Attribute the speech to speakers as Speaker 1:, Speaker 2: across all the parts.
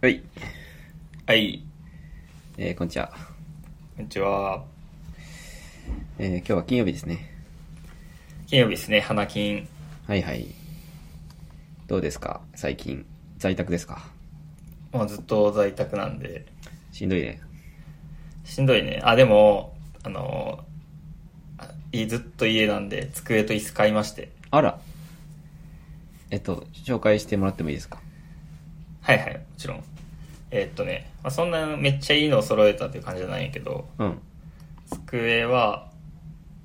Speaker 1: はい、
Speaker 2: はい、
Speaker 1: えー、こんにちは、
Speaker 2: こんにちは。
Speaker 1: えー、今日は金曜日ですね
Speaker 2: 金曜日ですね、花金。
Speaker 1: はいはいどうですか最近在宅ですか
Speaker 2: まあ、ずっと在宅なんで、
Speaker 1: しんどいね
Speaker 2: しんどいね。あ、でも、あのー、あいずっと家なんで、机と椅子買いまして。
Speaker 1: あらえっと紹介してもらってもいいですか
Speaker 2: はいはい、もちろん。えーっとね、まあ、そんなめっちゃいいのを揃えたっていう感じじゃないんやけど、
Speaker 1: うん
Speaker 2: 机は、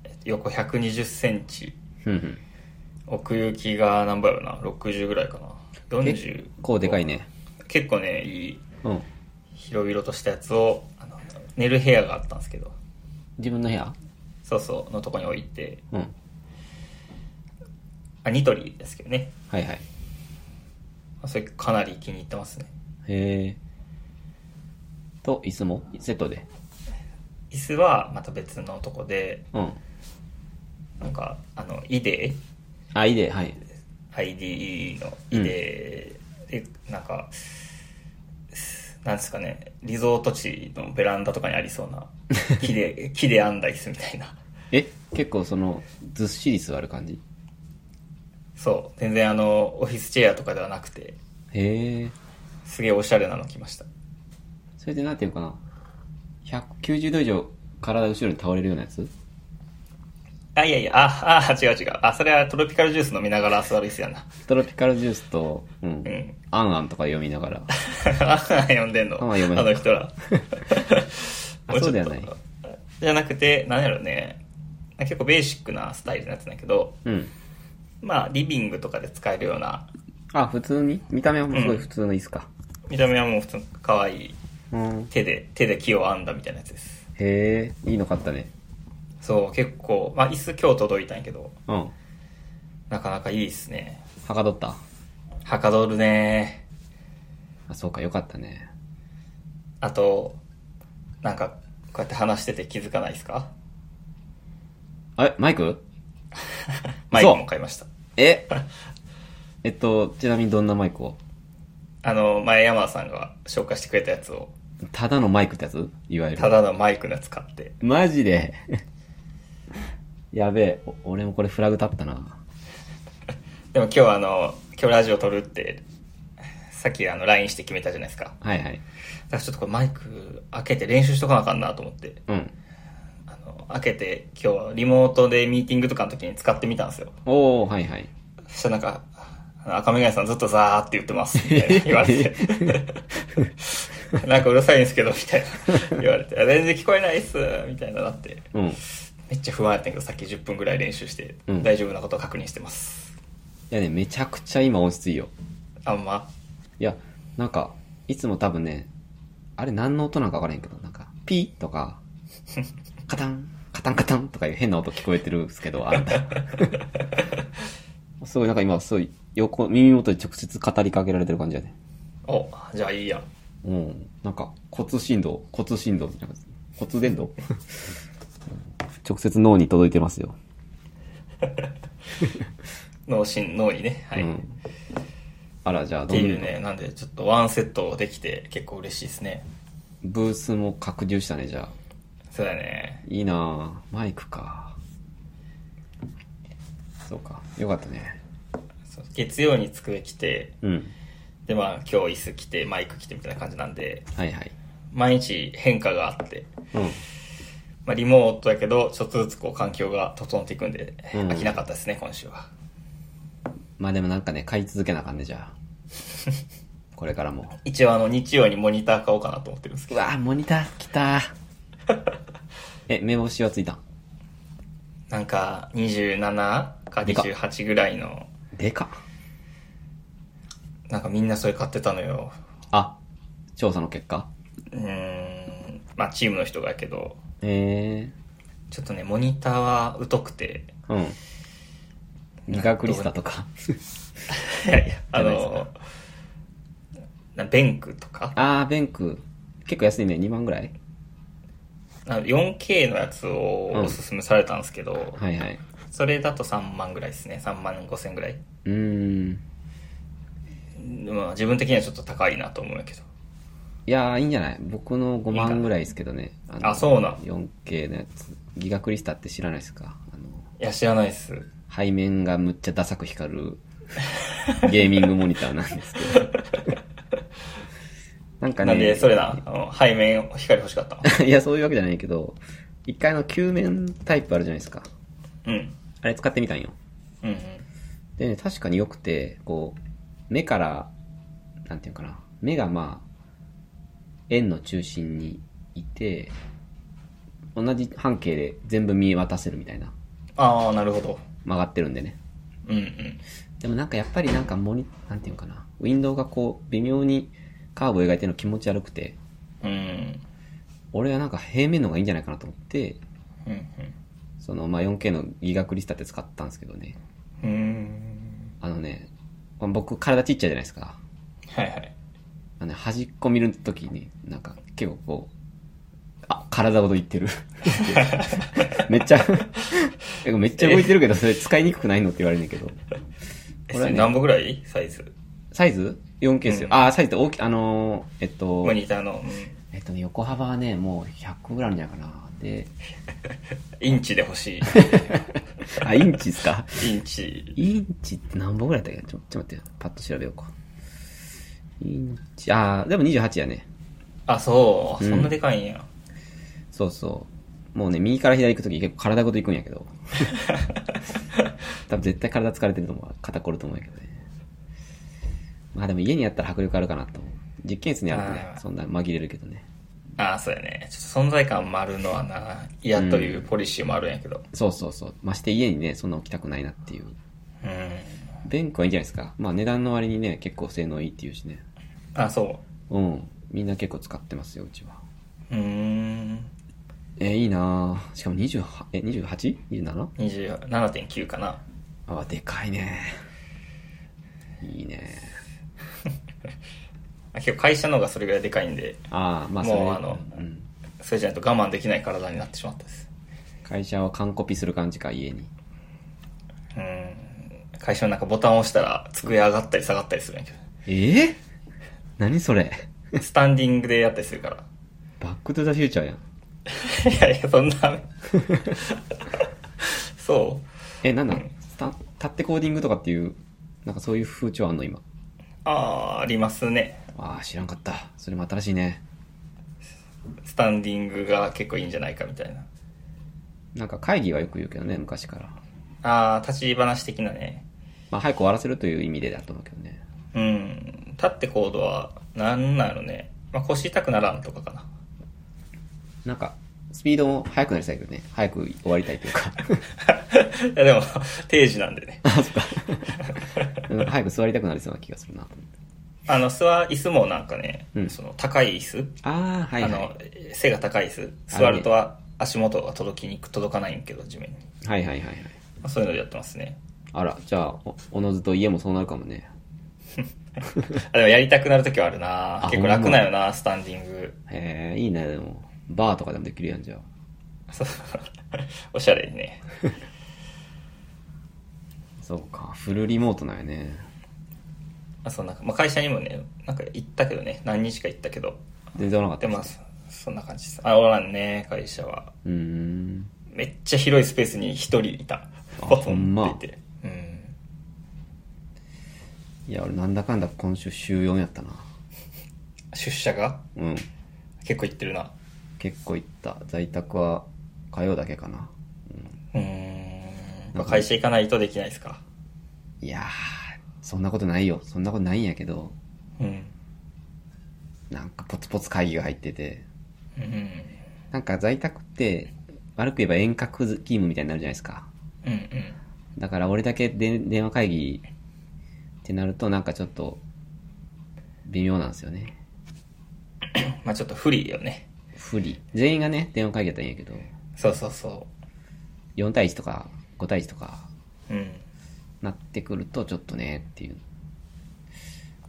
Speaker 2: えっと横120センチ、
Speaker 1: ふんふん
Speaker 2: 奥行きが何倍やろな、60ぐらいかな。40。
Speaker 1: こうでかい。ね
Speaker 2: 結構ね、いい、
Speaker 1: うん
Speaker 2: 広々としたやつを、あの寝る部屋があったんですけど、
Speaker 1: 自分の部屋
Speaker 2: そうそう、のとこに置いて、
Speaker 1: うん
Speaker 2: あ、ニトリですけどね。
Speaker 1: はいはい
Speaker 2: まあそれかなり気に入ってますね。
Speaker 1: へえと椅子もセットで
Speaker 2: 椅子はまた別のとこで、
Speaker 1: うん
Speaker 2: なんか、あの、イデ
Speaker 1: あいいではい
Speaker 2: ハイディのイデで、なんか、なんですかね、リゾート地のベランダとかにありそうな、木で、木で編んだ椅子みたいな。
Speaker 1: え結構そのずっしり座る感じ
Speaker 2: そう、全然あの、オフィスチェアとかではなくて、
Speaker 1: へえ
Speaker 2: すげえおしゃれなの来ました。
Speaker 1: それでなんていうのかな190度以上体後ろに倒れるようなやつ
Speaker 2: あ、いやいや、あ、あ、違う違う。あ、それはトロピカルジュース飲みながら座る椅子やな。
Speaker 1: トロピカルジュースと、うん
Speaker 2: うん。
Speaker 1: アンアンとか読みながら
Speaker 2: あ 読んでんの
Speaker 1: あ読め
Speaker 2: あ
Speaker 1: ない
Speaker 2: の人 ら
Speaker 1: あそうではない
Speaker 2: もうちょっとじゃなくてなんやろね結構ベーシックなスタイルのやつなんやけど
Speaker 1: うん
Speaker 2: まあリビングとかで使えるような
Speaker 1: あ普通に見た目はすごい普通の椅子か
Speaker 2: 見た目はもう普通の可愛い
Speaker 1: うん、
Speaker 2: 手で手で木を編んだみたいなやつです
Speaker 1: へえいいの買ったね
Speaker 2: そう結構まあ椅子今日届いたんやけど
Speaker 1: うん
Speaker 2: なかなかいいっすね
Speaker 1: はかどった
Speaker 2: はかどるね
Speaker 1: あそうかよかったね
Speaker 2: あとなんかこうやって話してて気づかないですか
Speaker 1: あれマイク
Speaker 2: マイクも買いました
Speaker 1: ええっとちなみにどんなマイクを
Speaker 2: あの前山田さんが紹介してくれたやつを
Speaker 1: ただのマイクってやついわゆる
Speaker 2: ただのマイクのやつ買って
Speaker 1: マジで やべえお俺もこれフラグ立ったな
Speaker 2: でも今日はあの今日ラジオ撮るってさっきあの LINE して決めたじゃないですかだか
Speaker 1: はいはい
Speaker 2: らちょっとこれマイク開けて練習しとかなあかんなと思って
Speaker 1: うん
Speaker 2: あの開けて今日はリモートでミーティングとかの時に使ってみたんですよ
Speaker 1: おおはいはい
Speaker 2: そしたらなんかあの赤眼鏡さんずっとザーって言ってますみたいな言われてなんかうるさいんですけどみたいな言われてあ全然聞こえないっすみたいななって
Speaker 1: うん
Speaker 2: めっちゃ不安やったんやけどさっき10分ぐらい練習して
Speaker 1: うん
Speaker 2: 大丈夫なことを確認してます、
Speaker 1: いやね、めちゃくちゃ今音質いいよ。
Speaker 2: あんま
Speaker 1: いや、なんか、いつも多分ね、あれ何の音なんかわからへんけど、なんか、ピーとか、カタン、カタンカタンとかいう変な音聞こえてるんですけど、あん た。すごい、なんか今、すごい、横、耳元で直接語りかけられてる感じやね。
Speaker 2: おじゃあいいやん
Speaker 1: うん。なんか、骨振動、骨振動じゃなくて、骨伝 導直接脳に届いてますよ。
Speaker 2: 脳神脳にねはい、
Speaker 1: う
Speaker 2: っ
Speaker 1: ん。あら、じゃあ、ど
Speaker 2: て
Speaker 1: んど、
Speaker 2: いうんねなんでちょっとワンセットできて結構嬉しいですね
Speaker 1: ブースも拡充したね、じゃあ。
Speaker 2: そうだね
Speaker 1: いいなぁマイクかそうかよかったね
Speaker 2: そう月曜に机来て
Speaker 1: うん
Speaker 2: でまあ今日椅子来てマイク来てみたいな感じなんで
Speaker 1: はいはい
Speaker 2: 毎日変化があって、
Speaker 1: うん
Speaker 2: まあ、リモートやけどちょっとずつこう環境が整っていくんで、
Speaker 1: うん
Speaker 2: 飽きなかったですね今週は
Speaker 1: まあでもなんかね買い続けなあかんねじ ゃあこれからも
Speaker 2: 一応あの日曜にモニター買おうかなと思ってるんですけ
Speaker 1: う
Speaker 2: ど
Speaker 1: わぁモニター来 たえ目星はついたん
Speaker 2: なんか27か28ぐらいの
Speaker 1: でかっ
Speaker 2: なんかみんなそれ買ってたのよ
Speaker 1: あ調査の結果
Speaker 2: うーんまあチームの人がやけど
Speaker 1: え
Speaker 2: ちょっとね、モニターは疎くて、
Speaker 1: ー、うんギガクリスタとか
Speaker 2: い やいや、あ
Speaker 1: じゃない
Speaker 2: の、なベンクとか、
Speaker 1: あーベンク結構安いね2万ぐらい
Speaker 2: あの 4K のやつを
Speaker 1: うん
Speaker 2: おすすめされたんですけど、
Speaker 1: はいはい
Speaker 2: それだと3万ぐらいですね。3万5千ぐらい。
Speaker 1: うーん
Speaker 2: まあ、自分的にはちょっと高いなと思うけど。
Speaker 1: いやー、いいんじゃない僕の5
Speaker 2: いいか
Speaker 1: 万
Speaker 2: な
Speaker 1: ぐらいですけどね。あ
Speaker 2: あそうなん
Speaker 1: 4K のやつ。ギガクリスタって知らないですかあの、
Speaker 2: いや、知らないっす。
Speaker 1: 背面がむっちゃダサく光 るゲーミングモニターなんですけど。なんかね。
Speaker 2: なんで、それな、あの背面、光欲しかった。
Speaker 1: いや、そういうわけじゃないけど、一回あの球面タイプあるじゃないですか。
Speaker 2: うん。
Speaker 1: あれ使ってみたんよ。
Speaker 2: うんうん。
Speaker 1: でね、確かに良くて、こう、目から、なんていうのかな、目がまあ、円の中心にいて、同じ半径で全部見渡せるみたいな、
Speaker 2: ああ、なるほど。
Speaker 1: 曲がってるんでね。
Speaker 2: うんうん。
Speaker 1: でもなんかやっぱりなんかモニ、なんていうのかな、ウィンドウがこう、微妙にカーブを描いてるの気持ち悪くて、
Speaker 2: うん。
Speaker 1: 俺はなんか平面の方がいいんじゃないかなと思って、
Speaker 2: うん
Speaker 1: その、まあ、4K のギガクリスタって使ったんですけどね。
Speaker 2: うん。うーん。
Speaker 1: あのね、まあ僕体ちっちゃいじゃないですか。
Speaker 2: はいはい。
Speaker 1: あのね、端っこ見るときに、なんか結構こう、あ、体ごといって る。めっちゃ、めっちゃ動いてるけど、それ使いにくくないのって言われるんだけど。こ
Speaker 2: え、そ
Speaker 1: れは
Speaker 2: れ
Speaker 1: ね
Speaker 2: 何本ぐらいサイズ
Speaker 1: サイズ ?4K ですよ。
Speaker 2: うん
Speaker 1: あー、サイズって大き、あのーえっと
Speaker 2: モ、ニターの、うん
Speaker 1: えっとね、横幅はね、もう100ぐらいあるんじゃないかな。で、
Speaker 2: インチで欲しい。
Speaker 1: あ、インチですか
Speaker 2: インチ。
Speaker 1: インチって何本ぐらいだったっけちょちょっと待ってよ、パッと調べようか。インチ、あー、でも28やね。
Speaker 2: あ、そう。
Speaker 1: うん
Speaker 2: そんなでかいんや。
Speaker 1: そうそう。もうね、右から左行くとき結構体ごと行くんや けど。多分絶対体疲れてると思う。肩こると思うんやけどね。まあでも家にやったら迫力あるかなと思う。実験室にあるとね
Speaker 2: あ、ー
Speaker 1: そんな紛れるけどね。
Speaker 2: ああ、そうやね。ちょっと存在感もあるのはな、嫌というポリシーもあるんやけど。
Speaker 1: そうそうそう。まして家にね、そんな置きたくないなっていう。
Speaker 2: うん。
Speaker 1: ベンクはいいんじゃないですか。まあ値段の割にね、結構性能いいっていうしね。
Speaker 2: あ、そ
Speaker 1: うん。みんな結構使ってますよ、うちは。
Speaker 2: う。うーん。
Speaker 1: えーいいなぁ。しかも28、え、28?27?
Speaker 2: 27.9かな。
Speaker 1: あ、でかいねいいね
Speaker 2: あ結構会社の方がそれぐらいでかいんで、
Speaker 1: ああ、まあそ
Speaker 2: もう
Speaker 1: れ、
Speaker 2: あの
Speaker 1: うん、
Speaker 2: それじゃないと我慢できない体になってしまったです。
Speaker 1: 会社を完コピする感じか、家に。
Speaker 2: うん。会社のなんかボタンを押したら机上がったり下がったりするんやけ
Speaker 1: ええ何それ
Speaker 2: ど。スタンディングでやったりするから。
Speaker 1: バックトゥザフューチャーやん。
Speaker 2: いやいや、そ んな。そう。
Speaker 1: え、なんだスタ立ってコーディングとかっていう、なんかそういう風潮あんの今。
Speaker 2: ああ、ありますね。
Speaker 1: ああ、知らんかった。それも新しいね。
Speaker 2: スタンディングが結構いいんじゃないかみたいな。
Speaker 1: なんか会議はよく言うけどね、昔から。
Speaker 2: ああ、立ち話的なね。
Speaker 1: まあ早く終わらせるという意味でだと思うけどね。
Speaker 2: うん。立って行動は、なんなのね。まあ、腰痛くならんとかかな。
Speaker 1: なんか、スピードも速くなりたいけどね。早く終わりたいという か。
Speaker 2: いや、でも、定時なんでね。
Speaker 1: あ、そっか。 うん早く座りたくなりそうな気がするな。
Speaker 2: あの、座、椅子もなんかね、
Speaker 1: うん
Speaker 2: その、高い椅子、
Speaker 1: ああ、はい、はい。
Speaker 2: あの、背が高い椅子、座るとは足元が届きにく、届かないんけど、地面に。
Speaker 1: はいはいはいはい。
Speaker 2: まあそういうのでやってますね。
Speaker 1: あら、じゃあ、おおのずと家もそうなるかもね。
Speaker 2: あでも、やりたくなるときはある な
Speaker 1: あ
Speaker 2: 結
Speaker 1: ほんま
Speaker 2: 構楽なんよなスタンディング。
Speaker 1: へえ、いいね、でも。バーとかでもできるやん、じゃあ。
Speaker 2: そう おしゃれにね。
Speaker 1: そうか、フルリモートなんやね。
Speaker 2: まあ、そうなんか、まあ、会社にもね、なんか行ったけどね、何日か行ったけど。
Speaker 1: 全然おらなかっ
Speaker 2: で
Speaker 1: た
Speaker 2: も、そそんな感じです。あ、おらんね、会社は。
Speaker 1: うーん。
Speaker 2: めっちゃ広いスペースに一人いた。
Speaker 1: あ
Speaker 2: ポツ
Speaker 1: ほん
Speaker 2: ン
Speaker 1: ま
Speaker 2: っていて。うん。
Speaker 1: いや、俺なんだかんだ今週週4やったな。
Speaker 2: 出社が
Speaker 1: うん。
Speaker 2: 結構行ってるな。
Speaker 1: 結構行った。在宅は火曜だけかな。
Speaker 2: うーん。やっぱ会社行かないとできないですか。
Speaker 1: いやー、そんなことないよ。そんなことないんやけど、
Speaker 2: うん。
Speaker 1: なんかポツポツ会議が入ってて。
Speaker 2: うん。
Speaker 1: なんか在宅って、悪く言えば遠隔勤務みたいになるじゃないですか。
Speaker 2: うんうん。
Speaker 1: だから俺だけで電話会議ってなるとなんかちょっと微妙なんですよね。
Speaker 2: まあちょっと不利よね。
Speaker 1: 不利。全員がね、電話会議だったらいいんやけど、
Speaker 2: そうそうそ
Speaker 1: 4対1とか5対1とか
Speaker 2: う。うん。
Speaker 1: なってくるとちょっとねっていう。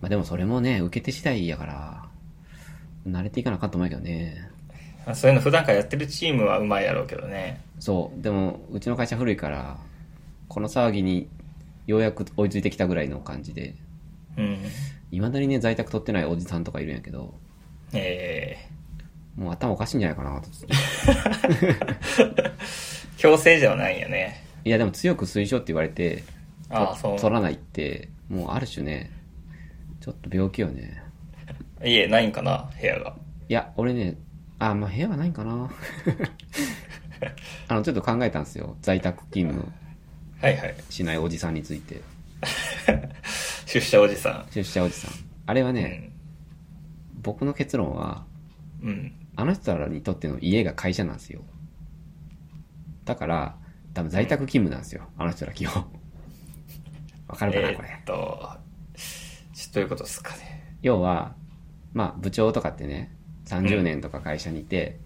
Speaker 1: まあでもそれもね、受け手次第やから、慣れていかなあかんと思うけどね。
Speaker 2: まあそういうの普段からやってるチームはうまいやろうけどね。
Speaker 1: そう。でも、うちの会社古いから、この騒ぎにようやく追いついてきたぐらいの感じで、
Speaker 2: うん。
Speaker 1: 未だにね、在宅取ってないおじさんとかいるんやけど、
Speaker 2: え
Speaker 1: もう頭おかしいんじゃないかなと。
Speaker 2: ー、強制ではないんやね。
Speaker 1: いや、でも強く推奨って言われて、
Speaker 2: ああ、そう。
Speaker 1: 取らないって、もうある種ね、ちょっと病気よね。
Speaker 2: 家ないんかな、部屋が。
Speaker 1: いや、俺ね、あ、まあ部屋はないんか な。あの、ちょっと考えたんですよ。在宅勤務
Speaker 2: はいはい。
Speaker 1: しないおじさんについて。
Speaker 2: 出社おじさ
Speaker 1: 出社おじさん。あれは
Speaker 2: ん。う
Speaker 1: ね、
Speaker 2: ん。
Speaker 1: 僕の結論は、
Speaker 2: うん。
Speaker 1: あの人らにとっての家が会社なんですよ。だから、多分在宅勤務なんですよ。あの人ら基 本。わかるかな、
Speaker 2: え
Speaker 1: これ。
Speaker 2: ーっと、ちょどういうことですかね。
Speaker 1: 要は、まあ、部長とかってね、30年とか会社にいて、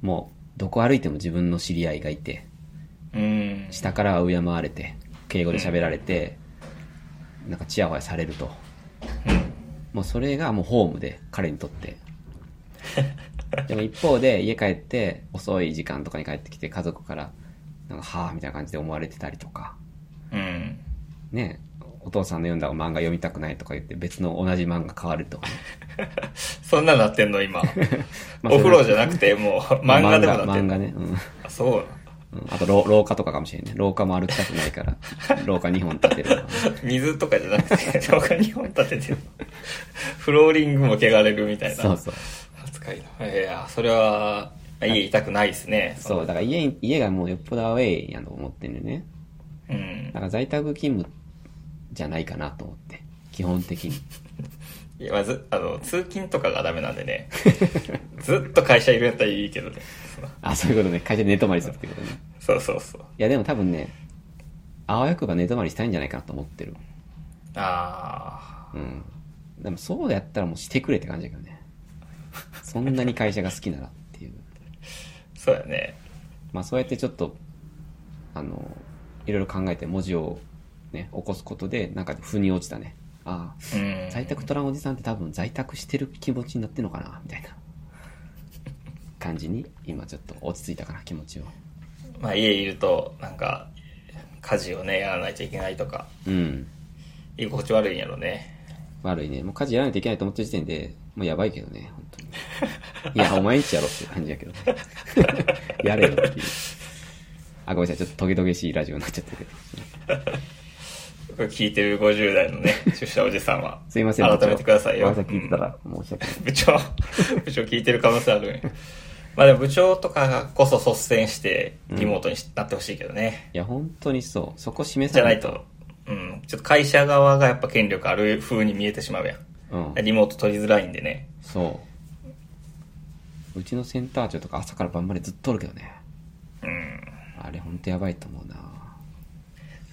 Speaker 1: もう、どこ歩いても自分の知り合いがいて、
Speaker 2: うーん。
Speaker 1: 下からは敬われて、敬語で喋られて、なんかチヤホヤされると。もうそれがもうホームで、彼にとって。でも一方で家帰って、遅い時間とかに帰ってきて家族から、なんか、はぁ、みたいな感じで思われてたりとか、
Speaker 2: うん。
Speaker 1: ね、お父さんの読んだ漫画読みたくないとか言って別の同じ漫画買われるとかね、
Speaker 2: そんななってんの、今。
Speaker 1: まあ
Speaker 2: お風呂じゃなくて、もう、漫画でもなって
Speaker 1: 漫
Speaker 2: んの。
Speaker 1: 画ね。うん
Speaker 2: あそう。
Speaker 1: うん。あと廊、廊下とかかもしれんね。廊下も歩きたくないから、 廊下2本立てるとかね、
Speaker 2: 水とかじゃなくて、廊下2本立ててる。フローリングも汚れるみたいな。
Speaker 1: そうそう。
Speaker 2: 扱いの。いや、それは、まあ家痛くないですね。
Speaker 1: そう、だから家に、家がもうよっぽどアウェイやと思ってんだよね。
Speaker 2: うん
Speaker 1: だ。から在宅勤務じゃないかなと思って。基本的に。
Speaker 2: いや、まず、あの、通勤とかがダメなんでね。 ずっと会社いるやったらいいけどね。
Speaker 1: あ、そういうことね。会社で寝泊まりするってことね。
Speaker 2: そうそうそう。
Speaker 1: いや、でも多分ね、あわよくば寝泊まりしたいんじゃないかなと思ってる。
Speaker 2: あ
Speaker 1: うん。でもそうやったらもうしてくれって感じだけどね。そんなに会社が好きならっていう。
Speaker 2: ー、そうやね。
Speaker 1: まあそうやってちょっと、あの、いろいろ考えて文字をね、起こすことで、なんか腑に落ちたね。ああ、
Speaker 2: うん。
Speaker 1: 在宅トランおじさんって多分在宅してる気持ちになってるのかな、みたいな感じに、今ちょっと落ち着いたかな、気持ちを。
Speaker 2: まあ、家いると、なんか、家事をね、やらないといけないとか、
Speaker 1: うん。
Speaker 2: 居心地悪いんやろね。
Speaker 1: 悪いね。もう家事やらないといけないと思ってる時点で、もうやばいけどね、本当に。い や、お前んちやろっていう感じだけどね。 やれよっていう。あ、ごめんなさい。ちょっとトゲトゲしいラジオになっちゃったけど。
Speaker 2: これ聞いてる50代 のね、出社おじさんは。
Speaker 1: すいません。
Speaker 2: 改めてください
Speaker 1: ご
Speaker 2: よ。
Speaker 1: めんな聞いてたら申し訳ない。
Speaker 2: 部長、 部長聞いてる可能性あるんやまあでも部長とかこそ率先してリモートにしなってほしいけどね。
Speaker 1: いや、本当にそう。そこ示
Speaker 2: じ
Speaker 1: さ
Speaker 2: ゃな
Speaker 1: ないい。
Speaker 2: と、うん、ちょっと会社側がやっぱ権力ある風に見えてしまうやん。
Speaker 1: うん。
Speaker 2: リモート取りづらいんでね。
Speaker 1: そう。うちのセンター長とか朝から晩までずっとおるけどね。
Speaker 2: うん、
Speaker 1: あれ、本当やばいと思うな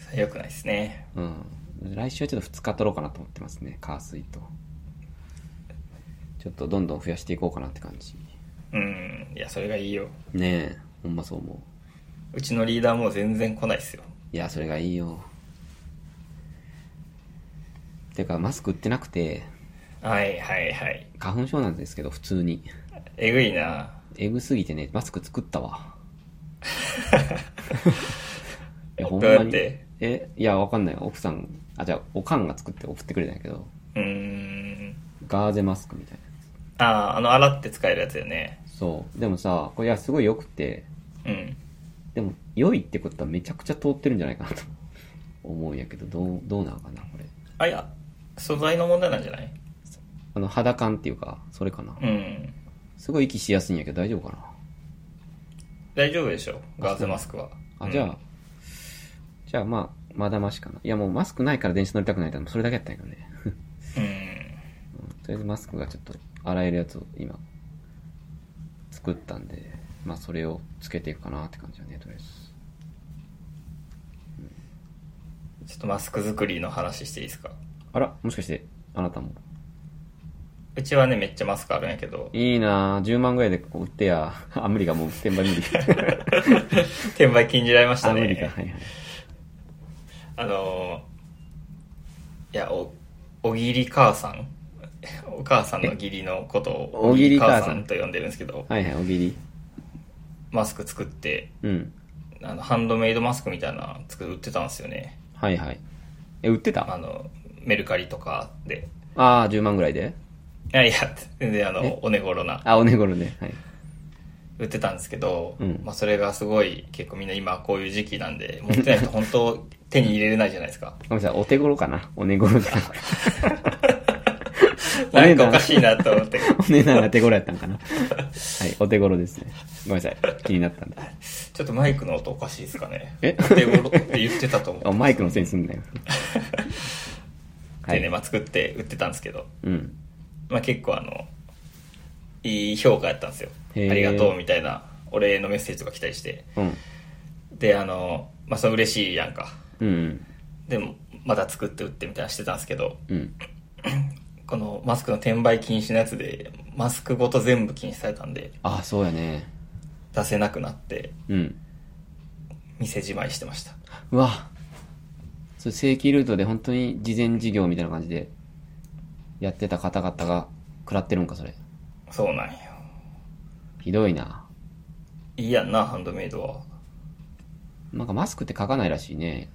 Speaker 2: それ良くないですね。
Speaker 1: うん。来週はちょっと2日取ろうかなと思ってますね。火水と。ちょっとどんどん増やしていこうかなって感じ。
Speaker 2: うん、いや、それがいいよ。
Speaker 1: ねえ。ほんまそう思う。
Speaker 2: うちのリーダーも全然来ないっすよ。
Speaker 1: いや、それがいいよ。てか、マスク売ってなくて、
Speaker 2: はいはいはい。
Speaker 1: 花粉症なんですけど、普通に。
Speaker 2: えぐいな
Speaker 1: えぐすぎてね、マスク作った わ。いや、ほん
Speaker 2: どう
Speaker 1: ま
Speaker 2: やっ
Speaker 1: に。
Speaker 2: て
Speaker 1: え、いや、わかんない。奥さん、あ、じゃあ、おかんが作って送ってくれたんやけど、
Speaker 2: うん。
Speaker 1: ガーゼマスクみたいな。
Speaker 2: ああ、あの、洗って使えるやつよね。
Speaker 1: そう。でもさ、これ、いや、すごい良くて、
Speaker 2: うん。
Speaker 1: でも、良いってことはめちゃくちゃ通ってるんじゃないかなと思うんやけど、どう、どうなのかな、これ。
Speaker 2: あ、いや、素材の問題なんじゃない
Speaker 1: あの、肌感っていうか、それかな。
Speaker 2: うん。
Speaker 1: すごい息しやすいんやけど、大丈夫かな。
Speaker 2: 大丈夫でしょガーゼマスクは。
Speaker 1: あ、
Speaker 2: うん
Speaker 1: じゃあ、じゃあ、まあ、まだましかな。いや、もうマスクないから電車乗りたくないって、それだけやったんやけどね。
Speaker 2: うん。
Speaker 1: とりあえずマスクがちょっと洗えるやつを今作ったんでまあそれをつけていくかなって感じだねとりあえず
Speaker 2: ちょっとマスク作りの話していいですか
Speaker 1: あらもしかしてあなたも
Speaker 2: うちはね、めっちゃマスクあるんやけど、
Speaker 1: いいなあ10万ぐらいでこう売ってや あ無理がもう転 売無理
Speaker 2: 転売禁じられまし
Speaker 1: あ
Speaker 2: た
Speaker 1: 無理か
Speaker 2: ね。
Speaker 1: はいはい
Speaker 2: あのー、いや、お、おぎり母さん。 お母さんの義理のことを、
Speaker 1: おぎり母さん
Speaker 2: と呼んでるんですけど、
Speaker 1: はいはいおぎり
Speaker 2: マスク作って、
Speaker 1: うん
Speaker 2: あの、ハンドメイドマスクみたいなの作って売ってたんですよね。
Speaker 1: はいはいえ売ってた
Speaker 2: あの、メルカリとかで。
Speaker 1: ああ10万ぐらいで
Speaker 2: いやいや、全然あの、おねごろな、
Speaker 1: あ、おねごろね。はい。
Speaker 2: 売ってたんですけど、
Speaker 1: うん
Speaker 2: まあそれがすごい、結構みんな今こういう時期なんで、持ってないと本当手に入れれないじゃないです か。
Speaker 1: ごめんなさい、お手頃かな。おねごろじゃなくて。お
Speaker 2: な
Speaker 1: 値
Speaker 2: ん
Speaker 1: 段
Speaker 2: かおかし いなと思って、
Speaker 1: お値段が手頃やったんかな。はい、お手頃ですね。ごめんなさい、気になったんで。
Speaker 2: ちょっとマイクの音おかしいですかね。
Speaker 1: え
Speaker 2: お手頃って言ってたと思
Speaker 1: あ
Speaker 2: っ
Speaker 1: マイクのせいにすんなよ。は
Speaker 2: てね、
Speaker 1: い。
Speaker 2: まあ作って売ってたんですけど、
Speaker 1: うん。
Speaker 2: まあ結構あの、いい評価やったんですよ。あ
Speaker 1: へー
Speaker 2: りがとうみたいな、お礼のメッセージとか来たりして。
Speaker 1: うん。
Speaker 2: で、あの、まあそれ嬉しいやんか。
Speaker 1: うん。
Speaker 2: でも、まだ作って売ってみたいなのしてたんですけど、
Speaker 1: うん。
Speaker 2: このマスクの転売禁止のやつで、マスクごと全部禁止されたんで、
Speaker 1: あ、そうやね。
Speaker 2: 出せなくなって、
Speaker 1: うん。
Speaker 2: 店じまいしてました。
Speaker 1: うわ。そう、正規ルートで本当に事前事業みたいな感じでやってた方々が食らってるんか、それ。
Speaker 2: そうなんよ。
Speaker 1: ひどいな。
Speaker 2: いいやんな、ハンドメイドは。
Speaker 1: なんかマスクって書かないらしいね。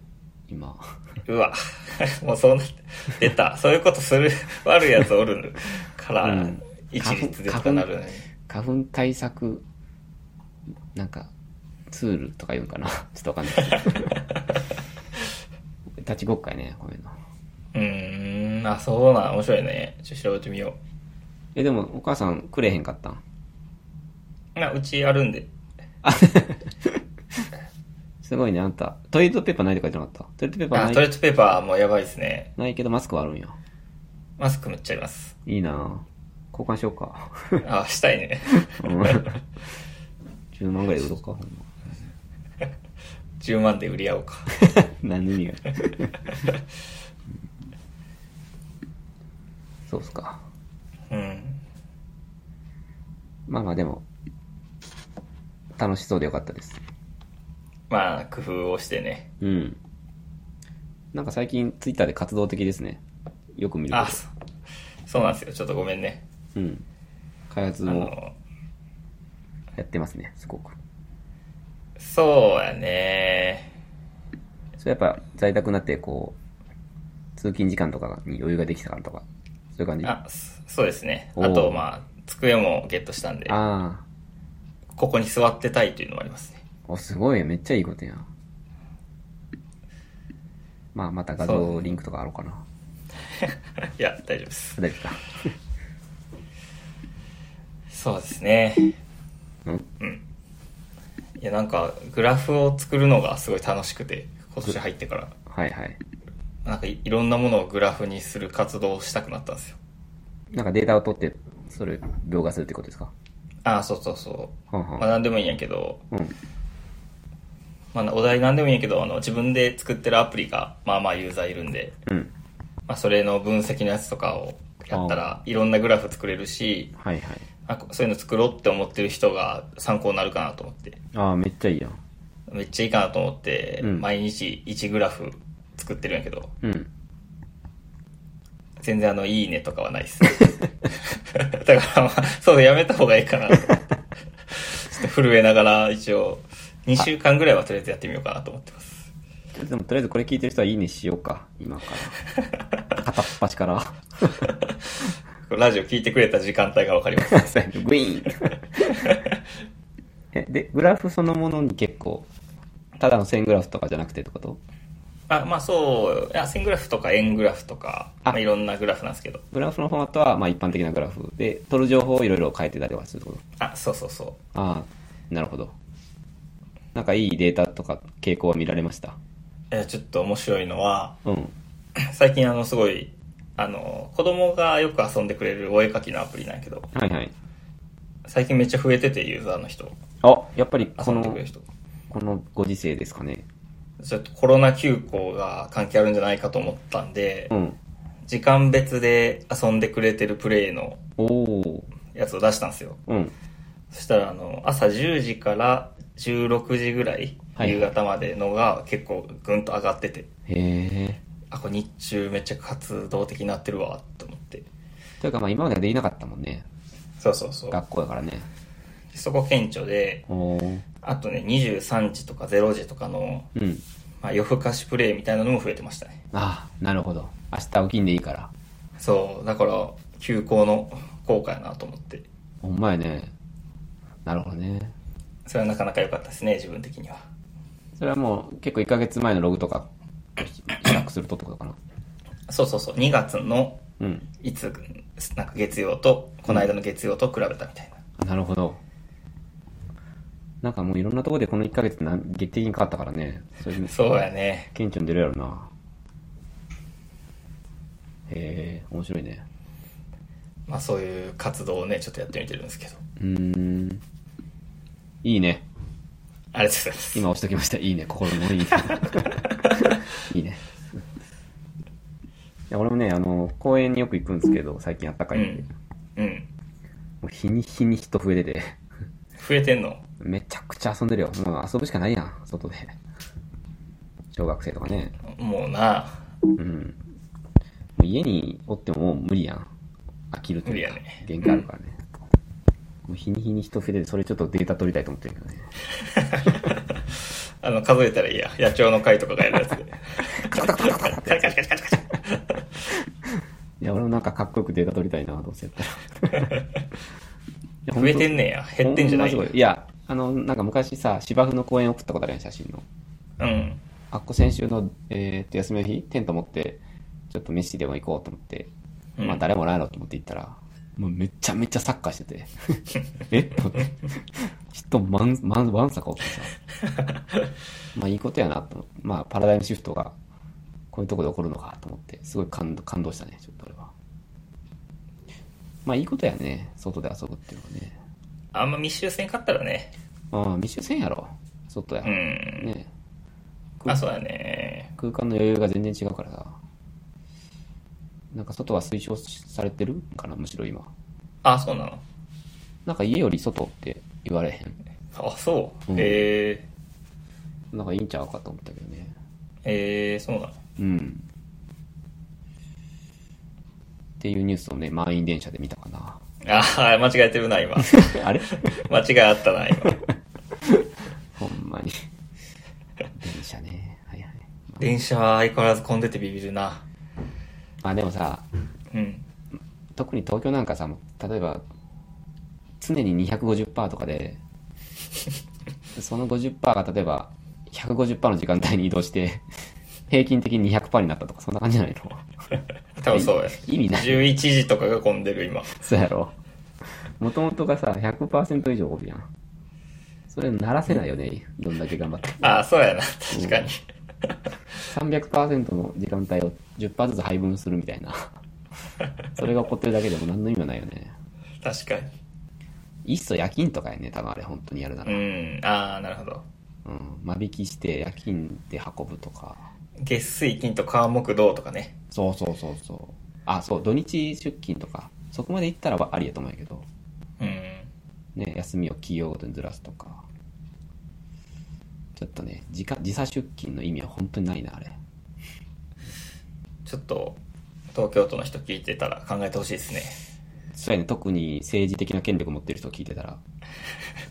Speaker 1: 今。
Speaker 2: うわ、 もうそうなって、出た。そういうことする、 悪いやつおるから、
Speaker 1: うん
Speaker 2: 一律でとかなるのに。
Speaker 1: 花粉対策、なんか、ツールとか言うんかな ちょっとわかんないけど。立ちごっかやね、こういうの。
Speaker 2: うーん、あ、そうなん、面白いね。ちょっと調べてみよ
Speaker 1: え、でも、お母さんくれへんかったん
Speaker 2: う。な、うちあるんで。
Speaker 1: すごいね、あんた。トイレットペーパーないとか言ってなかったトイレットペーパ
Speaker 2: あ、
Speaker 1: ー
Speaker 2: トイ
Speaker 1: な
Speaker 2: レ
Speaker 1: い
Speaker 2: ットペーパーもやばいですね。
Speaker 1: ないけどマスクはあるんや。
Speaker 2: マスクめっちゃあ ります。
Speaker 1: いいなぁ交換しようか。
Speaker 2: あ、したいね。
Speaker 1: うん10万ぐらいで売ろうか、 ほん
Speaker 2: 10万で売り合おうか。
Speaker 1: ま。何の意味がある そうっすか。
Speaker 2: うん。
Speaker 1: まあまあでも、楽しそうでよかったです。
Speaker 2: まあ、工夫をしてね。
Speaker 1: うん。なんか最近ツイッターで活動的ですね。よく見る
Speaker 2: あ、そそうなんですよ。ちょっとごめんね。
Speaker 1: と。うん。開発
Speaker 2: あ
Speaker 1: も
Speaker 2: の、
Speaker 1: やってますね、すごく。
Speaker 2: そうやね。
Speaker 1: それやっぱ在宅になって、こう、通勤時間とかに余裕ができたからとか、そういう感じ。あ
Speaker 2: あ、そそうですね。
Speaker 1: お
Speaker 2: あ
Speaker 1: ー
Speaker 2: と、まあ、机もゲットしたんで、
Speaker 1: あ
Speaker 2: ここに座ってたいというのもありますね。
Speaker 1: ー。お、すごい、めっちゃいいことやん。まあ、また画
Speaker 2: そ
Speaker 1: 像
Speaker 2: う
Speaker 1: リンクとかあろうかな。
Speaker 2: いや、大丈夫です。
Speaker 1: 大丈夫か。
Speaker 2: そうですね。
Speaker 1: うん
Speaker 2: いや、なんか、グラフを作るのがすごい楽しくて、今年入ってから、
Speaker 1: はいはい。
Speaker 2: なんかいいろんなものをグラフにする活動をしたくなったんですよ。
Speaker 1: なんかデータを取って、それ、描画するってことですか
Speaker 2: ああ、そうそうそう。
Speaker 1: はんは
Speaker 2: まあ、なんでもいいんやけど、
Speaker 1: ん。うん。
Speaker 2: まあ、お題なんでもいいんやけど、あの、自分で作ってるアプリが、まあまあユーザーいるんで、
Speaker 1: うん。
Speaker 2: まあ、それの分析のやつとかをやったら、いろんなグラフ作れるし、
Speaker 1: はいはい。
Speaker 2: あこそういうの作ろうって思ってる人が参考になるかなと思って、
Speaker 1: ああ、めっちゃいいやん。
Speaker 2: めっちゃいいかなと思って、
Speaker 1: うん
Speaker 2: 毎日1グラフ作ってるんやけど、
Speaker 1: うん。
Speaker 2: 全然あの、いいねとかはない です。だからまあ、そうやめた方がいいかなと思って。ちょっと震えながら、一応、2週間ぐらいはとりあえずやってみようかなと思ってます。
Speaker 1: でもとりあえずこれ聞いてる人はいいねしようか、今から。片っ端から。
Speaker 2: ラジオ聞いてくれた時間帯がわか ります。
Speaker 1: グイーンえで、グラフそのものに結構、ただの線グラフとかじゃなくてってこと
Speaker 2: あ、まあそう、いや線グラフとか円グラフとか、
Speaker 1: あ
Speaker 2: まあ、いろんなグラフなんですけど。
Speaker 1: グラフのフォーマットはまあ一般的なグラフで、取る情報をいろいろ変えてたりとかするってこと
Speaker 2: あ、そうそうそう。
Speaker 1: ああ、なるほど。なんかいいデータとか傾向は見られました。
Speaker 2: えちょっと面白いのは、
Speaker 1: うん。
Speaker 2: 最近あの、すごい、あの、子供がよく遊んでくれるお絵描きのアプリなんやけど、
Speaker 1: はいはい。
Speaker 2: 最近めっちゃ増えてて、ユーザーの人、
Speaker 1: あ、やっぱりこ
Speaker 2: 遊んでく
Speaker 1: の
Speaker 2: れる、人。
Speaker 1: このご時世ですかね。
Speaker 2: ちょっとコロナ休校が関係あるんじゃないかと思ったんで、
Speaker 1: うん。
Speaker 2: 時間別で遊んでくれてるプレイの
Speaker 1: おお。
Speaker 2: やつを出したんですよ。
Speaker 1: うん。
Speaker 2: そしたら、あの、朝10時から16時ぐらい、
Speaker 1: はい
Speaker 2: 夕方までのが結構ぐんと上がってて、
Speaker 1: へえ。
Speaker 2: あ、これ日中めっちゃ活動的になってるわ、と思って。
Speaker 1: というかまあ今まではできなかったもんね。
Speaker 2: そうそうそう。
Speaker 1: 学校だからね。
Speaker 2: そこ顕著で、
Speaker 1: おー
Speaker 2: あとね、23時とか0時とかの、
Speaker 1: うん。
Speaker 2: まあ、夜更かしプレイみたいなのも増えてましたね。
Speaker 1: ああ、なるほど。明日起きんでいいから。
Speaker 2: そう、だから、休校の効果やなと思って、
Speaker 1: ほんまやね。なるほどね。
Speaker 2: それはなかなか良かったですね、自分的には。
Speaker 1: それはもう結構1ヶ月前のログとか、比較するとってことかな。
Speaker 2: そうそうそう、2月の
Speaker 1: うん。
Speaker 2: いつ、なんか月曜と、この間の月曜と比べたみたいな。
Speaker 1: なるほど。なんかもういろんなところでこの1ヶ月な劇的に変わったからね。それ
Speaker 2: そうやね。
Speaker 1: 顕著に出るやろな。へえ、面白いね。
Speaker 2: まあそういう活動をね、ちょっとやってみてるんですけど。
Speaker 1: うーん。いいね。
Speaker 2: ありがとうございます。
Speaker 1: 今押しときました。いいね。心のいい ね。いいね。いや俺もね、あの、公園によく行くんですけど、最近あったかいんで。も
Speaker 2: うん。
Speaker 1: う日に日に人増えてて。
Speaker 2: 増えてんの
Speaker 1: めちゃくちゃ遊んでるよ。もう遊ぶしかないやん、外で。小学生とかね。
Speaker 2: もうな、
Speaker 1: うん。もう家におってももう無理やん。飽きるというか
Speaker 2: 無理やね
Speaker 1: 限界あるからね。もう日に日に人増えてて、それちょっとデータ取りたいと思ってるけどね。
Speaker 2: あの、数えたらいいや。野鳥の会とかがやるやつで。カチャカチャカチャカチャカチャカチャ
Speaker 1: いや、俺もなんかかっこよくデータ取りたいな、どうせやったら。
Speaker 2: 増えてん
Speaker 1: ね
Speaker 2: ねんや。減ってんじゃない
Speaker 1: いいや、あの、なんか昔さ、芝生の公園送ったことあるやん、写真の。
Speaker 2: うん。
Speaker 1: あっこ先週の、えーっと、休みの日、テント持って、ちょっと飯でも行こうと思って、
Speaker 2: うん
Speaker 1: まあ誰もおらんやろうと思って行ったら、もうめちゃめちゃサッカーしてて、 えっと思って、人まん、まん、わんさかおってさ、 まあいいことやなと思って、まあパラダイムシフトが、こういうとこで起こるのかと思って、すごい感動感動したね、ちょっと俺は。まあいいことやね、外で遊ぶっていうのはね。
Speaker 2: あんま密集せんかったらね。
Speaker 1: ああ、密集せんやろ、外や。
Speaker 2: う
Speaker 1: ね
Speaker 2: ん。
Speaker 1: え
Speaker 2: あ、そうだね。
Speaker 1: 空間の余裕が全然違うからさなんか外は推奨されてるんかなむしろ今
Speaker 2: あ、そうなの。
Speaker 1: なんか家より外って言われへん
Speaker 2: あ、そう。
Speaker 1: うん
Speaker 2: え
Speaker 1: なんかいいんちゃうかと思ったけどね
Speaker 2: ー、えー、そうなの。
Speaker 1: うんっていうニュースをね満員電車で見たかな
Speaker 2: あ ー、間違えてるな、今。
Speaker 1: あれ
Speaker 2: 間違いあったな、今。
Speaker 1: ほんまに電車ねはいはい
Speaker 2: 電車は相変わらず混んでてビビるな。
Speaker 1: まあでもさ
Speaker 2: うん。
Speaker 1: 特に東京なんかさもう例えば常に250%とかでその50%が例えば150%の時間帯に移動して平均的に200%になったとかそんな感じじゃないの
Speaker 2: 多分そうや。
Speaker 1: 意味 ない
Speaker 2: 11時とかが混んでる、今。
Speaker 1: そうやろもともとがさ100%以上おるやんそれならせないよねどんだけ頑張って
Speaker 2: あー、そうやな。確かに。
Speaker 1: 300%の時間帯を10%ずつ配分するみたいなそれが起こってるだけでも何の意味もないよね
Speaker 2: 確かに。
Speaker 1: いっそ夜勤とかやね多分あれ本当にやるなら
Speaker 2: うん。あー、なるほど。
Speaker 1: うん、間引きして夜勤で運ぶとか
Speaker 2: 月水金と川木道とかね。
Speaker 1: そうそうそうそうあそう土日出勤とかそこまで行ったらありやと思うんやけど、
Speaker 2: うん。
Speaker 1: ね、休みを企業ごとにずらすとかちょっとね時間時差出勤の意味は本当にないなあれ
Speaker 2: ちょっと、東京都の人聞いてたら考えてほしいですね。
Speaker 1: そうやね特に政治的な権力持ってる人聞いてたら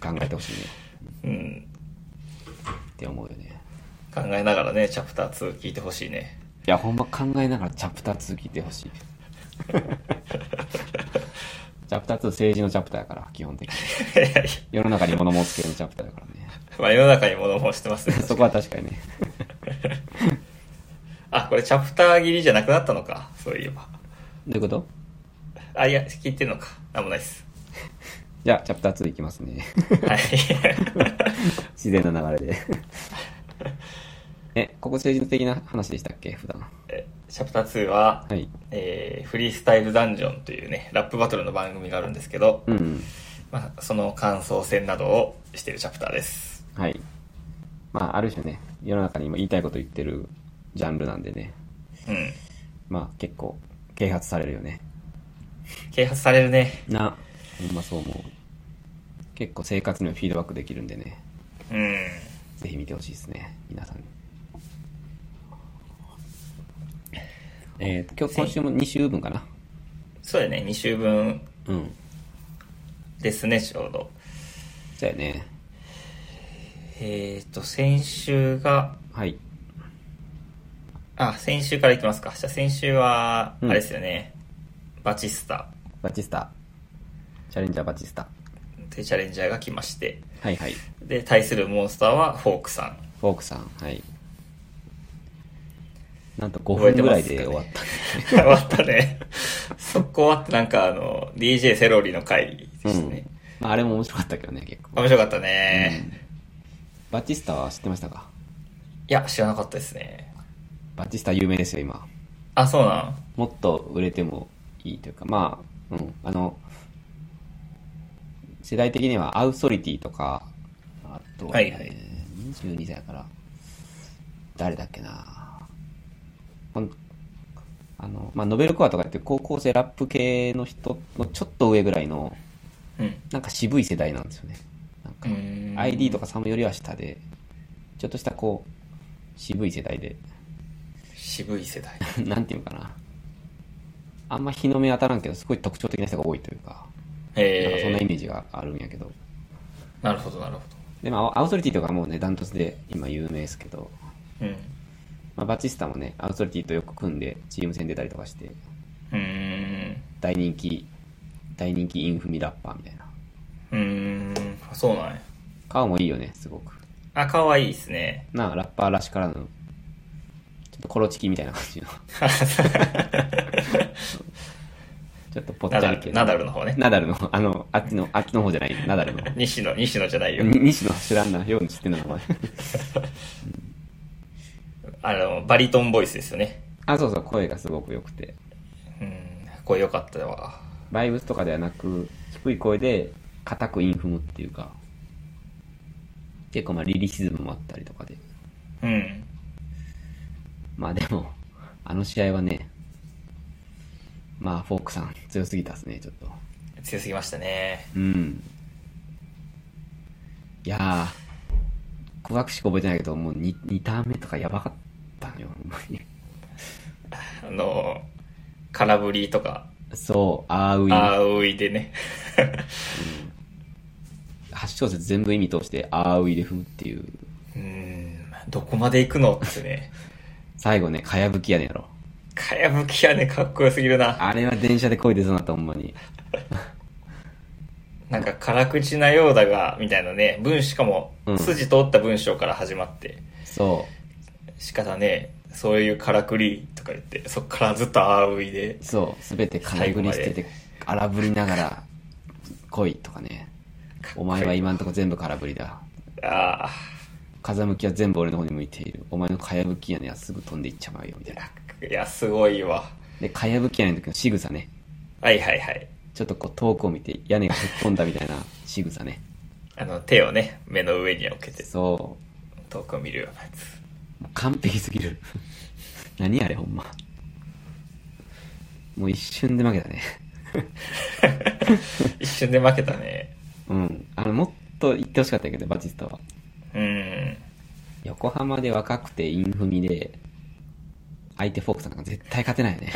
Speaker 1: 考えてほしいね
Speaker 2: うん。
Speaker 1: って思うよね
Speaker 2: 考えながらね、チャプター2聞いてほしいね。
Speaker 1: いやほんま考えながらチャプター2聞いてほしいチャプター2政治のチャプターやから基本的に
Speaker 2: いやいや
Speaker 1: 世の中に物申す系のチャプターだからね
Speaker 2: まあ世の中に物申してま すね。
Speaker 1: そこは確かにね。
Speaker 2: あ、これチャプター切りじゃなくなったのか。そういえば。
Speaker 1: どういうこと
Speaker 2: あ、いや、聞いてんのか。なんもないっす。
Speaker 1: じゃあ、チャプター2いきます ね。
Speaker 2: はい。
Speaker 1: 自然な流れで。え、ここ政治的な話でしたっけ普段。
Speaker 2: えチャプター2は、
Speaker 1: はい。
Speaker 2: えーフリースタイルダンジョンというね、ラップバトルの番組があるんですけど、
Speaker 1: うんうん。
Speaker 2: まあ、その感想戦などをしてるチャプターです。
Speaker 1: はい。まあ、ある種ね、世の中に今言いたいこと言ってるジャンルなんでね。
Speaker 2: うん。
Speaker 1: まあ、結構、啓発されるよね。
Speaker 2: 啓発されるね。
Speaker 1: な。ほんまそう思う。結構生活にもフィードバックできるんでね。
Speaker 2: うん。
Speaker 1: ぜひ見てほしいですね。皆さんに。えー、今日、今週も2週分かな。
Speaker 2: そうだね、2週分
Speaker 1: うん。
Speaker 2: ですね、ちょうど。
Speaker 1: そうやね。
Speaker 2: えっ、と、先週が、
Speaker 1: はい。
Speaker 2: あ、先週からいきますか。じゃあ先週は、
Speaker 1: うん
Speaker 2: あれですよね、バチスタ。
Speaker 1: バチスタ。チャレンジャーバチスタ。
Speaker 2: で、チャレンジャーが来まして、
Speaker 1: はいはい。
Speaker 2: で、対するモンスターはフォークさん。
Speaker 1: フォークさん、はい。なんと5
Speaker 2: 覚え
Speaker 1: 分
Speaker 2: て
Speaker 1: ぐ
Speaker 2: ま
Speaker 1: らい
Speaker 2: すか
Speaker 1: で
Speaker 2: ね
Speaker 1: 終わった。
Speaker 2: 終わったね。速攻終わってなんかあの、DJ セロリの回でしたね。
Speaker 1: まあ、あれも面白かったけどね、結構。
Speaker 2: 面白かったね、
Speaker 1: バチスタは知ってましたか
Speaker 2: いや、知らなかったですね。
Speaker 1: バチスタ有名ですよ、今。
Speaker 2: あ、そうなん。
Speaker 1: もっと売れてもいいというか、まあ、うん、あの、世代的にはアウソリティとか、あと、
Speaker 2: はいはい
Speaker 1: えー22歳だから、誰だっけなほんあの、まあ、ノベルコアとかって高校生ラップ系の人のちょっと上ぐらいの、
Speaker 2: うん。
Speaker 1: なんか渋い世代なんですよね。なん
Speaker 2: う
Speaker 1: か、
Speaker 2: ーん
Speaker 1: ID とかサムよりは下で、ちょっとしたこう、渋い世代で、
Speaker 2: 渋い世代。
Speaker 1: なんていうのかな。あんま日の目当たらんけど、すごい特徴的な人が多いというか、なんかそんなイ
Speaker 2: え
Speaker 1: メージがあるんやけど。
Speaker 2: ー、なるほど、なるほ
Speaker 1: でも、アウソリティとかもうね、ダントツで今有名ですけど、
Speaker 2: ど。うん。
Speaker 1: まあ、バチスタもね、アウソリティとよく組んでチーム戦出たりとかして、
Speaker 2: うーん。
Speaker 1: 大人気、大人気インフミラッパーみたいな。
Speaker 2: うーん。あそうなんや。
Speaker 1: 顔もいいよね、すごく。
Speaker 2: あ、可愛いで すね。
Speaker 1: なあ、ラッパーらしからぬ、ちょっとコロチキみたいな感じの、 ちょっとぽっち
Speaker 2: ナ
Speaker 1: ゃ
Speaker 2: ダ
Speaker 1: り系
Speaker 2: ル、
Speaker 1: の
Speaker 2: ナダルの方ね。
Speaker 1: ナダルの、あの、あっちの、あっちの方じゃない、ナダルの。
Speaker 2: 西野、西野じゃないよ。
Speaker 1: 西野知らんな、ように知ってんな、名前。
Speaker 2: あの、バリトンボイスですよね。
Speaker 1: あ、そうそう、声がすごく良くて。
Speaker 2: うん。これ良かったわ。
Speaker 1: バイブスとかではなく、低い声で、固くインフムっていうか、結構まあ、リリシズムもあったりとかで。
Speaker 2: うん。
Speaker 1: まあでも、あの試合はね、まあ、フォークさん、強すぎたっすね、ちょっと。
Speaker 2: 強すぎましたね。
Speaker 1: うん。いやー、詳しく覚えてないけど、もう 2, 2ターン目とかやばかったのよ、ほんまに。
Speaker 2: あの、空振りとか、
Speaker 1: そう、あーうい。
Speaker 2: あういでね。
Speaker 1: 8小節全部意味通して、あーういで踏むっていう。
Speaker 2: うーん。どこまで行くのってね。
Speaker 1: 最後ね、かやぶきやねやろ。
Speaker 2: かやぶきはね、かっこよすぎるな。
Speaker 1: あれは電車で漕いでそうになった、ほんまに。
Speaker 2: なんか、辛口なようだが、みたいなね、文しかも
Speaker 1: う、ん
Speaker 2: 筋通った文章から始まって、
Speaker 1: そ
Speaker 2: 仕方ねえ、そういうからくりとか言って、そっからずっとあういで
Speaker 1: う、、そう、すべて空振りしてて、荒ぶりながら、来いとかね。お前は今んとこ全部空振りだ。
Speaker 2: ああ、
Speaker 1: 風向きは全部俺の方に向いている。お前のかやぶき屋根はすぐ飛んでいっちまうよ、みたいな。
Speaker 2: いや、すごいわ。
Speaker 1: で、かやぶき屋根の時の仕草ね。
Speaker 2: はいはいはい。
Speaker 1: ちょっとこう遠くを見て屋根が吹っ飛んだみたいな仕草ね。
Speaker 2: あの、手をね、目の上に置けて、
Speaker 1: そ
Speaker 2: 遠くを見るようなやつ。
Speaker 1: う。もう完璧すぎる。何あれほんま。もう一瞬で負けたね。
Speaker 2: 一瞬で負けたね。
Speaker 1: うん。あの、もっと言ってほしかったけど、バチスタは。
Speaker 2: うん。
Speaker 1: 横浜で若くてインフミで、相手フォークさんなんか絶対勝て ないよね。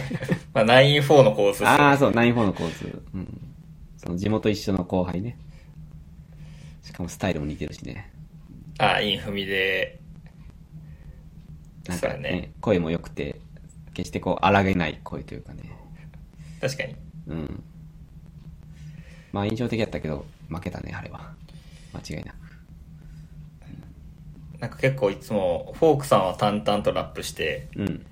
Speaker 2: まあ、9-4のコースですよ
Speaker 1: ああ、そう、9-4の構図。うん。その地元一緒の後輩ね。しかもスタイルも似てるしね。
Speaker 2: ああ、インフミで、
Speaker 1: なんか
Speaker 2: そうだね
Speaker 1: 声も良くて、決してこう、荒げない声というかね。
Speaker 2: 確かに。
Speaker 1: うん。まあ印象的だったけど、負けたね、あれは。間違いなく。
Speaker 2: なんか結構いつも、フォークさんは淡々とラップして、
Speaker 1: うん。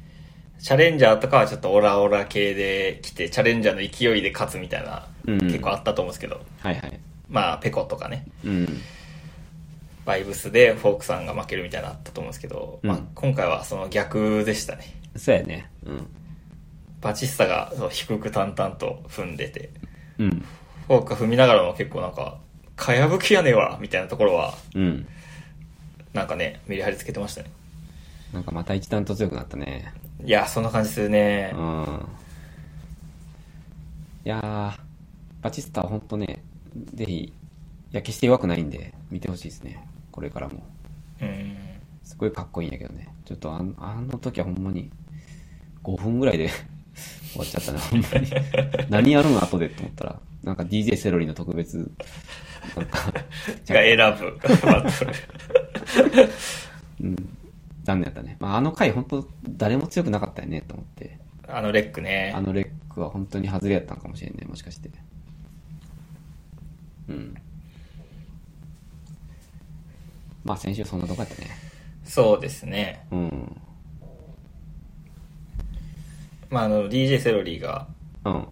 Speaker 2: チャレンジャーとかはちょっとオラオラ系で来て、チャレンジャーの勢いで勝つみたいな、
Speaker 1: うん
Speaker 2: 結構あったと思うんですけど、
Speaker 1: はいはい。
Speaker 2: まあ、ペコとかね、
Speaker 1: うん。
Speaker 2: バイブスでフォークさんが負けるみたいなのあったと思うんですけど、
Speaker 1: うん
Speaker 2: まあ、今回はその逆でしたね。
Speaker 1: そうやね。うん。
Speaker 2: バチスタがそう低く淡々と踏んでて、
Speaker 1: うん。
Speaker 2: フォークが踏みながらも結構なんか、かやぶきやねわみたいなところは、
Speaker 1: うん。
Speaker 2: なんかね、メリハリつけてましたね。
Speaker 1: なんかまた一段と強くなったね。
Speaker 2: いや、そんな感じするね
Speaker 1: う。ん。いやー、バチスタはほんとね、ぜひ、いや、決して弱くないんで、見てほしいですね。これからも。
Speaker 2: うん。
Speaker 1: すごいかっこいいんやけどね。ちょっとあのあの時はほんまに、5分ぐらいで 終わっちゃったね、ほんまに。何やるの後でって思ったら、なんか DJ セロリの特別、なんか、
Speaker 2: が選ぶ。 バトル
Speaker 1: 残念だったね。まあ、あの回ほんと誰も強くなかったよね、と思って。
Speaker 2: あのレックね
Speaker 1: あ。のレックは本当に外れやったんかもしれんねもしかしてうんまあ先週そんなとこやったね
Speaker 2: そうですね。
Speaker 1: うん
Speaker 2: まあ、あの、DJ セロリーが、
Speaker 1: うん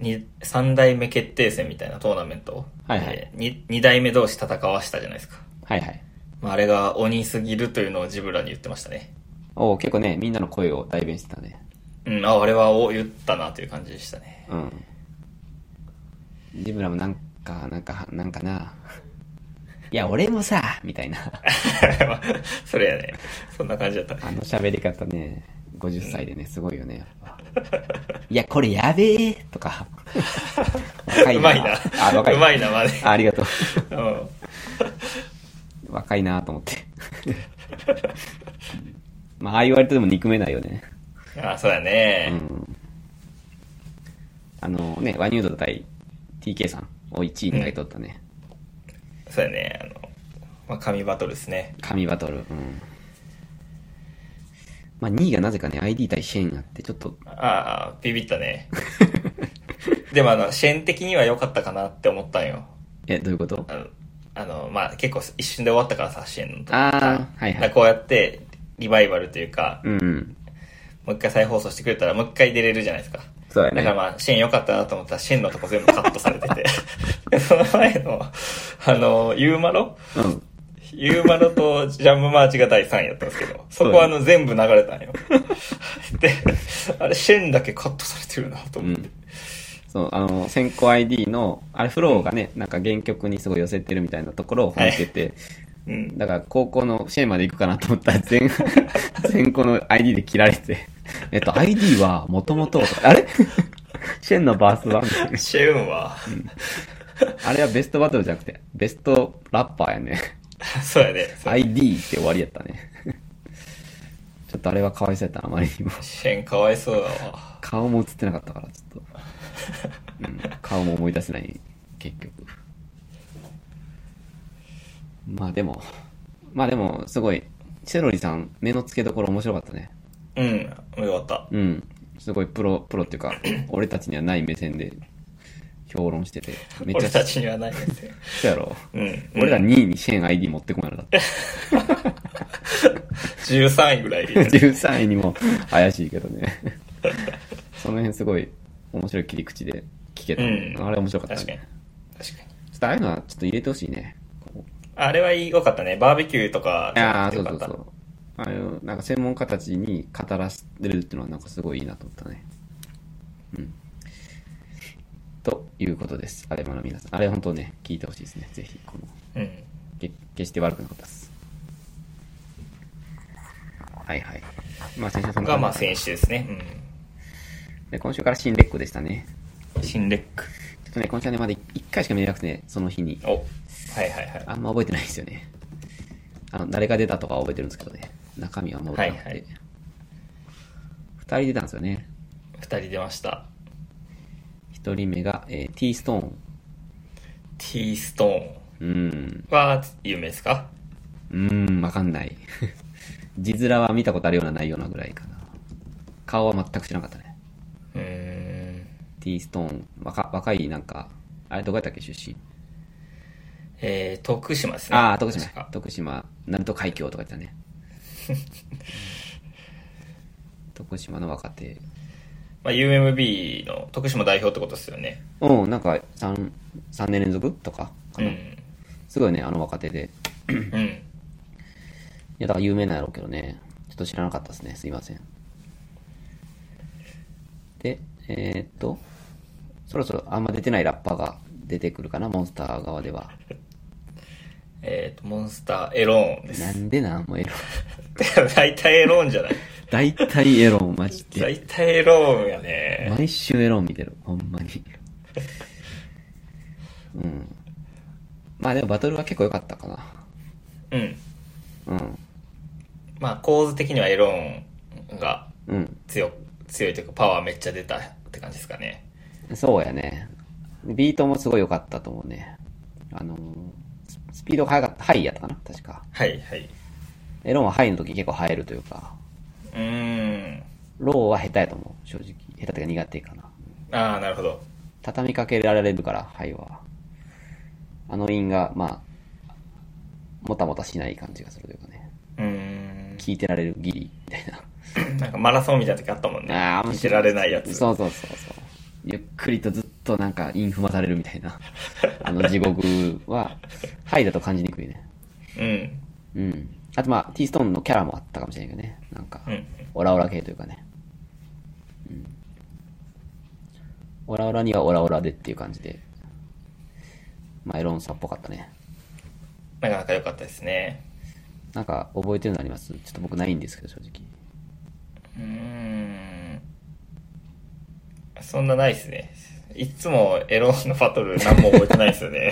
Speaker 2: に三代目決定戦みたいなトーナメント
Speaker 1: はいはい
Speaker 2: でに二代目同士戦わしたじゃないですか。
Speaker 1: はいはい
Speaker 2: まあ、あれが鬼すぎるというのをジブラに言ってましたね。
Speaker 1: おう結構ねみんなの声を代弁してたね
Speaker 2: うん、あ、あれはお言ったなという感じでした ね。
Speaker 1: うんジブラもなんかなんかなんかないや俺もさみたいな
Speaker 2: それやね。そんな感じだったね。
Speaker 1: あの喋り方ね50歳でねすごいよねやっぱいやこれやべえと か若
Speaker 2: うまいな。
Speaker 1: あ若いう
Speaker 2: まいな、まで。
Speaker 1: あありがとう
Speaker 2: うん。
Speaker 1: 若いなと思って まあああ言われても憎めないよね
Speaker 2: あ、そうやね
Speaker 1: う。んあのねワニュード対 TK さんを1位に上げとったね、
Speaker 2: そうやね。あの、まあ、神バトルですね。
Speaker 1: 神バトルうんまあ2位がなぜかね ID 対シェーンあってちょっと
Speaker 2: ああ、ビビったね。 でもあの、シェーン的には良かったかなって思ったんよ。
Speaker 1: えどういうこと
Speaker 2: あの、あのまあ、結構一瞬で終わったからさ、シェーンのとこ
Speaker 1: ああはいは
Speaker 2: だから
Speaker 1: い
Speaker 2: こうやって、リバイバルというか、
Speaker 1: うんうん
Speaker 2: もう一回再放送してくれたらもう一回出れるじゃないですか。
Speaker 1: そうや
Speaker 2: だから
Speaker 1: ね
Speaker 2: まあ、シェーン良かったなと思ったら、シェーンのとこ全部カットされてて。でその前の、あの、ユーマロ
Speaker 1: うん
Speaker 2: ユーマロとジャムマーチが第3位やったんですけど、そこはあの全部流れたんよ。で、あれ、シェンだけカットされてるなと思って。
Speaker 1: そうあの先行 ID のあれフローがねなんか原曲にすごい寄せてるみたいなところを本ってて、
Speaker 2: うん。
Speaker 1: だから高校のシェーンまで行くかなと思ったら 全全校の ID で切られてえっと ID はもともとあれシェーンのバースはみたいな
Speaker 2: シェンは、
Speaker 1: あれはベストバトルじゃなくてベストラッパーやね
Speaker 2: そうやね。そう
Speaker 1: ID って終わりやったねちょっとあれはかわいそうやったなあまりにも
Speaker 2: シェンかわいそうだわ。
Speaker 1: 顔も映ってなかったからちょっと、うん、顔も思い出せない結局まあでもまあでもすごいセロリさん目の付けどころ面白かったね
Speaker 2: うん、よかった。
Speaker 1: うんすごいプロプロって いうか俺たちにはない目線で評論しててめっち
Speaker 2: 俺
Speaker 1: ゃそ
Speaker 2: たちにはないですね。
Speaker 1: うやろ、
Speaker 2: うん。
Speaker 1: 俺ら2位に シェーン ID 持ってこないのだって
Speaker 2: 13位ぐらい。
Speaker 1: 13位にも怪しいけどねその辺すごい面白い切り口で聞けた、
Speaker 2: うん
Speaker 1: あれ面白かった
Speaker 2: 確かに
Speaker 1: ね。
Speaker 2: 確かに。
Speaker 1: ちょっとああいうのはちょっと入れてほしいねこう
Speaker 2: あれは良かったね。バーベキューとか、
Speaker 1: ああそ
Speaker 2: よ
Speaker 1: う
Speaker 2: か
Speaker 1: そ
Speaker 2: っ
Speaker 1: う
Speaker 2: た。
Speaker 1: そうああいうなんか専門家たちに語らせるっていうのはなんかすごいいいなと思ったねうんということですあれまの皆さんあれ本当ね聞いてほしいですねぜひこの
Speaker 2: うん。
Speaker 1: け決して悪くなかったですはいはいまあ先週そんな
Speaker 2: が、ま
Speaker 1: 感
Speaker 2: あ、
Speaker 1: じ
Speaker 2: 選手ですね。
Speaker 1: で今週から新レックでしたね
Speaker 2: うん。新レック。
Speaker 1: ちょっとね、今週はね、まだ1回しか見れなくてね、その日に。
Speaker 2: お、はいはいはい。
Speaker 1: あんま覚えてないんですよね。あの、誰が出たとかは覚えてるんですけどね。中身はあんま覚えてなく
Speaker 2: はい
Speaker 1: て
Speaker 2: は。
Speaker 1: 二、人出たんですよね。
Speaker 2: 二人出ました。
Speaker 1: 一人目が、えー、T ストーン。
Speaker 2: T ストーン
Speaker 1: うん。
Speaker 2: は有名ですか
Speaker 1: うーん、わかんない。 字面は見たことあるようなないようなぐらいかな。顔は全く知らなかったね。
Speaker 2: うーん
Speaker 1: T ストーン。若、若い、なんか、あれ、どこやったっけ、出身。
Speaker 2: えー、徳島ですね
Speaker 1: ああ、徳島
Speaker 2: 確か。
Speaker 1: 徳島、鳴門海峡とか言ってた ね。徳島の若手。
Speaker 2: まあ、UMB の徳島代表ってことですよね
Speaker 1: うん、なんか3、3年連続とかか
Speaker 2: う
Speaker 1: な、
Speaker 2: ん
Speaker 1: すごいね、あの若手で。
Speaker 2: うん
Speaker 1: いや、だから有名なんやろうけどね。ちょっと知らなかったですね。すいません。で、えーっと、そろそろあんま出てないラッパーが出てくるかな、モンスター側では。
Speaker 2: えっ、とモンスターエローンです
Speaker 1: なんでなん、もうエロン。
Speaker 2: 大体エローンじゃない
Speaker 1: 大体エロン、マジで。
Speaker 2: 大体エローンやね
Speaker 1: 毎週エロン見てるほんま にうんまあでもバトルは結構良かったか
Speaker 2: うん
Speaker 1: なうん
Speaker 2: まあ構図的にはエローンが
Speaker 1: うん
Speaker 2: 強強いというかパワーめっちゃ出たって感じですかね
Speaker 1: そうやねビートもすごい良かったと思うねあのーススピードが速かったハイやったかな確か
Speaker 2: はいはい
Speaker 1: エロンはハイの時結構生えるというか
Speaker 2: うーん
Speaker 1: ローは下手やと思う、正直。下手っていうか苦手かな。
Speaker 2: ああ、なるほど。
Speaker 1: 畳みかけられるから、肺は。あの音が、まあ、もたもたしない感じがするというかね。
Speaker 2: うーん。
Speaker 1: 聞いてられるギリ、みたいな。
Speaker 2: なんかマラソンみたいな時あったもんね。
Speaker 1: ああ、
Speaker 2: 聞いてられないやつ。
Speaker 1: そうそうそうそう。ゆっくりとずっとなんか、インフマされるみたいな。あの地獄は、はいだと感じにくいね。
Speaker 2: うん。
Speaker 1: うん。あとまあ、T ストーンのキャラもあったかもしれないけどね。なんか
Speaker 2: う、ん。
Speaker 1: オラオラ系というかね。うん。オラオラにはオラオラでっていう感じで。まあ、エロンさんっぽかったね。
Speaker 2: なかなか良かったですね。
Speaker 1: なんか、覚えてるのありますちょっと僕ないんですけど、正直。
Speaker 2: うーん。そんなないですね。いつもエロのバトル何も覚えてないですよね。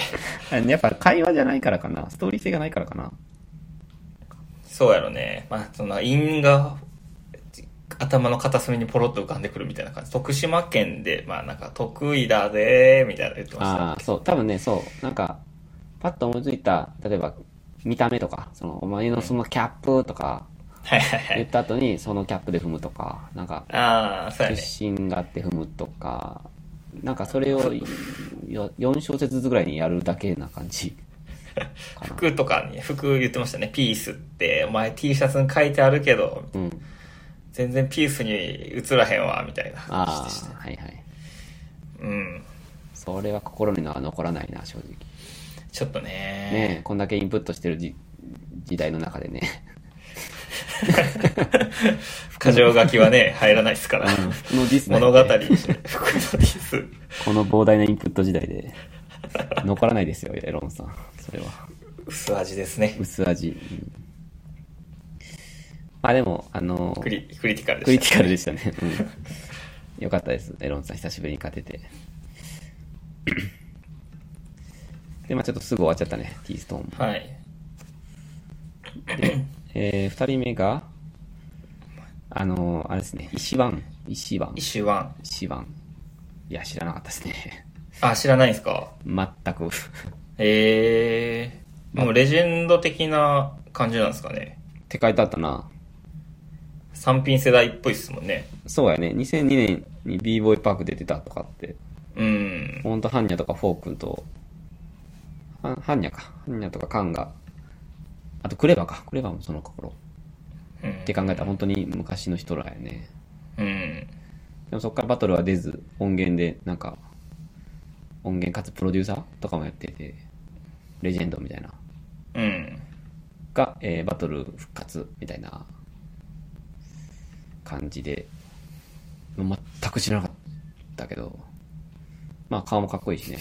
Speaker 1: やっぱ会話じゃないからかな。ストーリー性がないからかな。
Speaker 2: そうやろね。まあ、その、因が、頭の片隅にポロッと浮かんでくるみたいな感じ。徳島県で、まあなんか、得意だぜー、みたいなの言ってました。
Speaker 1: ああ、そう、多分ね、そう、なんか、パッと思いついた、例えば、見た目とか、その、お前のそのキャップとか、
Speaker 2: はいはいは
Speaker 1: 言っ
Speaker 2: い。
Speaker 1: た後に、そのキャップで踏むとか、なんか、
Speaker 2: ああ、そうやね。
Speaker 1: 出身があって踏むとか、なんかそれを4小節ずつぐらいにやるだけな感じかな。
Speaker 2: 服とかに、服言ってましたね。ピースって、お前 T シャツに書いてあるけど、
Speaker 1: うん。
Speaker 2: 全然ピースに映らへんわ、みたいな話
Speaker 1: あ
Speaker 2: でした
Speaker 1: あ、。はいはい。
Speaker 2: うん。
Speaker 1: それは心には残らないな、正直。
Speaker 2: ちょっとね
Speaker 1: ねえ、こんだけインプットしてるじ時代の中でね。
Speaker 2: 過剰書きはね、入らないですから。
Speaker 1: このディスだよ
Speaker 2: 物
Speaker 1: ね
Speaker 2: 語にして、服のディス。
Speaker 1: この膨大なインプット時代で、残らないですよ、エロンさん。それは。
Speaker 2: 薄味ですね。
Speaker 1: 薄味。うんまあでも、あの、
Speaker 2: ク
Speaker 1: クリ
Speaker 2: リクリティカルでした。
Speaker 1: ティカルでしたね。うんよかったです。エロンさん、久しぶりに勝てて。 で、まあちょっとすぐ終わっちゃったね、T ストーンも。
Speaker 2: はい。
Speaker 1: えー、二人目が、あの、あれですね、石ワン。石ワン
Speaker 2: イ。シュワン。
Speaker 1: 石ワン。いや、知らなかったですね。
Speaker 2: あ、知らないんですか
Speaker 1: 全く。
Speaker 2: えー、もうレジェンド的な感じなんですかね。
Speaker 1: って書いてあったな。
Speaker 2: 三品世代っぽいっすもんね。
Speaker 1: そうやね、2002年に b ボーイパーク出てたとかって、
Speaker 2: うん。
Speaker 1: ほんとハンニャとかフォー君と、ハンハンニャか、ハンニャとかカンが、あとクレバか、クレバもその心。
Speaker 2: うん
Speaker 1: って考えたら本当に昔の人らやね。
Speaker 2: うん。
Speaker 1: でもそっからバトルは出ず、音源で、なんか、音源かつプロデューサーとかもやってて、レジェンドみたいな。
Speaker 2: うん。
Speaker 1: が、えーバトル復活みたいな感じで、もう全く知らなかったけど、まあ顔もかっこいいしね。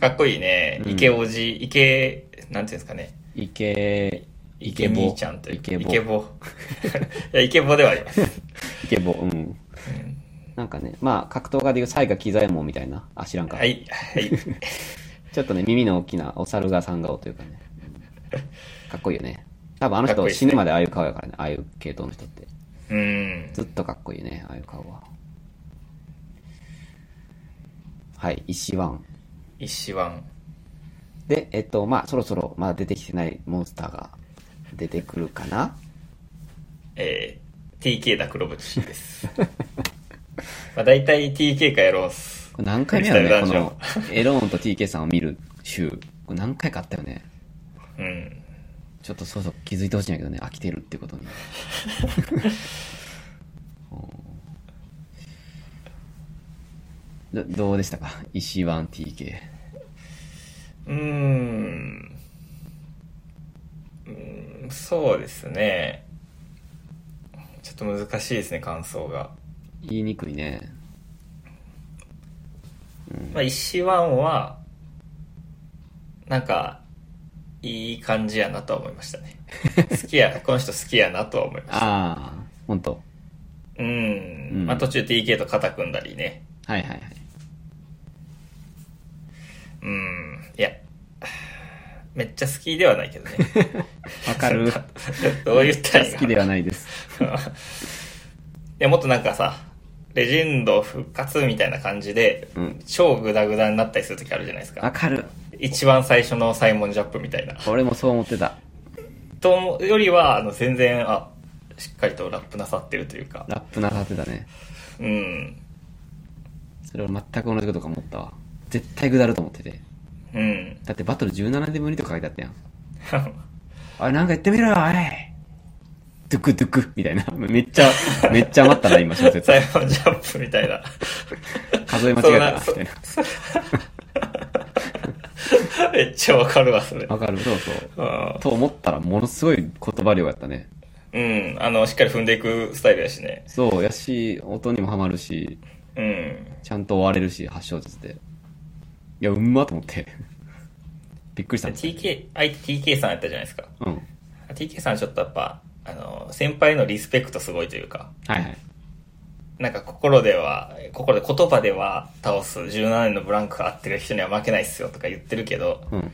Speaker 2: かっこいいね。
Speaker 1: うん
Speaker 2: 池おじ、池、なんていうんですかね。
Speaker 1: イケ、イケボ。
Speaker 2: 兄ちゃんという
Speaker 1: イケボ。
Speaker 2: イケボ。 いや、イケボではあります。
Speaker 1: イケボ、うん。なんかね、まあ格闘家でいう才賀喜左衛門みたいな、あ、知らんか。
Speaker 2: はい。はい。
Speaker 1: ちょっとね、耳の大きなお猿がさん顔というか ね。かっこいいよね。多分あの
Speaker 2: かっこ
Speaker 1: 人
Speaker 2: いいっす
Speaker 1: 死
Speaker 2: ね
Speaker 1: ぬまでああいう顔やからね、ああいう系統の人って。
Speaker 2: うん。
Speaker 1: ずっとかっこいいね、ああいう顔は。はい、石ワン。
Speaker 2: 石湾。
Speaker 1: で、えっと、まあ、そろそろ、まだ出てきてないモンスターが出てくるかな
Speaker 2: えー、TK だ黒渕です。 まあ大体 TK かやろうっす。
Speaker 1: これ何回目だよね、こ
Speaker 2: ミスター
Speaker 1: の、エローンと TK さんを見る週。これ何回かあったよね。
Speaker 2: うん。
Speaker 1: ちょっとそうそう気づいてほしいんだけどね、飽きてるってことに。どどうでしたか石ワン TK。
Speaker 2: うーん。うーんそうですね。ちょっと難しいですね、感想が。
Speaker 1: 言いにくいね。
Speaker 2: まあ、石ワンは、なんか、いい感じやなとは思いましたね。 好きや、この人好きやなとは思いました。
Speaker 1: ああ、ほんと。
Speaker 2: う。
Speaker 1: うんん
Speaker 2: まあ、途中 TK と肩組んだりね。
Speaker 1: はいはいはい。
Speaker 2: うん。いや、めっちゃ好きではないけどね。
Speaker 1: わかる。
Speaker 2: どう言ったらいい
Speaker 1: 好き
Speaker 2: の
Speaker 1: ではないです。
Speaker 2: いや、もっとなんかさ、レジェンド復活みたいな感じで、
Speaker 1: うん
Speaker 2: 超グダグダになったりするときあるじゃないです
Speaker 1: わ
Speaker 2: か。
Speaker 1: かる。
Speaker 2: 一番最初のサイモンジャップみたいな。
Speaker 1: 俺もそう思ってた。
Speaker 2: と思うよりは、あの、全然、あ、しっかりとラップなさってるというか、
Speaker 1: ラップなさってたね。
Speaker 2: うん、
Speaker 1: それ俺全く同じことか思ったわ。絶対下ると思ってて。
Speaker 2: うん。
Speaker 1: だってバトル17で無理とか書いてあったやん。あれなんか言ってみろよ、おいドゥクドゥクみたいな。めっち ゃ、めっちゃ余ったな、今、小説。
Speaker 2: 最後のジャンプみたいな。
Speaker 1: 数え間違えたな、み
Speaker 2: そう
Speaker 1: たい
Speaker 2: めっちゃわかるわ、それ
Speaker 1: な。。わかる、そうそう。
Speaker 2: う
Speaker 1: と思ったら、ものすごい言葉量やったね。
Speaker 2: ん。うんあの、しっかり踏んでいくスタイルやしね。
Speaker 1: そう、やし、音にもハマるし、
Speaker 2: うん。
Speaker 1: ちゃんと終われるし、発祥術で。いや、うんまと思って。 びっくりしたんです
Speaker 2: TK、相手 TK さんやったじゃないですか。
Speaker 1: うん。
Speaker 2: TK さんはちょっとやっぱ、あの、先輩のリスペクトすごいというか、
Speaker 1: はいはい。
Speaker 2: なんか心では、心で言葉では倒す17年のブランクが合ってる人には負けないっすよとか言ってるけど、
Speaker 1: うん。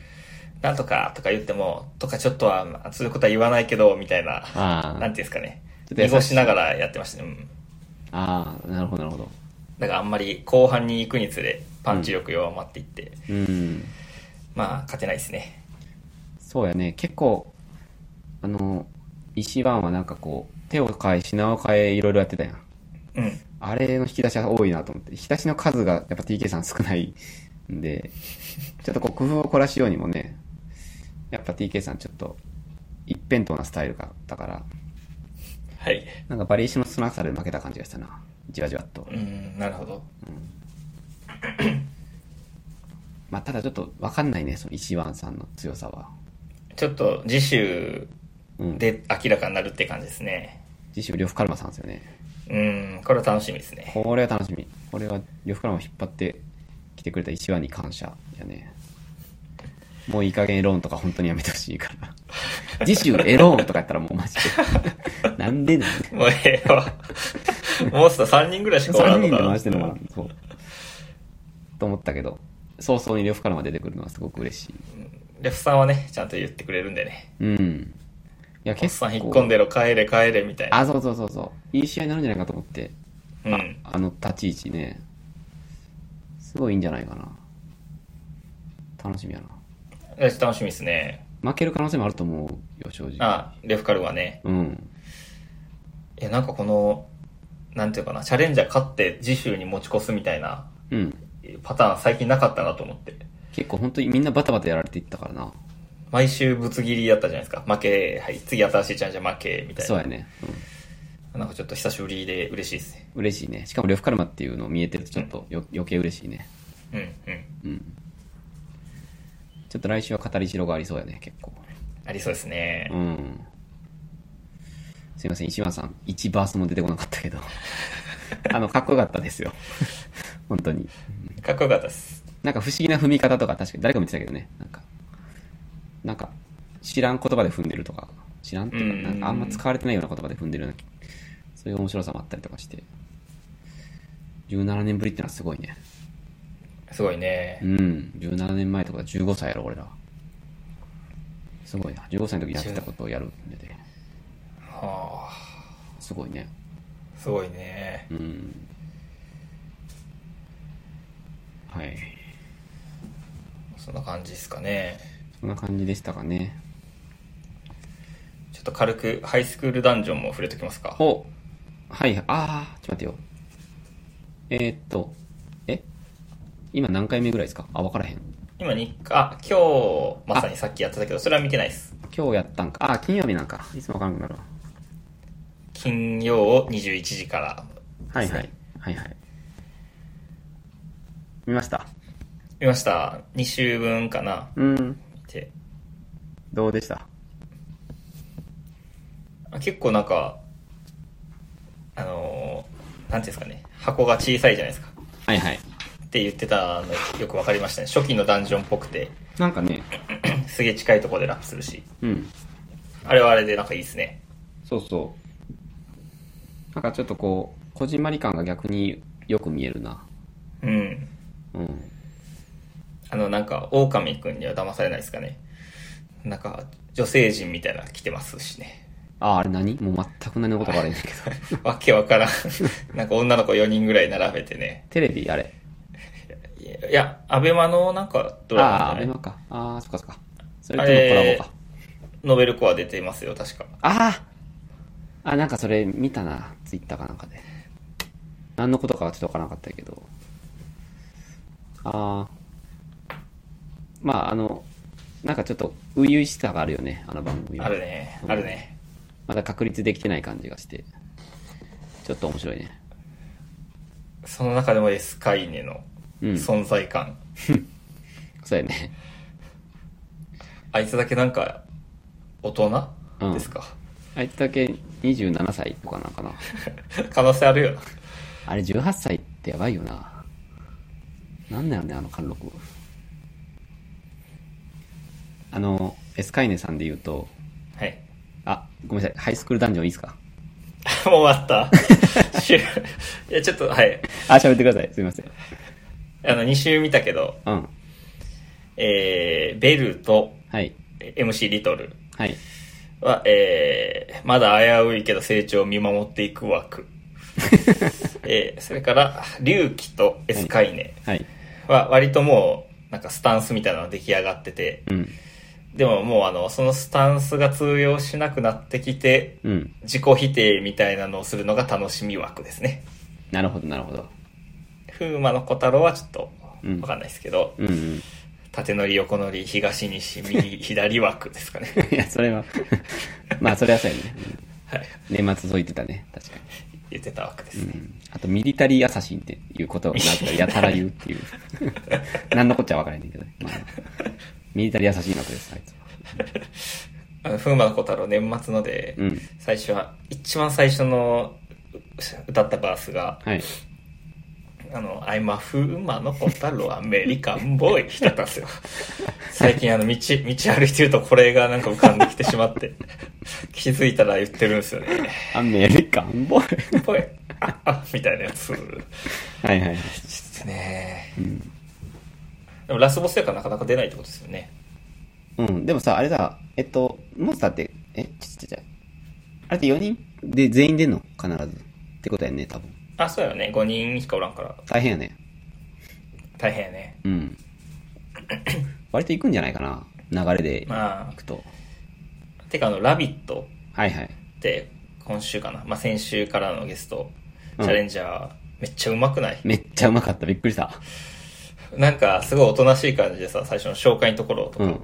Speaker 2: なんとかとか言っても、とかちょっとは、まあそういうことは言わないけど、みたいな、
Speaker 1: あ
Speaker 2: なん
Speaker 1: あ。
Speaker 2: ていうんですかね。
Speaker 1: ちょっと優しい
Speaker 2: 濁しながらやってましたね。うん。
Speaker 1: ああ、なるほど、なるほど。
Speaker 2: だからあんまり後半に行くにつれ、パンチ力弱まっていって、
Speaker 1: うん。
Speaker 2: まあ、勝てないですね。
Speaker 1: そうやね、結構、あの、石番はなんかこう、手を変え、品を変え、いろいろやってたやん。
Speaker 2: うん。
Speaker 1: あれの引き出しは多いなと思って、引き出しの数がやっぱ TK さん少ないんで、ちょっとこう工夫を凝らしようにもね、やっぱ TK さんちょっと一辺倒なスタイルがあったから、
Speaker 2: はい。
Speaker 1: なんかバリエーションの少なさで負けた感じがしたな。じわじわっと
Speaker 2: う。ん、なるほど。
Speaker 1: まあただちょっとわかんないね、その石番さんの強さは。
Speaker 2: ちょっと次週
Speaker 1: うん。
Speaker 2: で明らかになるって感じですね。
Speaker 1: 次週、呂布カルマさんですよね。
Speaker 2: うん、これは楽しみですね。
Speaker 1: これは楽しみ。これは、呂布からも引っ張ってきてくれた石話に感謝やね。もういい加減エローンとか本当にやめてほしいから。 次週エローンとかやったらもうマジで。なんでね
Speaker 2: もうええわ。モンスター3人ぐらいしかお
Speaker 1: 3
Speaker 2: らんの
Speaker 1: 人
Speaker 2: か
Speaker 1: で
Speaker 2: な。
Speaker 1: 回してるのかなそう。と思ったけど、早々に呂布からも出てくるのはすごく嬉しい。
Speaker 2: レフさんはね、ちゃんと言ってくれるんでね。
Speaker 1: うん。いや、
Speaker 2: モン
Speaker 1: 結
Speaker 2: スタ
Speaker 1: 構。
Speaker 2: ー引っ込んでろ、帰れ帰れ、みたいな。
Speaker 1: あ、そうそうそうそう。いい試合になるんじゃないかと思って。
Speaker 2: うん。
Speaker 1: あの立ち位置ね。すごいいいんじゃないかな。楽しみやな。
Speaker 2: 楽しみですね。
Speaker 1: 負ける可能性もあると思うよ、正直。
Speaker 2: あ、レフカルはね。
Speaker 1: うん。
Speaker 2: え、なんかこの、なんていうかな、チャレンジャー勝って次週に持ち越すみたいな
Speaker 1: うん。
Speaker 2: パターン最近なかったなと思って。
Speaker 1: 結構本当にみんなバタバタやられていったからな。
Speaker 2: 毎週ぶつ切りやったじゃないですか。負け、はい、次新しいチャレンジャー負け、みたい
Speaker 1: そう
Speaker 2: な。
Speaker 1: やね。う
Speaker 2: なんかちょっと久しぶりで嬉しいですね。
Speaker 1: ん。嬉しいね。しかも、呂布カルマっていうの見えてるとちょっとよ余計嬉しいね。
Speaker 2: うん、うん。
Speaker 1: うん。ちょっと来週は語りしろがありそうやね、結構。
Speaker 2: ありそうですね
Speaker 1: う。ん。すいません、石丸さん、1バースも出てこなかったけど。あの、かっこよかったですよ。本当に。
Speaker 2: かっこよかったです。
Speaker 1: なんか不思議な踏み方とか確かに誰かも言ってたけどね。なんか、なんか知らん言葉で踏んでるとか、知らんっていうか、な
Speaker 2: う
Speaker 1: んんかあんま使われてないような言葉で踏んでるような、そういう面白さもあったりとかして。17年ぶりってのはすごいね。
Speaker 2: すごいね
Speaker 1: う。ん。17年前とか15歳やろ、俺ら。すごいな。15歳の時やってたことをやるんでね。
Speaker 2: はあ、
Speaker 1: すごいね。
Speaker 2: すごいね
Speaker 1: う。ん。はい。
Speaker 2: そんな感じですかね。
Speaker 1: そんな感じでしたかね。
Speaker 2: ちょっと軽くハイスクールダンジョンも触れときますか。
Speaker 1: おはい、あー、ちょっと待ってよ。えー、っと、え今何回目ぐらいですかあ、わからへん。
Speaker 2: 今に、あ、今日、まさにさっきやってたけど、それは見てないです。
Speaker 1: 今日やったんか。あー、金曜日なんか。いつもわからなくなるわ。
Speaker 2: 金曜21時から。
Speaker 1: はいはい。はいはい。見ました。
Speaker 2: 見ました。2週分かな。
Speaker 1: うん。
Speaker 2: 見て。
Speaker 1: どうでした
Speaker 2: あ結構なんか、あのーなんていうんですかね、箱が小さいじゃないですか。
Speaker 1: はいはい。
Speaker 2: って言ってたのよくわかりましたね。初期のダンジョンっぽくて、
Speaker 1: なんかね、
Speaker 2: すげえ近いところでラップするし。
Speaker 1: うん。
Speaker 2: あれはあれでなんかいいですね。
Speaker 1: そうそう。なんかちょっとこう、こじんまり感が逆によく見えるな。
Speaker 2: うん。
Speaker 1: うん。
Speaker 2: あの、なんか、狼くんには騙されないですかね。なんか、女性陣みたいなの来てますしね。
Speaker 1: あー、あれ何もう全く何のことわからへんねんけど。
Speaker 2: わけわからん。なんか女の子4人ぐらい並べてね。
Speaker 1: テレビあれ。
Speaker 2: いやいや、アベマのなんかドラマじ
Speaker 1: ああー、
Speaker 2: ゃ
Speaker 1: ア
Speaker 2: ない
Speaker 1: ベマか。ああ、そっかそっか。そ
Speaker 2: あ
Speaker 1: れとのコラボ
Speaker 2: れ
Speaker 1: か。、
Speaker 2: ノベルコア出てますよ、確か。
Speaker 1: あああ、なんかそれ見たな。ツイッターかなんかで。何のことかはちょっとわからなかったけど。ああ。まあ、あの、なんかちょっと、初々しさがあるよね、あの番組は
Speaker 2: あるね。あるね。
Speaker 1: まだ確立できてない感じがして。ちょっと面白いね。
Speaker 2: その中でもエスカイネの
Speaker 1: うん。そ
Speaker 2: 存在感。
Speaker 1: うやね。
Speaker 2: あいつだけなんか、大人、
Speaker 1: うん
Speaker 2: ですか。
Speaker 1: あいつだけ27歳とかなんかな。
Speaker 2: 可能性あるよな。
Speaker 1: あれ18歳ってやばいよな。なんだよね、あの貫禄。あの、エスカイネさんで言うと、
Speaker 2: はい。
Speaker 1: あ、ごめんなさい、ハイスクールダンジョンいいですか
Speaker 2: もう終 わった。週いや、ちょっと、はい。
Speaker 1: あ、喋ってください。すいません。
Speaker 2: あの、2週見たけど、
Speaker 1: うん。
Speaker 2: えー、ベルと
Speaker 1: はい。
Speaker 2: えー MC リトル
Speaker 1: はい。
Speaker 2: は、えー、まだ危ういけど成長を見守っていく 枠。えー、それから、龍騎とエスカイネ
Speaker 1: はい。
Speaker 2: は割ともう、なんかスタンスみたいなのが出来上がってて、
Speaker 1: うん。
Speaker 2: でももうあの、そのスタンスが通用しなくなってきて、
Speaker 1: うん。
Speaker 2: 自己否定みたいなのをするのが楽しみ枠ですね。
Speaker 1: なるほど、なるほど。
Speaker 2: 風魔の小太郎はちょっと、
Speaker 1: うん
Speaker 2: わかんないですけど、
Speaker 1: うん、うん。
Speaker 2: 縦乗り、横乗り、東、西、右、左枠ですかね。
Speaker 1: いや、それは、まあ、それはそうやね。
Speaker 2: はい。
Speaker 1: うん年末そう言ってたね。確か
Speaker 2: 言ってた枠です
Speaker 1: に。う
Speaker 2: ね。
Speaker 1: ん。あと、ミリタリーアサシンっていうことをなぜかやたら言うって いう。何のこっちゃわからないんだけど、まあ、ミリタリーアサシン枠です、あいつは。
Speaker 2: あの、風魔の小太郎年末ので、
Speaker 1: うん。
Speaker 2: 最初は、一番最初のう歌ったバースが、
Speaker 1: はい。
Speaker 2: あの、I'm a 風魔の小太郎アメリカンボーイだったんですよ。最近あの、道、道歩いてるとこれがなんか浮かんできてしまって、気づいたら言ってるんですよね。
Speaker 1: アメリカンボーイ。
Speaker 2: ぽい、あ、あ、みたいなやつ。ちょ
Speaker 1: はいはいはい。
Speaker 2: っとね
Speaker 1: うん。
Speaker 2: でもラスボスやからなかなか出ないってことですよね。
Speaker 1: うん、でもさ、あれだ、えっと、モンスターって、え、ちっちゃいちっちゃい。あれって4人で全員出んの必ず。ってことやね、多分。
Speaker 2: あ、そうやね。5人しかおらんから、
Speaker 1: 大変やね。
Speaker 2: 大変やね。
Speaker 1: うん。割と行くんじゃないかな、流れで行
Speaker 2: ま
Speaker 1: くと。
Speaker 2: あ、てかあの、ラビット
Speaker 1: はいはい。
Speaker 2: って、今週かな。まあ、先週からのゲスト、
Speaker 1: う
Speaker 2: チ
Speaker 1: ん
Speaker 2: ャレンジャー、めっちゃうまくない
Speaker 1: めっちゃうまかった、びっくりした。
Speaker 2: なんか、すごいおとなしい感じでさ、最初の紹介のところとか、
Speaker 1: うん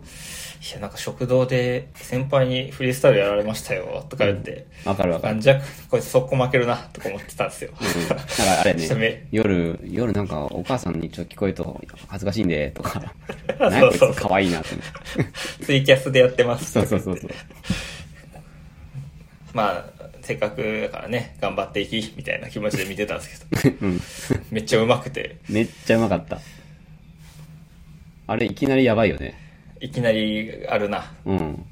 Speaker 2: いや、なんか食堂で先輩にフリースタイルやられましたよ、とか言って、
Speaker 1: わかるわか
Speaker 2: あ
Speaker 1: る。
Speaker 2: んじゃ、こいつ速攻負けるな、とか思ってたんです よ。
Speaker 1: うん、だからあれ
Speaker 2: ちょっと
Speaker 1: ね
Speaker 2: め、
Speaker 1: 夜、夜なんかお母さんにちょっと聞こえると恥ずかしいんで、と か。なんかこいつ可愛いなって。
Speaker 2: ツイキャスでやってます。
Speaker 1: そうそうそうそう。
Speaker 2: まあ、せっかくだからね、頑張っていき、みたいな気持ちで見てたんですけど、
Speaker 1: うん。
Speaker 2: めっちゃうまくて、
Speaker 1: めっちゃうまかった。あれ、いきなりやばいよね。
Speaker 2: いきなりあるな。
Speaker 1: うん。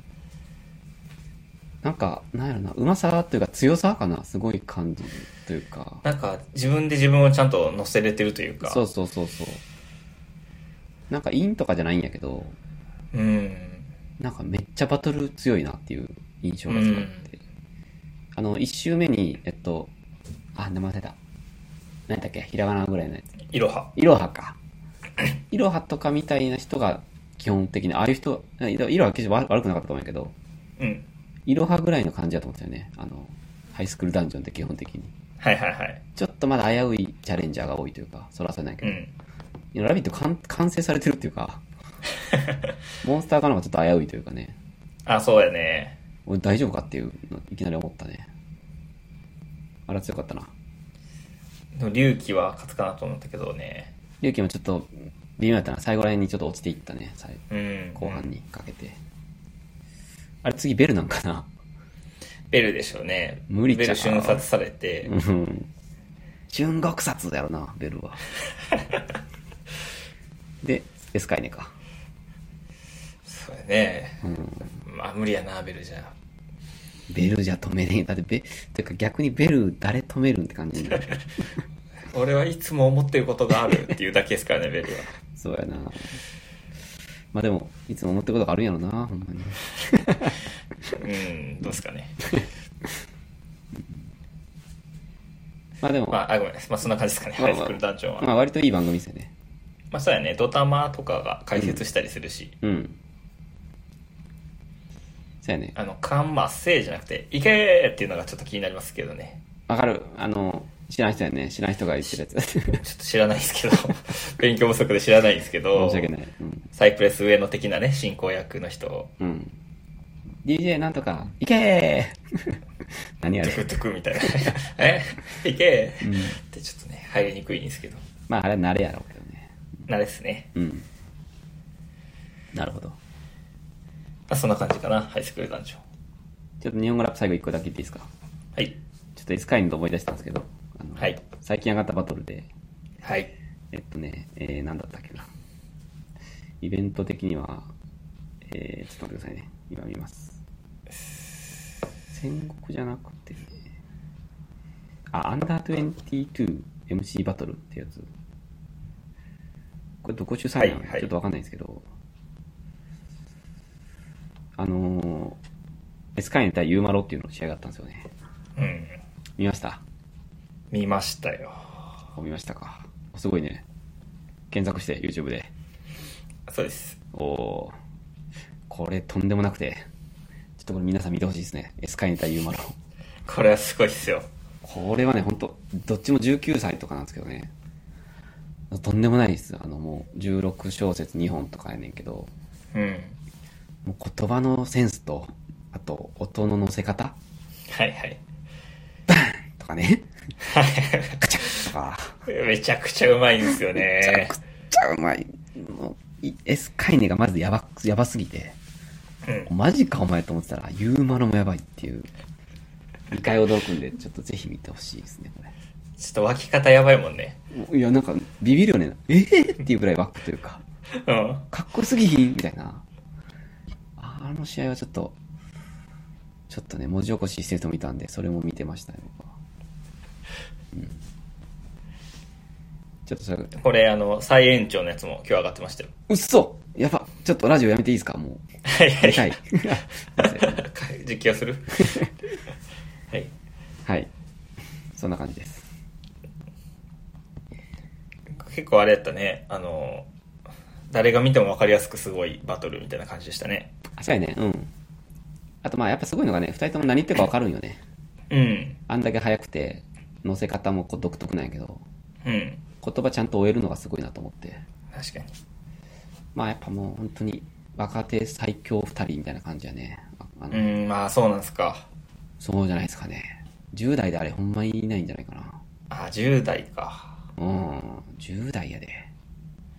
Speaker 1: なんか、なんやろな、うまさというか強さかな、すごい感じというか。
Speaker 2: なんか、自分で自分をちゃんと乗せれてるというか、
Speaker 1: そうそうそうそう。なんか、インとかじゃないんやけど、
Speaker 2: うん。
Speaker 1: なんかめっちゃバトル強いなっていう印象がすごくあって。あの、一周目に、えっと、あ、名前忘れた。何だっけ、ひらがなぐらいのやつ。
Speaker 2: いろは。
Speaker 1: イロハか。イロハとかみたいな人が、基本的に、ああいう人、イロイロハは決して悪悪くなかったと思うんやけど、
Speaker 2: うん。
Speaker 1: イロハぐらいの感じだと思ったよね。あの、ハイスクールダンジョンって基本的に。
Speaker 2: はいはいはい。
Speaker 1: ちょっとまだ危ういチャレンジャーが多いというか、そらさないけ
Speaker 2: う
Speaker 1: ど、
Speaker 2: ん。
Speaker 1: いやラビット完完成されてるっていうか、モンスター側の方がちょっと危ういというかね、
Speaker 2: あ、そうやね。
Speaker 1: 俺大丈夫かっていうのいきなり思ったね。あら強かったな。
Speaker 2: でも龍騎は勝つかなと思ったけどね。
Speaker 1: リュウキもちょっと微妙だったな。最後ら辺にちょっと落ちていったね、最
Speaker 2: うん。
Speaker 1: 後半にかけて。あれ次ベルなんかな
Speaker 2: ベルでしょうね。
Speaker 1: 無理ちゃう
Speaker 2: ベル瞬殺されて、
Speaker 1: うん。純獄殺だよな、ベルは。で、エスカイネか。
Speaker 2: そうやね。
Speaker 1: うん。
Speaker 2: まあ無理やな、ベルじゃ。
Speaker 1: ベルじゃ止めれん。だってベ、てか逆にベル誰止めるんって感じになる。
Speaker 2: 俺はいつも思ってることがあるっていうだけですからね、ベルは。
Speaker 1: そうやな。まあでも、いつも思ってることがあるんやろな、ほんまに。
Speaker 2: うん、どうです かね。
Speaker 1: まあでも、
Speaker 2: まあ、あごめんなさい。まあそんな感じですかね、
Speaker 1: まあ
Speaker 2: ハイスクールダンジョンは。
Speaker 1: まあ割といい番組ですよね。
Speaker 2: まあそうやね、ドタマとかが解説したりするし。
Speaker 1: うん。じそうやね。
Speaker 2: あの、カンマッセーじゃなくて、いけーっていうのがちょっと気になりますけどね。
Speaker 1: わかる。あの、知らん人やね。知らん人が言ってる やつ。申
Speaker 2: ちょっと知らないですけど、 勉強不足で知らないですけど
Speaker 1: し、訳ない。うん。
Speaker 2: サイプレス上野的なね、進行役の人、
Speaker 1: うん。DJ なんとか、いけー 何あ
Speaker 2: ト
Speaker 1: れ
Speaker 2: ゥ。クトゥクみたいな、 えいけー、ってちょっとね、入りにくいんですけど、
Speaker 1: まあ、あれは慣れやろうけどね。
Speaker 2: なれですね。
Speaker 1: うん。なるほど。
Speaker 2: まあ、そんな感じかな、ハイスクール男女。
Speaker 1: ちょっと日本語ラップ最後一個だけ言っていいですか
Speaker 2: はい。
Speaker 1: ちょっと S カインド思い出したんですけど、あの
Speaker 2: はい。
Speaker 1: 最近上がったバトルで、
Speaker 2: はい。
Speaker 1: えっとね、えー、なんだったっけな。イベント的には、えー、ちょっと待ってくださいね。今見ます。戦国じゃなくてね。あ、アンダー 22MC バトルってやつ。これどこ主催なの、
Speaker 2: はいはい
Speaker 1: ちょっとわかんないんですけど。あのー、スカイネ対ユーマロっていうのの試合があったんですよね。
Speaker 2: うん。
Speaker 1: 見ました
Speaker 2: 見ましたよ。
Speaker 1: お見ましたか。すごいね。検索して、YouTube で。
Speaker 2: そうです。
Speaker 1: おおーこれとんでもなくて、ちょっとこれ皆さん見てほしいですね。エスカイネタユーマロ。
Speaker 2: これはすごいっすよ。
Speaker 1: これはね、ほんと、どっちも19歳とかなんですけどね。とんでもないです。あの、もう、16小節2本とかやねんけど、
Speaker 2: うん。
Speaker 1: もう言葉のセンスと、あと、音の乗せ方
Speaker 2: はいはい。
Speaker 1: とかね。とか、
Speaker 2: めちゃくちゃうまいんですよ
Speaker 1: めちゃ
Speaker 2: ね
Speaker 1: く。ちゃうまい。もういエスカイネがまずやばく、やばすぎて。
Speaker 2: うん。
Speaker 1: マジかお前と思ってたら、ユーマロもやばいっていう。2回驚くんで、ちょっとぜひ見てほしいですね、こ
Speaker 2: ちょっと湧き方やばいもんね。
Speaker 1: れ。いや、なんか、ビビるよね。えー、っていうぐらいワックというか、
Speaker 2: うん。
Speaker 1: かっこよすぎひんみたいな。あの試合はちょっと、ちょっとね、文字起こししてると見たんで、それも見てましたね、僕は。うん。ちょっとそれ、
Speaker 2: これ、あの、再延長のやつも今日上がってましたよ。
Speaker 1: うっそやばちょっとラジオやめていいですかも
Speaker 2: はい
Speaker 1: う。
Speaker 2: はい。
Speaker 1: 見たい。
Speaker 2: 実況するはい。
Speaker 1: はい。そんな感じです。
Speaker 2: 結構あれやったね。あの、誰が見ても分かりやすくすごいバトルみたいな感じでしたね。
Speaker 1: あそうやねうんあとまあやっぱすごいのがね2人とも何言ってるか分かるんよね
Speaker 2: うん。
Speaker 1: あんだけ速くて乗せ方もこう独特なんやけど
Speaker 2: うん。
Speaker 1: 言葉ちゃんと終えるのがすごいなと思って
Speaker 2: 確かに。
Speaker 1: まあやっぱもう本当に若手最強2人みたいな感じやねあの、
Speaker 2: うん、まあそうなんすか。
Speaker 1: そうじゃないですかね10代であれほんまにいないんじゃないかな
Speaker 2: あ、10代か。
Speaker 1: うん10代やで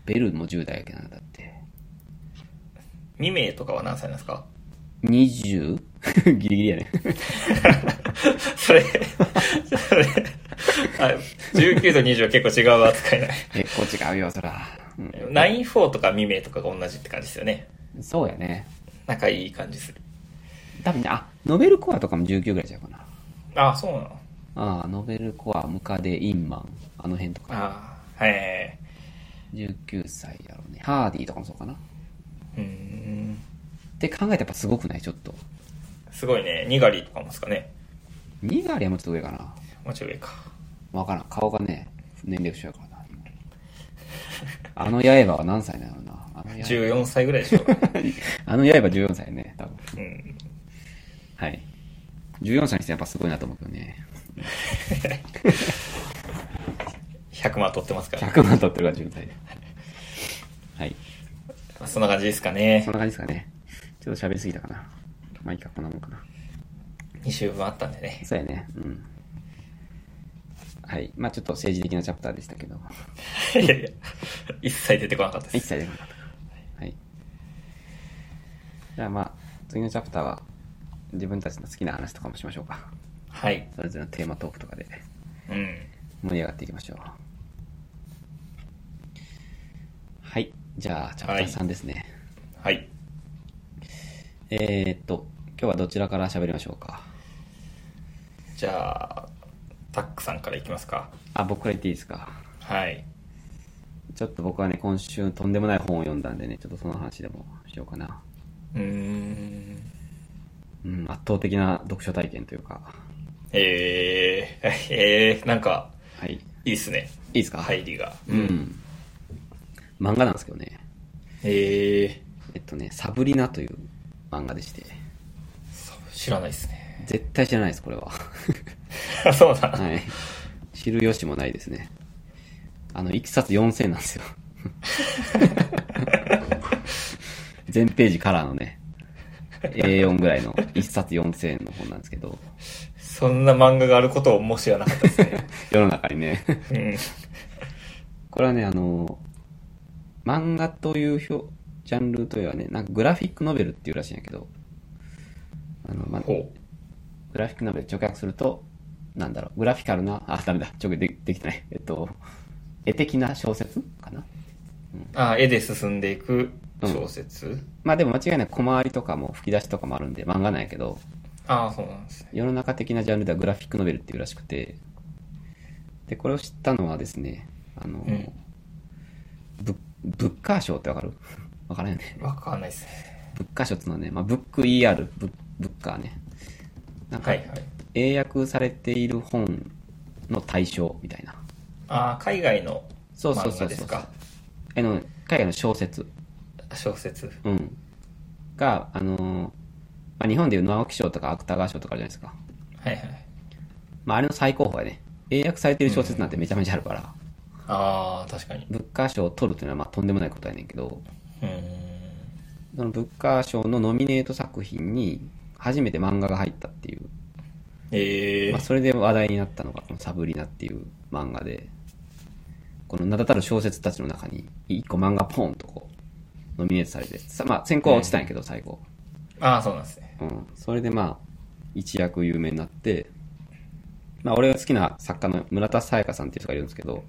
Speaker 1: ベルも10代やけどなだって
Speaker 2: 2名とかは何歳なんですか
Speaker 1: 20? ギリギリやね
Speaker 2: それ、それ、あ19と20は結構違う扱いない。
Speaker 1: 結構違うよそら、うん、
Speaker 2: 94とか未明とかが同じって感じですよね。
Speaker 1: そうやね
Speaker 2: 仲いい感じする。
Speaker 1: 多分ねあノベルコアとかも19ぐらいちゃうかな
Speaker 2: あ、そうなの
Speaker 1: ああ、ノベルコア、ムカデ、インマン、あの辺とか。
Speaker 2: ああ、はい。
Speaker 1: 19歳やろうね。ハーディーとかもそうかな。っ
Speaker 2: うーん。
Speaker 1: て考えたらやっぱすごくないちょっと。
Speaker 2: すごいね。ニガリとかもですかね。
Speaker 1: ニガリはもうちょっと上かな。
Speaker 2: もうちょい上か。
Speaker 1: わからん。顔がね、年齢不詳やからな。あの刃は何歳なのな。あの刃。
Speaker 2: 14歳ぐらい でしょ。
Speaker 1: あの刃14歳ね、多分。
Speaker 2: うん。
Speaker 1: はい。14歳にしてやっぱすごいなと思うけどね。
Speaker 2: 100万取ってますから。
Speaker 1: 100万取ってるから14歳で。はい。
Speaker 2: そんな感じですかね
Speaker 1: そん。な感じですかね。ちょっと喋りすぎたかな。まあいいか、こんなもんかな。
Speaker 2: 2週分あったんで ね。
Speaker 1: そうやね。うん。はい。まあちょっと政治的なチャプターでしたけ ど。
Speaker 2: いやいや、 一切出てこなかったで
Speaker 1: 一
Speaker 2: す。
Speaker 1: 切出なかったか。はい。じゃあまあ、次のチャプターは、自分たちの好きな話とかもしましょうか。
Speaker 2: はい。
Speaker 1: それぞれのテーマトークとかで
Speaker 2: うん。
Speaker 1: 盛り上がっていきましょう。はい。じゃあ、チャプター3ですね。
Speaker 2: はい。
Speaker 1: えーっと、今日はどちらから喋りましょうか。
Speaker 2: じゃあ、タックさんからいきますか。
Speaker 1: あ、僕から言っていいですか。
Speaker 2: はい。
Speaker 1: ちょっと僕はね、今週とんでもない本を読んだんでね、ちょっとその話でもしようかな。
Speaker 2: うーん。
Speaker 1: うん、圧倒的な読書体験というか。
Speaker 2: えー、 えー、なんか、
Speaker 1: はい。い
Speaker 2: いいっすね。
Speaker 1: いですか
Speaker 2: 入。りが。
Speaker 1: うん。漫画なんですけどね。
Speaker 2: え
Speaker 1: えっとね、サブリナという漫画でして。
Speaker 2: ー、知らないですね。
Speaker 1: 絶対知らないです、これは。
Speaker 2: あ、そうだ。
Speaker 1: はい。知る由もないですね。あの、いきさつ4000なんですよ。全ページカラーのね、A4 ぐらいの1冊4000円の本なんですけど、
Speaker 2: そんな漫画があることをもう知らなかった ですね。
Speaker 1: 世の中にね、
Speaker 2: うん。
Speaker 1: これはね、あの、漫画というひょジャンルというのはね、なんかグラフィックノベルっていうらしいんやけど、あの、まあ、
Speaker 2: ほ
Speaker 1: グラフィックノベル直訳すると、なんだろう、グラフィカルな、あ、ダメだ、直訳でできてない。えっと、絵的な小説かな
Speaker 2: う。あ、絵で進んでいく小説、
Speaker 1: まあでも間違いなく小回りとかも吹き出しとかもあるんで漫画なんやけど、
Speaker 2: ああ、そうなんですね。
Speaker 1: 世の中的なジャンルではグラフィックノベルっていうらしくて、で、これを知ったのはですね、あの、
Speaker 2: うん
Speaker 1: ブブッカー賞ってわかる わからんよね。
Speaker 2: わかんないですね。
Speaker 1: ブッカー賞っていうのはね、まあブック ER、ブッブッカーね。なんか
Speaker 2: はいはい。
Speaker 1: 英訳されている本の対象みたいな。
Speaker 2: ああ、海外の
Speaker 1: そうそう
Speaker 2: 漫
Speaker 1: そ
Speaker 2: 画
Speaker 1: う
Speaker 2: です
Speaker 1: そう。
Speaker 2: か。
Speaker 1: あの、海外の小説。
Speaker 2: 小説。
Speaker 1: うん。が、あのーまあ、日本でいう直木賞とか芥川賞とかあるじゃないですか。
Speaker 2: はいはい。
Speaker 1: まあ、あれの最高峰やね。英訳されてる小説なんてめちゃめちゃあるから、
Speaker 2: ああ、確かに。
Speaker 1: ブッカー賞を取るというのはまあとんでもないことやねんけど、
Speaker 2: うーん。
Speaker 1: そのブッカー賞のノミネート作品に初めて漫画が入ったっていう、
Speaker 2: ええ
Speaker 1: まあ、それで話題になったのがこのサブリナっていう漫画で、この名だたる小説たちの中に一個漫画ポンとこう、ノミネートされて、さまあ先行は落ちたんやけど最後。
Speaker 2: ああ、そうなんですね。
Speaker 1: うん、それでまあ一躍有名になって、まあ、俺が好きな作家の村田沙耶香さんっていう人がいるんですけど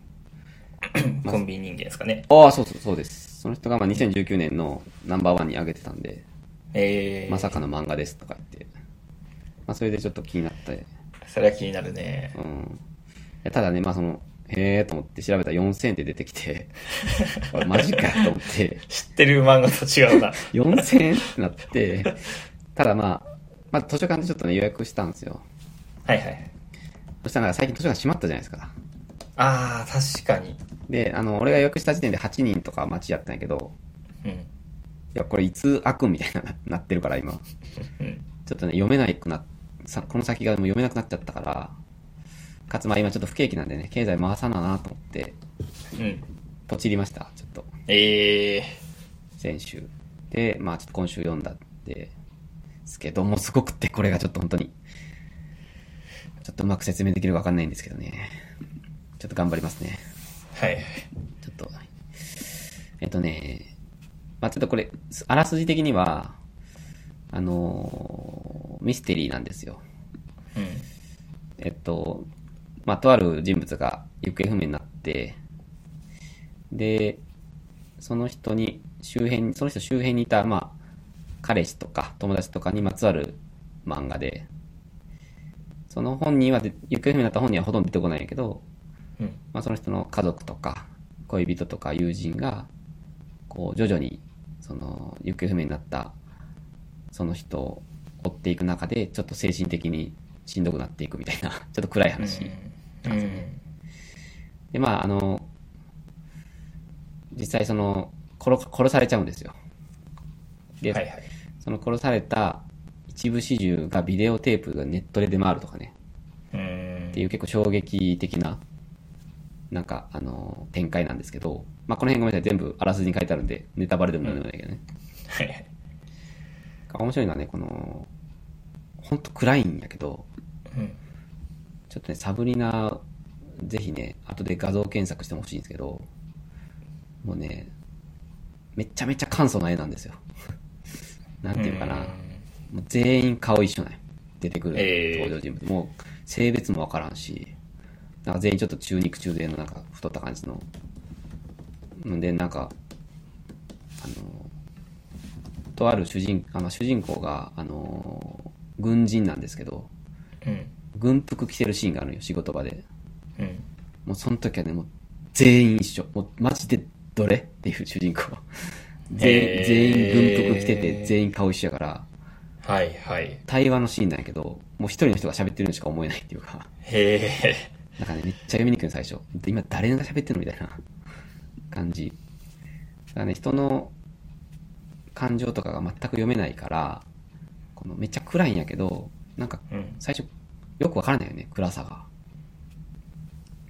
Speaker 2: コンビニ人間ですかね。
Speaker 1: ああそうそうそうですその人がまあ2019年のナンバーワンに上げてたんで
Speaker 2: ええ
Speaker 1: まさかの漫画ですとか言って、まあ、それでちょっと気になって、
Speaker 2: それは気になるね
Speaker 1: う。ん、ただねまあそのへえと思って調べたら4000円って出てきて俺マジかと思って
Speaker 2: 知ってる漫画と違うな。
Speaker 1: 4000円ってなってただまあまあ図書館でちょっとね予約したんですよ
Speaker 2: はいはい。
Speaker 1: そしたらなんか最近図書館閉まったじゃないですか
Speaker 2: ああ、確かに。
Speaker 1: で、あの、俺が予約した時点で8人とか待ちやったんやけど、
Speaker 2: うん。
Speaker 1: いや、これいつ開くみたいな、なってるから今。ちょ
Speaker 2: うん。
Speaker 1: っとね、読めないくな、さ、この先がもう読めなくなっちゃったから、かつまあ今ちょっと不景気なんでね、経済回さなあなと思って、
Speaker 2: うん。
Speaker 1: ポチりました、ちょっと、
Speaker 2: ええ
Speaker 1: 先週。で、まあちょっと今週読んだって、ですけども、すごくってこれがちょっと本当に、ちょっとうまく説明できるかわかんないんですけどね。ちょっと頑張りますね。
Speaker 2: はいはい。
Speaker 1: ちょっと、えっとね、まあ、ちょっとこれ、あらすじ的には、あのーミステリーなんですよ。
Speaker 2: うん。
Speaker 1: えっと、まあ、とある人物が行方不明になって、で、その人に、周辺、その人周辺にいた、まあ、彼氏とか友達とかにまつわる漫画で、その本人はで、行方不明になった本人はほとんど出てこないんやけど、
Speaker 2: うん。
Speaker 1: まあ、その人の家族とか恋人とか友人がこう徐々にその行方不明になったその人を追っていく中でちょっと精神的にしんどくなっていくみたいな ちょっと暗い話、
Speaker 2: うん。
Speaker 1: でまああの実際その殺殺されちゃうんですよ
Speaker 2: うん
Speaker 1: で、
Speaker 2: はいはい。
Speaker 1: その殺された一部始終がビデオテープがネットで出回るとかね
Speaker 2: うん
Speaker 1: っていう結構衝撃的な、なんか、あのー展開なんですけど、まあ、この辺ごめんなさい、全部あらすじに書いてあるんで、ネタバレでも何でもないけどね。
Speaker 2: はいはい。
Speaker 1: 面白いのはね、この、ほんと暗いんやけど、
Speaker 2: うん。
Speaker 1: ちょっとね、サブリナ、ぜひね、後で画像検索してほしいんですけど、もうね、めちゃめちゃ簡素な絵なんですよ。 なんていうかな、もう全員顔一緒なんよ出てくる
Speaker 2: ええ
Speaker 1: 登場人物、もう性別もわからんしなんか全員ちょっと中肉中背のなんか太った感じのんでなんかあのとある主人あの主人公があの軍人なんですけど
Speaker 2: うん。
Speaker 1: 軍服着てるシーンがあるのよ仕事場で
Speaker 2: うん。
Speaker 1: もうその時はねもう全員一緒もうマジでどれっていう主人公全員、
Speaker 2: ええ
Speaker 1: 全員軍服着てて全員顔一緒やから
Speaker 2: はいはい。
Speaker 1: 対話のシーンなんやけど、もう一人の人が喋ってるのしか思えないっていうか、
Speaker 2: へえ。
Speaker 1: なんかね、めっちゃ読みにくいの最初。で今誰が喋ってるのみたいな感じ。だからね、人の感情とかが全く読めないから、このめっちゃ暗いんやけど、なんか
Speaker 2: うん。
Speaker 1: 最初よくわからないよね、暗さが。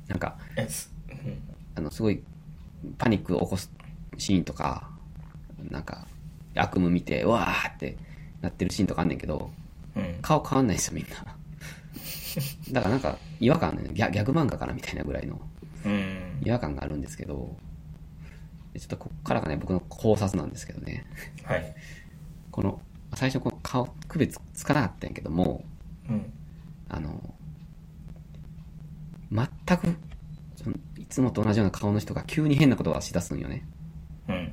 Speaker 1: なんか、
Speaker 2: えすうん
Speaker 1: あの、すごいパニックを起こすシーンとか、なんか悪夢見て、うわーってなってるシーンとかあんねんけど、
Speaker 2: うん。
Speaker 1: 顔変わんないですよ、みんな。だからなんか違和感あんねんギャギャグ漫画かなみたいなぐらいの
Speaker 2: うん。
Speaker 1: 違和感があるんですけど、でちょっとこっからがね、僕の考察なんですけどね。
Speaker 2: はい。
Speaker 1: この、最初この顔、区別つかなかったんやけども、
Speaker 2: うん。
Speaker 1: あの、全く、そのいつもと同じような顔の人が急に変なことをしだすんよね。
Speaker 2: うん。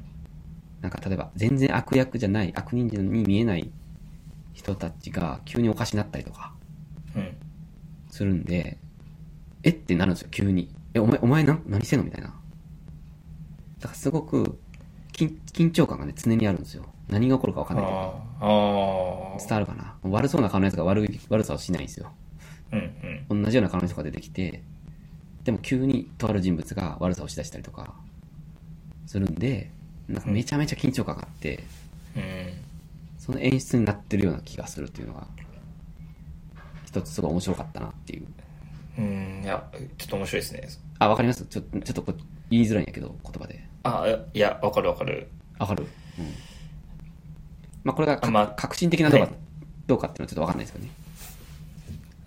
Speaker 1: なんか例えば、全然悪役じゃない、悪人に見えない人たちが急におかしなったりとか
Speaker 2: うん。
Speaker 1: するんで、えってなるんですよ、急に。え、お前、お前な、何してんのみたいな。だからすごく、緊緊張感がね、常にあるんですよ。何が起こるかわかんないというか。
Speaker 2: ああ。ああ。
Speaker 1: 伝わるかな悪そうな顔のやつが悪い悪さをしないんですよ。
Speaker 2: うん。うん。
Speaker 1: 同じような顔の人が出てきて、でも急にとある人物が悪さをしだしたりとか、するんで、なんかめちゃめちゃ緊張感があって、
Speaker 2: うん。
Speaker 1: その演出になってるような気がするというのが、一つすごい面白かったなっていう。
Speaker 2: うん。いや、ちょっと面白いですね。
Speaker 1: あ、わかりますちょちょっとこう言いづらいんやけど、言葉で。
Speaker 2: ああ、いや、わかるわかる。
Speaker 1: わかるうん。まあこれがか、
Speaker 2: あまあ
Speaker 1: 革新的なのか、
Speaker 2: はい
Speaker 1: どうかっていうのはちょっとわかんないですけどね。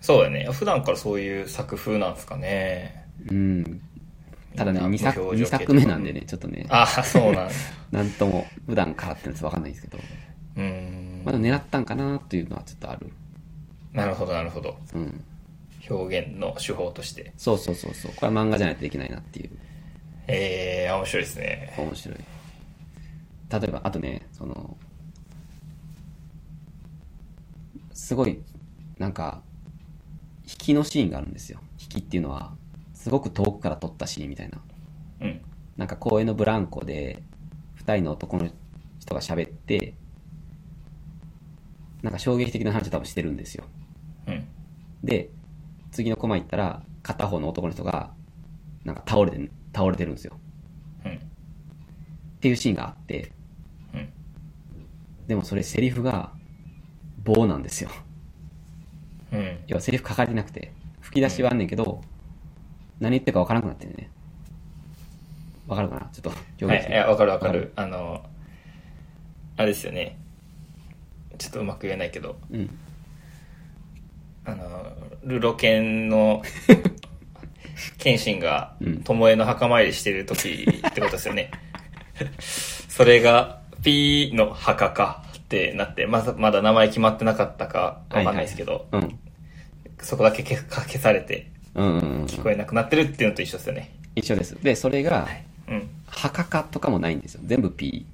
Speaker 2: そうだね。普段からそういう作風なんですかね。
Speaker 1: うん。ただね、
Speaker 2: みんな
Speaker 1: 2作
Speaker 2: 無表情
Speaker 1: 二
Speaker 2: 系
Speaker 1: 作
Speaker 2: とか
Speaker 1: 目なんでね、ちょっとね、
Speaker 2: ああ、そう なんだ。
Speaker 1: なんとも普段からってのはちょっとわかんないですけど、
Speaker 2: うん
Speaker 1: ま。だ狙ったんかなというのはちょっとある。
Speaker 2: なるほど、なるほど。
Speaker 1: うん。
Speaker 2: 表現の手法として。
Speaker 1: そうそうそうそう。これは漫画じゃないとできないなっていう。
Speaker 2: ええ面白いですね。
Speaker 1: 面白い。例えば、あとね、その、すごい、なんか、引きのシーンがあるんですよ。引きっていうのは、すごく遠くから撮ったシーンみたいな。
Speaker 2: うん。
Speaker 1: なんか公園のブランコで、二人の男の人が喋って、なんか衝撃的な話を多分してるんですよ。
Speaker 2: うん。
Speaker 1: で、次のコマ行ったら、片方の男の人が、なんか倒れて、倒れてるんですよ。
Speaker 2: うん。
Speaker 1: っていうシーンがあって、
Speaker 2: うん。
Speaker 1: でもそれセリフが棒なんですよ。
Speaker 2: うん。
Speaker 1: 要はセリフ書かれてなくて、吹き出しはあんねんけど、何言ってるかわからなくなってるね。わかるかなちょっと
Speaker 2: は
Speaker 1: 表現し
Speaker 2: い、い
Speaker 1: て。
Speaker 2: やわかるわかる。あの、あれですよね。ちょっとうまく言えないけど、
Speaker 1: うん。
Speaker 2: あの、ルロケン の、謙信が
Speaker 1: うん、
Speaker 2: 巴の墓参りしてる時ってことですよね。 それが、ピーの墓かってなって、まだ、まだ名前決まってなかったかわかんないですけど、
Speaker 1: うん。
Speaker 2: そこだけ消消されて、
Speaker 1: うんうんうん。
Speaker 2: 聞こえなくなってるっていうのと一緒ですよね。
Speaker 1: 一緒です。で、それが、
Speaker 2: うん。
Speaker 1: はかかとかもないんですよ。全部 P。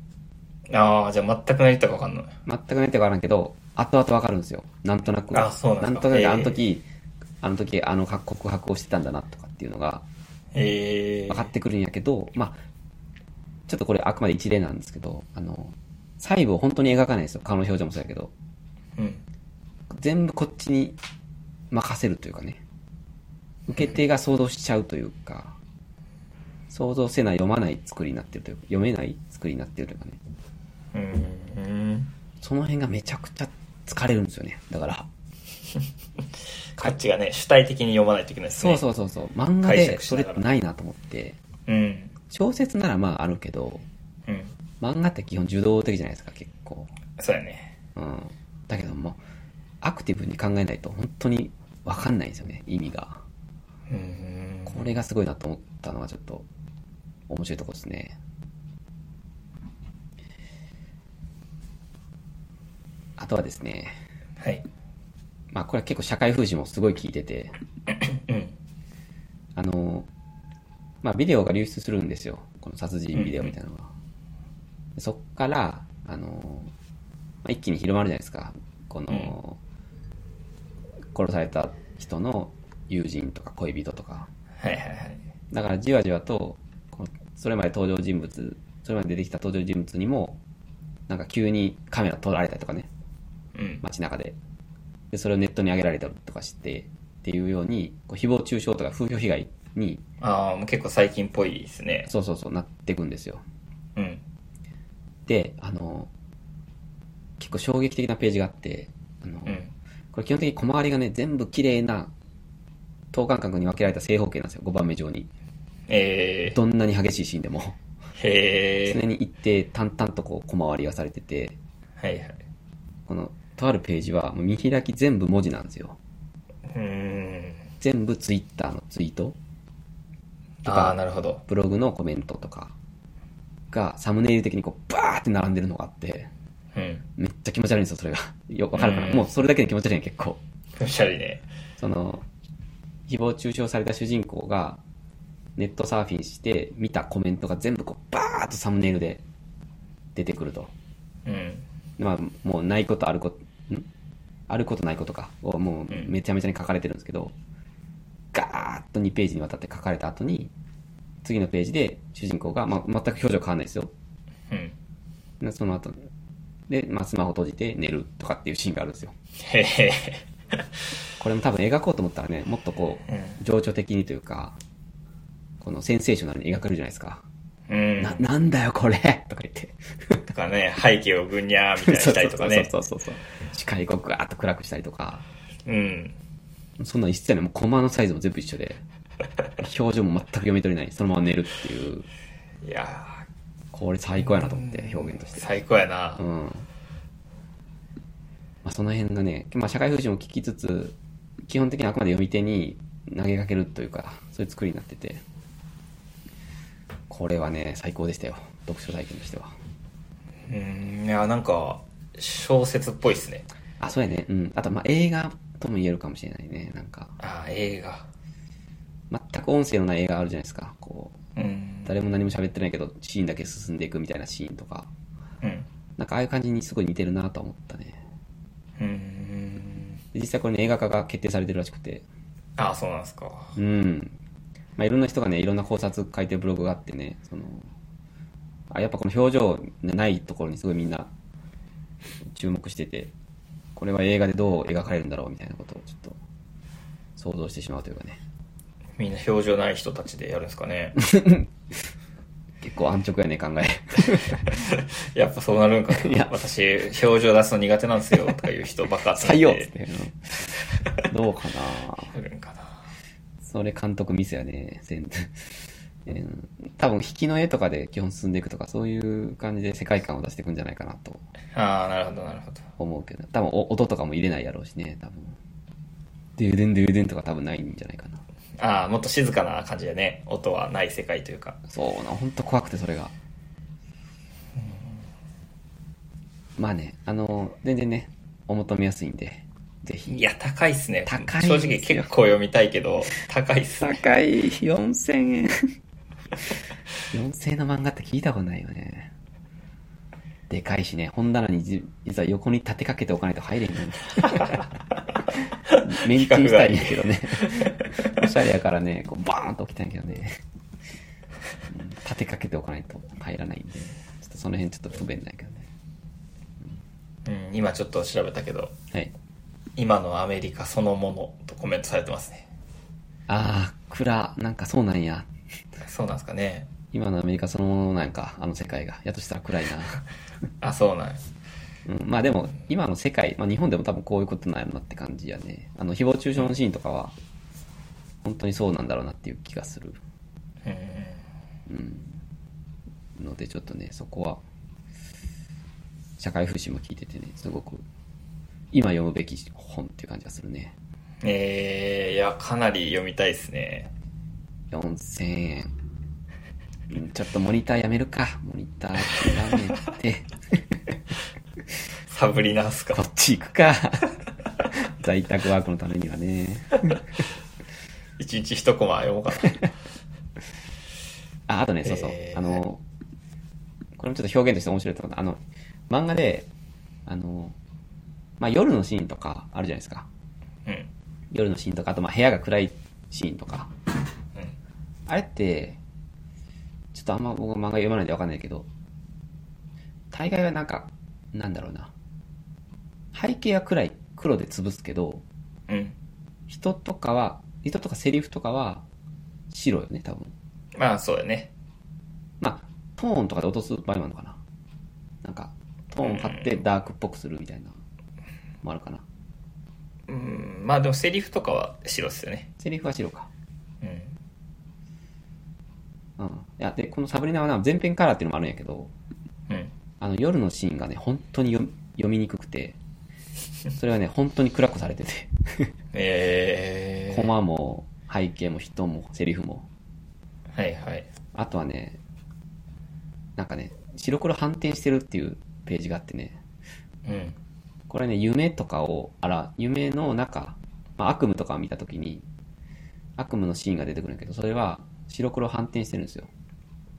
Speaker 2: ああ、じゃあ全く何言ったかわかんない。
Speaker 1: 全く何てかわからんけど、後々わかるんですよ。なんとなく。
Speaker 2: あそうなん
Speaker 1: な
Speaker 2: です
Speaker 1: ん
Speaker 2: か
Speaker 1: とな
Speaker 2: へえ
Speaker 1: くあの時、あの時あの告白をしてたんだなとかっていうのが
Speaker 2: ええ
Speaker 1: 分かってくるんやけど、まあ、ちょっとこれあくまで一例なんですけど、あの、細部を本当に描かないですよ。顔の表情もそうやけど。
Speaker 2: うん。
Speaker 1: 全部こっちに任せるというかね。受け手が想像しちゃうというか、想像せない読まない作りになってるというか、読めない作りになってるというかね。
Speaker 2: うん。
Speaker 1: その辺がめちゃくちゃ疲れるんですよね。だから。
Speaker 2: 価値がね、主体的に読まないといけないです
Speaker 1: そ
Speaker 2: ね。
Speaker 1: うそうそうそう。漫画
Speaker 2: 解
Speaker 1: で
Speaker 2: 釈し
Speaker 1: そ
Speaker 2: な
Speaker 1: れっ
Speaker 2: がら
Speaker 1: てないなと思って。
Speaker 2: う。うん。
Speaker 1: 小説ならまああるけど、
Speaker 2: うん。
Speaker 1: 漫画って基本受動的じゃないですか、結構。
Speaker 2: そうやね。
Speaker 1: うん。だけども、アクティブに考えないと本当にわかんないんですよね、意味が。
Speaker 2: うん。
Speaker 1: これがすごいなと思ったのがちょっと面白いところですね。あとはですね、
Speaker 2: はい。
Speaker 1: まあこれは結構社会風刺もすごい聞いてて、
Speaker 2: うん。
Speaker 1: あの、まあ、ビデオが流出するんですよ。この殺人ビデオみたいなのが。でそっから、あの、まあ、一気に広まるじゃないですか。この、殺された人の友人とか恋人とか。
Speaker 2: はいはいはい。
Speaker 1: だからじわじわと、このそれまで登場人物、それまで出てきた登場人物にも、なんか急にカメラ撮られたりとかね、
Speaker 2: うん。
Speaker 1: 街中で。で、それをネットに上げられたりとかして、っていうように、こう誹謗中傷とか風評被害に
Speaker 2: ああ、もう結構最近っぽいですね。
Speaker 1: そうそうそう、なっていくんですよ。
Speaker 2: うん。
Speaker 1: で、あの、結構衝撃的なページがあって、これ基本的に小回りがね、全部綺麗な、等間隔に分けられた正方形なんですよ、5番目上に。
Speaker 2: えー、
Speaker 1: どんなに激しいシーンでも。
Speaker 2: へ
Speaker 1: 常
Speaker 2: え。
Speaker 1: に一定、淡々とこう、小回りがされてて、
Speaker 2: はいはい。
Speaker 1: この、とあるページは、もう見開き全部文字なんですよ。
Speaker 2: うーん。
Speaker 1: 全部ツイッターのツイート、
Speaker 2: ああ、なるほど。
Speaker 1: ブログのコメントとか、が、サムネイル的にこう、バーって並んでるのがあって、
Speaker 2: うん。
Speaker 1: めっちゃ気持ち悪いんですよ、それが。よくわかるか
Speaker 2: う
Speaker 1: な。
Speaker 2: ん
Speaker 1: もうそれだけで気持ち悪いね、結構。
Speaker 2: おしゃれね。
Speaker 1: その、誹謗中傷された主人公が、ネットサーフィンして見たコメントが全部こう、バーッとサムネイルで出てくると。
Speaker 2: うん。
Speaker 1: まあ、もうないことあること、んあることないことかをもうめちゃめちゃに書かれてるんですけど、ガーッと2ページにわたって書かれた後に、次のページで主人公が、まあ、全く表情変わんないですよ。
Speaker 2: うん。
Speaker 1: でその後、で、まあ、スマホ閉じて寝るとかっていうシーンがあるんですよ。
Speaker 2: へへ。
Speaker 1: これも多分描こうと思ったらね、もっとこ
Speaker 2: うん
Speaker 1: う、情緒的にというか、このセンセーショナルに描かれるじゃないですか。
Speaker 2: うん。
Speaker 1: な、なんだよこれ とか言って。
Speaker 2: とかね、背景をぐにゃーみたいにしたりとかね。
Speaker 1: そうそうそうそう。視界をガーッと暗くしたりとか。
Speaker 2: うん。
Speaker 1: そんなん一切ない。もうコマのサイズも全部一緒 で。表情も全く読み取れない。そのまま寝るっていう。
Speaker 2: いや
Speaker 1: これ最高やなと思って、表現とし
Speaker 2: ー、
Speaker 1: て。
Speaker 2: 最高やな
Speaker 1: うん。。まあ、その辺がね、まあ、社会風刺も聞きつつ、基本的にあくまで読み手に投げかけるというか、そういう作りになってて、これはね、最高でしたよ。読書体験としては。
Speaker 2: うん。いや、なんか、小説っぽいっすね。
Speaker 1: あ、そうやね。うん。あと、まあ、映画とも言えるかもしれないね。なんか、
Speaker 2: ああ、映画。
Speaker 1: 全く音声のない映画あるじゃないですか。こう、
Speaker 2: うん。
Speaker 1: 誰も何も喋ってないけど、シーンだけ進んでいくみたいなシーンとか。
Speaker 2: うん。
Speaker 1: なんかああいう感じにすごい似てるなと思ったね。
Speaker 2: うん。
Speaker 1: で実際これね、映画化が決定されてるらしくて。
Speaker 2: ああ、そうなんですか。
Speaker 1: うん。まあ、いろんな人がね、いろんな考察書いてるブログがあってね、その、あ、やっぱこの表情ないところにすごいみんな注目してて、これは映画でどう描かれるんだろうみたいなことをちょっと想像してしまうというかね。
Speaker 2: みんな表情ない人たちでやるんですか ね。
Speaker 1: 結構安直やね、考
Speaker 2: やっぱそうなるんか
Speaker 1: い
Speaker 2: な
Speaker 1: や。
Speaker 2: 私、表情出すの苦手なんですよ、とかいう人ばっ
Speaker 1: え。
Speaker 2: か集め
Speaker 1: 採用っつっ
Speaker 2: や
Speaker 1: て。うん どうかな
Speaker 2: るんかな。
Speaker 1: それ監督ミスやね、全部。 うん多分引きの絵とかで基本進んでいくとか、そういう感じで世界観を出していくんじゃないかなと
Speaker 2: ああ、なるほど、なるほど。
Speaker 1: 思うけど、多分お音とかも入れないやろうしね、多分。デューデンデューデンとか多分ないんじゃないかな。
Speaker 2: ああ、もっと静かな感じでね、音はない世界というか。
Speaker 1: そうな、ほんと怖くてそれが。まあね、あの、全然ね、お求めやすいんで、ぜ
Speaker 2: い
Speaker 1: ひ。
Speaker 2: や、高いっすね。
Speaker 1: 高いんですよ
Speaker 2: 正直結構読みたいけど、高いっすね。
Speaker 1: 高い、4000円。4000円の漫画って聞いたことないよね。でかいしね、本棚にじ実は横に立てかけておかないと入れへんの よメンチンしたいんやけどね。おしゃれやからね、こうバーンと置きたいんやけどね。うん立てかけておかないと入らないんで、ちょっとその辺ちょっと不便だけどね。
Speaker 2: うん、今ちょっと調べたけど、
Speaker 1: はい。
Speaker 2: 今のアメリカそのものとコメントされてますね。
Speaker 1: あー、蔵、なんかそうなんや。
Speaker 2: そうなんですかね。
Speaker 1: 今のアメリカそのものなんか、あの世界が。やっとしたら暗いな。
Speaker 2: あ、そうなんです。
Speaker 1: うん、まあでも、今の世界、まあ日本でも多分こういうことなんやろなって感じやね。あの、誹謗中傷のシーンとかは、本当にそうなんだろうなっていう気がする
Speaker 2: うん。
Speaker 1: ので、ちょっとね、そこは、社会風刺も聞いててね、すごく、今読むべき本っていう感じがするね。
Speaker 2: えー、いや、かなり読みたいっすね。
Speaker 1: 4000円。うんちょっとモニターやめるか。モニターやめて、
Speaker 2: サブリナースか
Speaker 1: こ。っち行くか。在宅ワークのためにはね。
Speaker 2: 一日一コマ読もう かな。
Speaker 1: あ、あとね、そうそう。
Speaker 2: えー
Speaker 1: あの、これもちょっと表現として面白いと思った。あの、漫画で、あの、まあ、夜のシーンとかあるじゃないですか。
Speaker 2: うん。
Speaker 1: 夜のシーンとか、あとまあ、部屋が暗いシーンとか。
Speaker 2: うん。
Speaker 1: あれって、ちょっとあんま僕は漫画読まないんでわかんないけど、大概はなんか、なんだろうな。背景は暗い、黒で潰すけど、
Speaker 2: うん。
Speaker 1: 人とかは、人とかセリフとかは白よね、多分。
Speaker 2: まあ、そうだね。
Speaker 1: まあ、トーンとかで落とす場合もあるのかな。なんか、トーン張ってダークっぽくするみたいな、もあるかな。
Speaker 2: うん、まあでもセリフとかは白っすよね。
Speaker 1: セリフは白か。
Speaker 2: うん。
Speaker 1: うん。いや、で、このサブリナはな、前編カラーっていうのもあるんやけど、
Speaker 2: うん。
Speaker 1: あの、夜のシーンがね、本当に読み読みにくくて、それはね、本当に暗くされてて、
Speaker 2: え
Speaker 1: コ
Speaker 2: ー。
Speaker 1: マも、背景も、人も、セリフも。
Speaker 2: はいはい。
Speaker 1: あとはね、なんかね、白黒反転してるっていうページがあってね、
Speaker 2: うん。
Speaker 1: これね、夢とかを、あら、夢の中、まあ、悪夢とかを見たときに、悪夢のシーンが出てくるんやけど、それは白黒反転してるんですよ。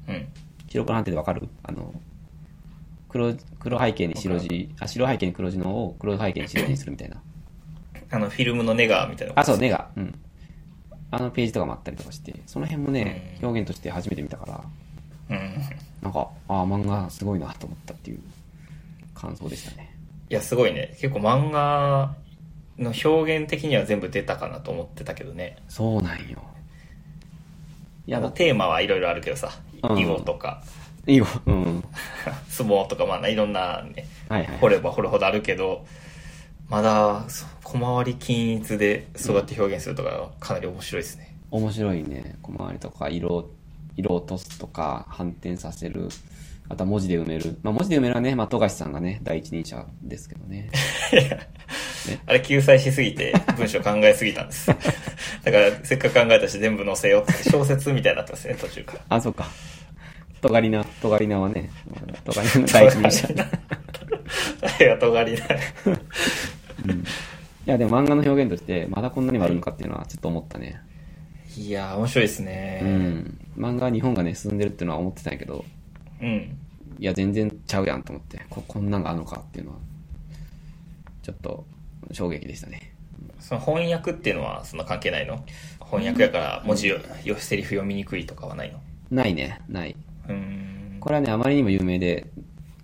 Speaker 2: うん。
Speaker 1: 白黒反転でわかるあの、黒、黒背景に白字、あ、白背景に黒字のを黒背景に白字にするみたいな。
Speaker 2: あの、フィルムのネガーみたいな
Speaker 1: あ、そう、ネガ。うん。あのページとかもあったりとかして、その辺もね、
Speaker 2: うん
Speaker 1: 表現として初めて見たから、
Speaker 2: う。うん。
Speaker 1: なんか、ああ、漫画すごいなと思ったっていう感想でしたね。
Speaker 2: いや、すごいね。結構漫画の表現的には全部出たかなと思ってたけどね。
Speaker 1: そうなんよ。いや、だって、
Speaker 2: テーマはいろいろあるけどさ。
Speaker 1: うん
Speaker 2: 囲碁とか、
Speaker 1: いいよ。うん。
Speaker 2: 相撲とか、まあ、いろんなね、
Speaker 1: はいはい。
Speaker 2: 掘れば掘るほどあるけど、まだ、そ小回り均一でそうやって表現するとか、かなり面白いですね。
Speaker 1: 面白いね小回りとか色色落とすとか反転させるあとは文字で埋めるまあ文字で埋めるはね、まあ、富樫さんがね第一人者ですけど ね
Speaker 2: あれ救済しすぎて文章考えすぎたん です。だからせっかく考えたし全部載せようって小説みたいになってますね、途中から。
Speaker 1: あそうかとがりなとがりなはねとがりなの第一人者い
Speaker 2: 誰が尖りない。
Speaker 1: やでも漫画の表現としてまだこんなにもあるのかっていうのはちょっと思ったね
Speaker 2: いやー、面白いです
Speaker 1: う
Speaker 2: ね。
Speaker 1: ん漫画は日本がね進んでるっていうのは思ってたんやけど
Speaker 2: うん。
Speaker 1: いや全然ちゃうやんと思ってここんなんがあるのかっていうのはちょっと衝撃でしたね
Speaker 2: その翻訳っていうのはそんな関係ないの翻訳やから文字を、よセリフ読みにくいとかはないの
Speaker 1: ないねない
Speaker 2: うん。
Speaker 1: これはね、あまりにも有名で、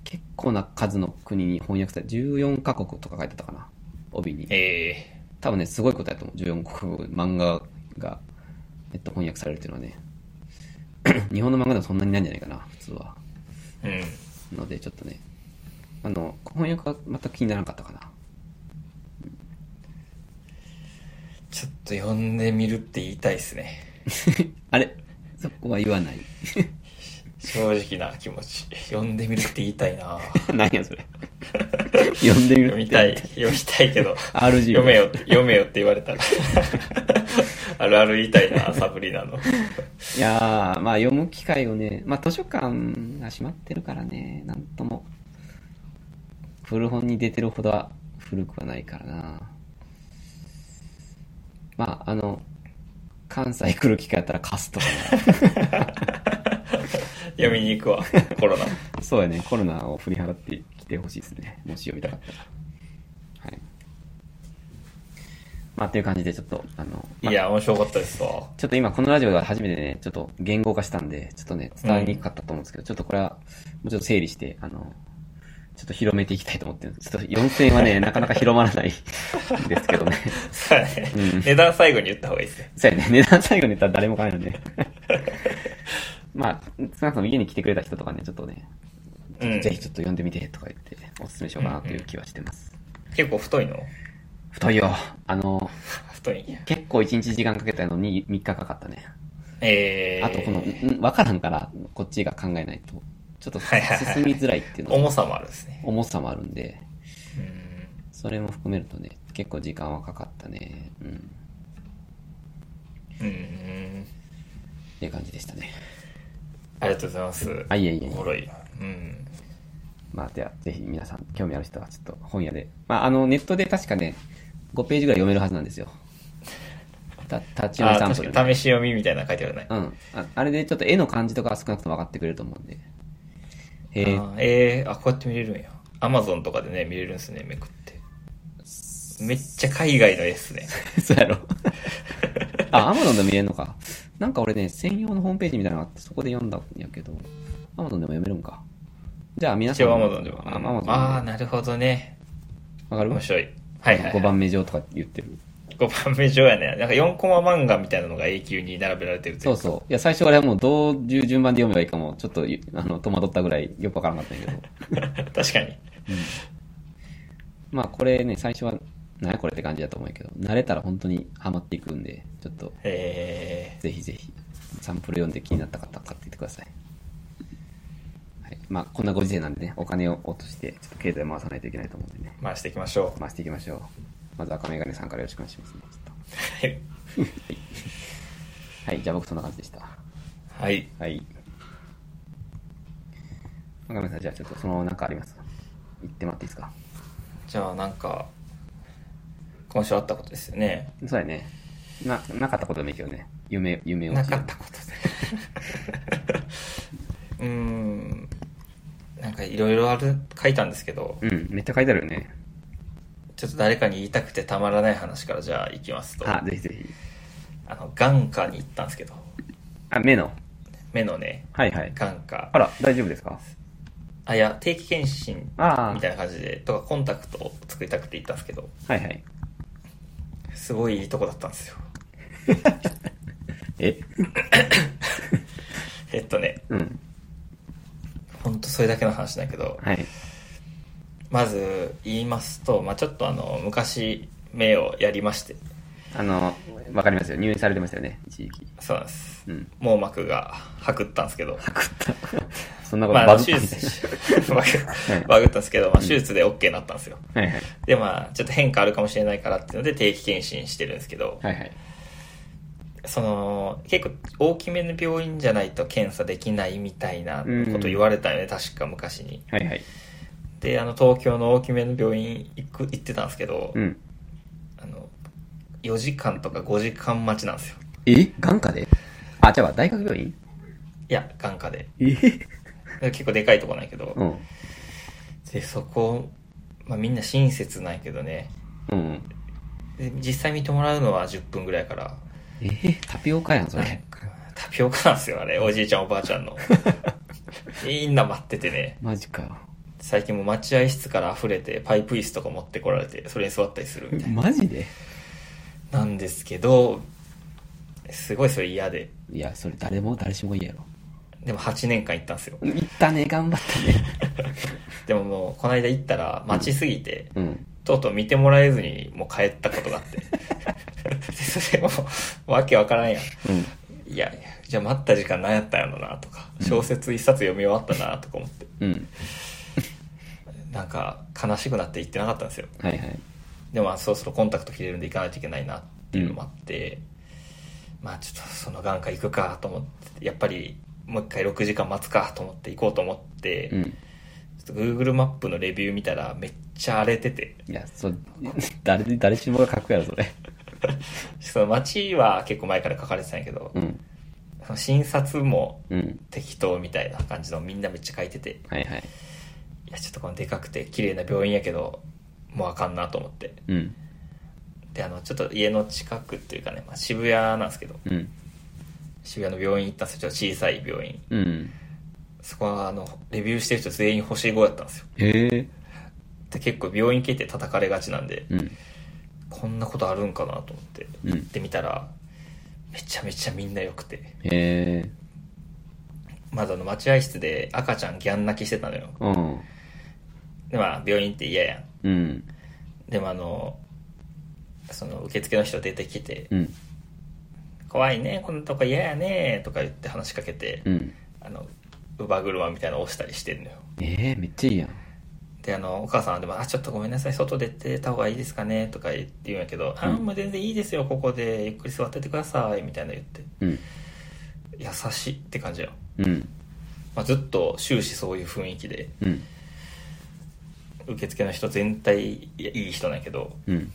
Speaker 1: 結構な数の国に翻訳され、14カ国とか書いてたかな、帯に。
Speaker 2: え
Speaker 1: 多分ね、すごいことやと思う。14カ国漫画が、えっと、翻訳されるっていうのはね。 日本の漫画でもそんなにないんじゃないかな、普通は。
Speaker 2: えうん。
Speaker 1: ので、ちょっとね、あの、翻訳は全く気にならなかったかな。
Speaker 2: ちょっと読んでみるって言いたいですね。
Speaker 1: あれそこは言わない。
Speaker 2: 正直な気持ち。読んでみるって言いたいな
Speaker 1: 何やそれ。 読んでみるって
Speaker 2: 読みた い。読みたいけど。
Speaker 1: RG
Speaker 2: 読めよって、読めよって言われたら。あるある言いたいな、サブリナの。
Speaker 1: いやー、まあ読む機会をね、まあ図書館が閉まってるからね、なんとも。古本に出てるほどは古くはないからな。まあ、あの、関西来る機会あったら貸すとかね。
Speaker 2: 読みに行くわ、コロナ。
Speaker 1: そうやね、コロナを振り払ってきてほしいですね。もし読みたかったら。はい。まあ、という感じでちょっと、あの、まあ
Speaker 2: いや、面白かったですわ。
Speaker 1: ちょっと今このラジオが初めてね、ちょっと言語化したんで、ちょっとね、伝わりにくかったと思うんですけど、ちょっとこれは、もうちょっと整理して、あの、ちょっと広めていきたいと思ってるんです。ちょっと4000円は ね、なかなか広まらないんですけどね。
Speaker 2: そうやね
Speaker 1: うん
Speaker 2: 値段最後に言った方がいいですね。
Speaker 1: そうやね、値段最後に言ったら誰も買えないので。まあ、少なくとも家に来てくれた人とかね、ちょっとね、
Speaker 2: うん。
Speaker 1: ぜひちょっと読んでみてとか言って、おすすめしようかなという気はしてます。
Speaker 2: 結構太いの
Speaker 1: 太いよ。あの、
Speaker 2: 太いんや。
Speaker 1: 結構1日時間かけたのに3日かかったね。
Speaker 2: えー。
Speaker 1: あとこの、んわからんから、こっちが考えないと、ちょっと
Speaker 2: はいはいはい
Speaker 1: 進みづらいっていうの
Speaker 2: 重さもあるんですね。
Speaker 1: 重さもあるんで、
Speaker 2: うん。
Speaker 1: それも含めるとね、結構時間はかかったね。うん。
Speaker 2: うん。
Speaker 1: っていう感じでしたね。
Speaker 2: ありがとうございます。
Speaker 1: あ、いえいえい
Speaker 2: お
Speaker 1: え
Speaker 2: も。ろい。うん。
Speaker 1: まあ、では、ぜひ皆さん、興味ある人は、ちょっと本屋で。まあ、あの、ネットで確かね、5ページぐらい読めるはずなんですよ。た、立ち読み
Speaker 2: あ、
Speaker 1: サンプルみた
Speaker 2: 確
Speaker 1: い
Speaker 2: か
Speaker 1: な。
Speaker 2: に試し読みみたいなの書いてあるね。
Speaker 1: うんあ。あれでちょっと絵の感じとかは少なくとも分かってくれると思うんで。えー
Speaker 2: あーえー、あ、こうやって見れるんや。アマゾンとかでね、見れるんですね、めくって。めっちゃ海外の絵っすね。
Speaker 1: そう やろ。あ、アマゾンでも見れんのか。なんか俺ね、専用のホームページみたいなのがあって、そこで読んだんやけど、アマゾンでも読めるんか。じゃあ皆さ
Speaker 2: 一
Speaker 1: ん。
Speaker 2: 応アマゾンでは。
Speaker 1: あ、アマゾンで。
Speaker 2: あー、なるほどね。
Speaker 1: わかる
Speaker 2: 面白い。はいはい、はい。
Speaker 1: ?5 番目上とか言ってる。
Speaker 2: 5番目上やね。なんか4コマ漫画みたいなのが永久に並べられてるとい
Speaker 1: そう
Speaker 2: う。
Speaker 1: そう。いや、最初俺はもうどういう順番で読めばいいかも、ちょっとあの戸惑ったぐらいよくわ からなかったんやけど。
Speaker 2: 確かに。
Speaker 1: まあこれね、最初はなんやこれって感じだと思うけど、慣れたら本当にハマっていくんで、ちょっと、
Speaker 2: え
Speaker 1: ぜひぜひ、サンプル読んで気になった方は買っていってください。はい。まあ、こんなご時世なんでね、お金を落として、ちょっと経済回さないといけないと思うんでね、
Speaker 2: ー、回していきましょ
Speaker 1: 回していきましょう。まず赤メガネさんからよろしくお願いします、ね。ちょっと
Speaker 2: う。はい。
Speaker 1: はい、じゃあ僕そんな感じでした。
Speaker 2: はい。
Speaker 1: はい。赤メガネさん、じゃあちょっとそのなんかあります言ってもらっていいですか
Speaker 2: じゃあ、なんか、今週あったことですよね。
Speaker 1: そうやね。な、なかったことでもいいけどね。夢、夢を教え
Speaker 2: な
Speaker 1: て。
Speaker 2: かったことで。 うーん。なんかいろいろある、書いたんですけど、
Speaker 1: うん、めっちゃ書いてあるよね。
Speaker 2: ちょっと誰かに言いたくてたまらない話からじゃあ行きますと、
Speaker 1: あ、ぜひぜひ。
Speaker 2: あの、眼科に行ったんですけど、
Speaker 1: あ、目の。
Speaker 2: 目のね、
Speaker 1: はいはい。
Speaker 2: 眼科
Speaker 1: あ。ら、大丈夫ですか
Speaker 2: あ、いや、定期検診
Speaker 1: あ
Speaker 2: みたいな感じで、とかコンタクトを作りたくて行ったんですけど、
Speaker 1: あ、はいはい。
Speaker 2: すごいいいとこだったんですよ。
Speaker 1: え
Speaker 2: えっとね、
Speaker 1: うん。
Speaker 2: ほんとそれだけの話だけど、
Speaker 1: はい。
Speaker 2: まず言いますと、まあちょっとあの、昔、目をやりまして、
Speaker 1: あの、わかりますよ。入院されてましたよね、一時期。
Speaker 2: そうなんです。
Speaker 1: うん。
Speaker 2: 網膜がはくったんですけど、
Speaker 1: そんなこと
Speaker 2: まあ、
Speaker 1: バ
Speaker 2: あの
Speaker 1: ズった
Speaker 2: 手
Speaker 1: みたい
Speaker 2: 術、 バグバグったんですけど、まあ、手術で OK になったんですよ。
Speaker 1: な。はいはい。
Speaker 2: で、まあ、ちょっと変化あるかもしれないからっていうので、定期検診してるんですけど、
Speaker 1: はいはい。
Speaker 2: その、結構大きめの病院じゃないと検査できないみたいな
Speaker 1: うん
Speaker 2: こと言われたよね、確か昔に。
Speaker 1: はいはい。
Speaker 2: で、あの、東京の大きめの病院行く行ってたんですけど、
Speaker 1: うん。
Speaker 2: あの、4時間とか5時間待ちなんですよ。
Speaker 1: え眼科であ、じゃあ、大学病院
Speaker 2: いや、眼科で。
Speaker 1: え
Speaker 2: 結構でかいとこないけど
Speaker 1: う。ん。
Speaker 2: で、そこ、まあみんな親切ないけどね、
Speaker 1: うん。
Speaker 2: で実際見てもらうのは10分ぐらいから
Speaker 1: えタピオカやん、それ。
Speaker 2: タピオカなんですよあれおじいちゃんおばあちゃ んのみんな待っててね
Speaker 1: マジか。
Speaker 2: 最近もう待合室から溢れてパイプ椅子とか持ってこられてそれに座ったりするみたい
Speaker 1: マジで
Speaker 2: ななんですけどすごいそれ嫌で
Speaker 1: いや、それ誰も、誰しもいいやろ。
Speaker 2: でも8年間行ったんですよ
Speaker 1: いったね、頑張っ
Speaker 2: でももうこの間行ったら待ちすぎて、
Speaker 1: たね。うん。
Speaker 2: とうとう見てもらえずにもう帰ったことがあって でそれもわけわからんやん
Speaker 1: うん。
Speaker 2: いやいや、じゃあ待った時間何やったんやろなとか、小説一冊読み終わったなとか思って、
Speaker 1: うん。
Speaker 2: なんか悲しくなって行ってなかったんですよ。
Speaker 1: はいはい。
Speaker 2: でもまあそろそろコンタクト切れるんで行かないといけないなっていうのもあって、まあちょっとその眼科行くかと思って、やっぱりもう一回6時間待つかと思って行こうと思って、
Speaker 1: うん。
Speaker 2: ちょっと Google マップのレビュー見たらめっちゃ荒れてて、
Speaker 1: いや、そう、 誰、誰しもが書くやろ、それ。
Speaker 2: その街は結構前から書かれてたんやけど
Speaker 1: う、ん。
Speaker 2: その診察も
Speaker 1: うん。
Speaker 2: 適当みたいな感じのみんなめっちゃ書いてて、
Speaker 1: はいはい。
Speaker 2: いやちょっとこのでかくて綺麗な病院やけどもうあかんなと思って
Speaker 1: うん。
Speaker 2: であのちょっと家の近くっていうかね、まあ、渋谷なんですけど
Speaker 1: うん。
Speaker 2: 渋谷の病院行ったんですよちょっと小さい病院
Speaker 1: うん。
Speaker 2: そこはあのレビューしてる人全員星5やったんですよ
Speaker 1: へえ。
Speaker 2: で結構病院系って叩かれがちなんで
Speaker 1: うん。
Speaker 2: こんなことあるんかなと思って
Speaker 1: うん
Speaker 2: 行ってみたら、めちゃめちゃみんな良くて
Speaker 1: へえ。
Speaker 2: まずあの待合室で赤ちゃんギャン泣きしてたのよ
Speaker 1: うん。
Speaker 2: でまあ病院って嫌やん
Speaker 1: うん。
Speaker 2: でもあのその受付の人出てきて
Speaker 1: うん。
Speaker 2: 怖いねこんなとこ嫌やねとか言って話しかけて、
Speaker 1: うん。
Speaker 2: あの乳母車みたいなの押したりしてんのよ
Speaker 1: ええ、めっちゃいいやん。
Speaker 2: であのお母さんはでも「あちょっとごめんなさい外出てた方がいいですかね」とか言って言うんやけど「あもう全然いいですよここでゆっくり座っててください」みたいなの言って
Speaker 1: うん。
Speaker 2: 優しいって感じよ、
Speaker 1: うん。
Speaker 2: まあ、ずっと終始そういう雰囲気で
Speaker 1: うん。
Speaker 2: 受付の人全体いやいい人なんやけど
Speaker 1: うん。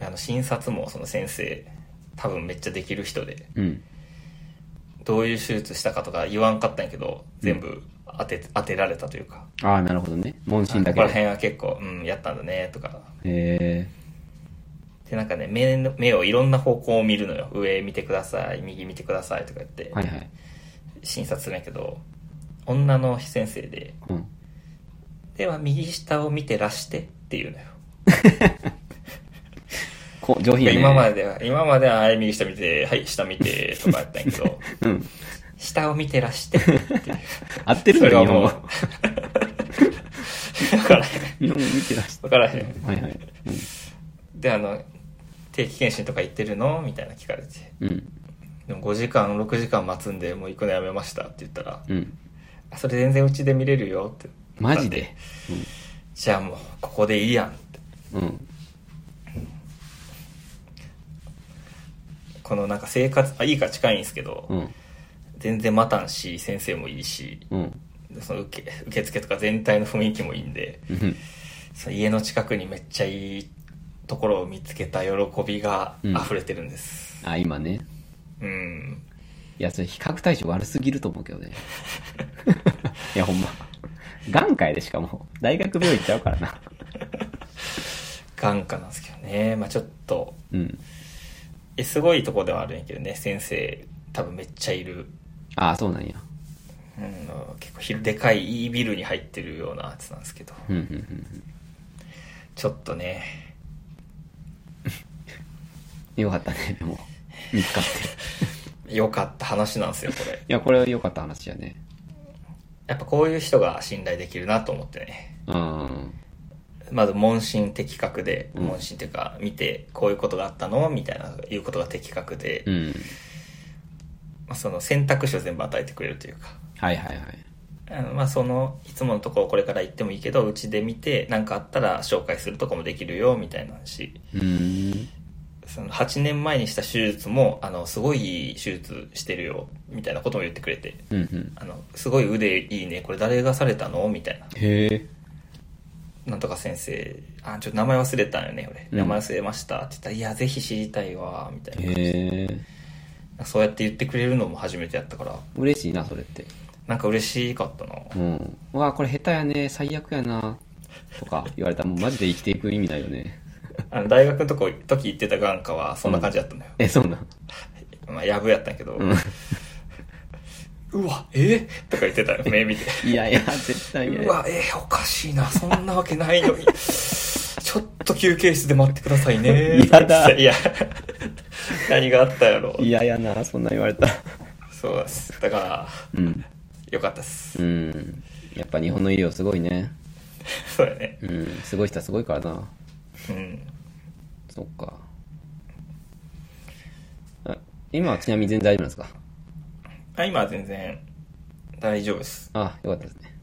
Speaker 2: あの診察もその先生多分めっちゃできる人で
Speaker 1: うん。
Speaker 2: どういう手術したかとか言わんかったんやけど全部当て,、当てられたというか
Speaker 1: ああ、なるほどね。問診だ
Speaker 2: こ
Speaker 1: け
Speaker 2: こら
Speaker 1: で。へ
Speaker 2: 辺は結構、うん、やったんだねとか
Speaker 1: え。
Speaker 2: でなんかね目の目をいろんな方向を見るのよ上見てください右見てくださいとか言って
Speaker 1: はいはい。
Speaker 2: 診察するんやけど、女の先生で
Speaker 1: うん。
Speaker 2: では右下を見てらしてっていうのよ
Speaker 1: こう、上品やね。
Speaker 2: 今ま
Speaker 1: で。
Speaker 2: では今までははい右下見てはい下見てとかやったんやけ ど
Speaker 1: うん。
Speaker 2: 下を見てらしてっていう
Speaker 1: 合ってるん
Speaker 2: そ
Speaker 1: だ
Speaker 2: れ
Speaker 1: よ、
Speaker 2: は
Speaker 1: 日本
Speaker 2: もう
Speaker 1: 語。
Speaker 2: 分からへん
Speaker 1: 日本語見てらし
Speaker 2: 分からへん
Speaker 1: た。はいはい。
Speaker 2: で、あの、定期検診とか行ってるのみたいな聞かれて。
Speaker 1: うん。
Speaker 2: でも5時間、6時間待つんで、もう行くのやめましたって言ったら、
Speaker 1: うん。
Speaker 2: あそれ全然うちで見れるよって。
Speaker 1: マジで
Speaker 2: じゃあもう、ここでいいやんって。
Speaker 1: うん。
Speaker 2: このなんか生活、あ、いいか近いんですけど、
Speaker 1: うん。
Speaker 2: 全然待たんし、先生もいいし、
Speaker 1: うん。
Speaker 2: その受け受付とか全体の雰囲気もいいんで、
Speaker 1: うん。
Speaker 2: その家の近くにめっちゃいいところを見つけた喜びが溢れてるんです。
Speaker 1: あ、今ね。
Speaker 2: うん。
Speaker 1: いや、それ比較対象悪すぎると思うけどね。 いや、ほんま。眼科やでしかも。大学病院行っちゃうからな。
Speaker 2: 眼科なんですけどね。まあちょっと、
Speaker 1: うん。
Speaker 2: えすごいとこではあるんやけどね、先生多分めっちゃいる。
Speaker 1: ああ、そうなんや。
Speaker 2: うん、結構ひでかいいいビルに入ってるようなやつなんですけど、
Speaker 1: うん、うん、うん
Speaker 2: ちょっとね、
Speaker 1: うん。よかったね、でも。見つかって。
Speaker 2: 良かった話なんですよ、これ。
Speaker 1: いや、これは良かった話やね。
Speaker 2: やっぱこういう人が信頼できるなと思ってね。
Speaker 1: うん。
Speaker 2: まず問診的確で、問診というか、見て、こういうことがあったのみたいな、いうことが的確で、
Speaker 1: うん。
Speaker 2: まあ、その選択肢を全部与えてくれるというか、
Speaker 1: はいはいはい。
Speaker 2: あのまあ、その、いつものところこれから行ってもいいけど、うちで見て、何かあったら紹介するとこもできるよ、みたいなし、
Speaker 1: うーん。
Speaker 2: その8年前にした手術も、あの、すごいいい手術してるよ、みたいなことも言ってくれて、
Speaker 1: うん、うん。
Speaker 2: あの、すごい腕いいね、これ誰がされたのみたいな。
Speaker 1: へえ。
Speaker 2: なんとか先生、あ、ちょっと名前忘れたんよね、
Speaker 1: うん
Speaker 2: 俺。名前忘れました。って言ったら、いや、ぜひ知りたいわ、みたいな。
Speaker 1: へえ。
Speaker 2: そうやって言ってくれるのも初めてやったから、
Speaker 1: 嬉しいな、それって。
Speaker 2: なんか嬉しかったな。
Speaker 1: うん。うわあ、これ下手やね、最悪やな、とか言われたら、もうマジで生きていく意味ないよね。
Speaker 2: あの大学のとこ時行ってた眼科はそんな感じだったのよ。
Speaker 1: え、そうなん。
Speaker 2: まあ、やぶやったんやけど、
Speaker 1: うん。
Speaker 2: うわ、えとか言ってたよ、目見て。
Speaker 1: いやいや、絶対嫌
Speaker 2: う
Speaker 1: や。
Speaker 2: わ、えおかしいな、そんなわけない のに。ちょっと休憩室で待ってくださいね。
Speaker 1: 嫌だ
Speaker 2: いや、何があったやろ。
Speaker 1: 嫌やな、そんな言われた。
Speaker 2: そうです。だから、
Speaker 1: うん。
Speaker 2: よかったです。
Speaker 1: うん。やっぱ日本の医療すごいね。
Speaker 2: そうやね。
Speaker 1: うん。すごい人はすごいからな。
Speaker 2: うん。
Speaker 1: そっか。あ今はちなみに全然大丈夫なんですか
Speaker 2: あ今は全然大丈夫です。
Speaker 1: あ、よかったですね。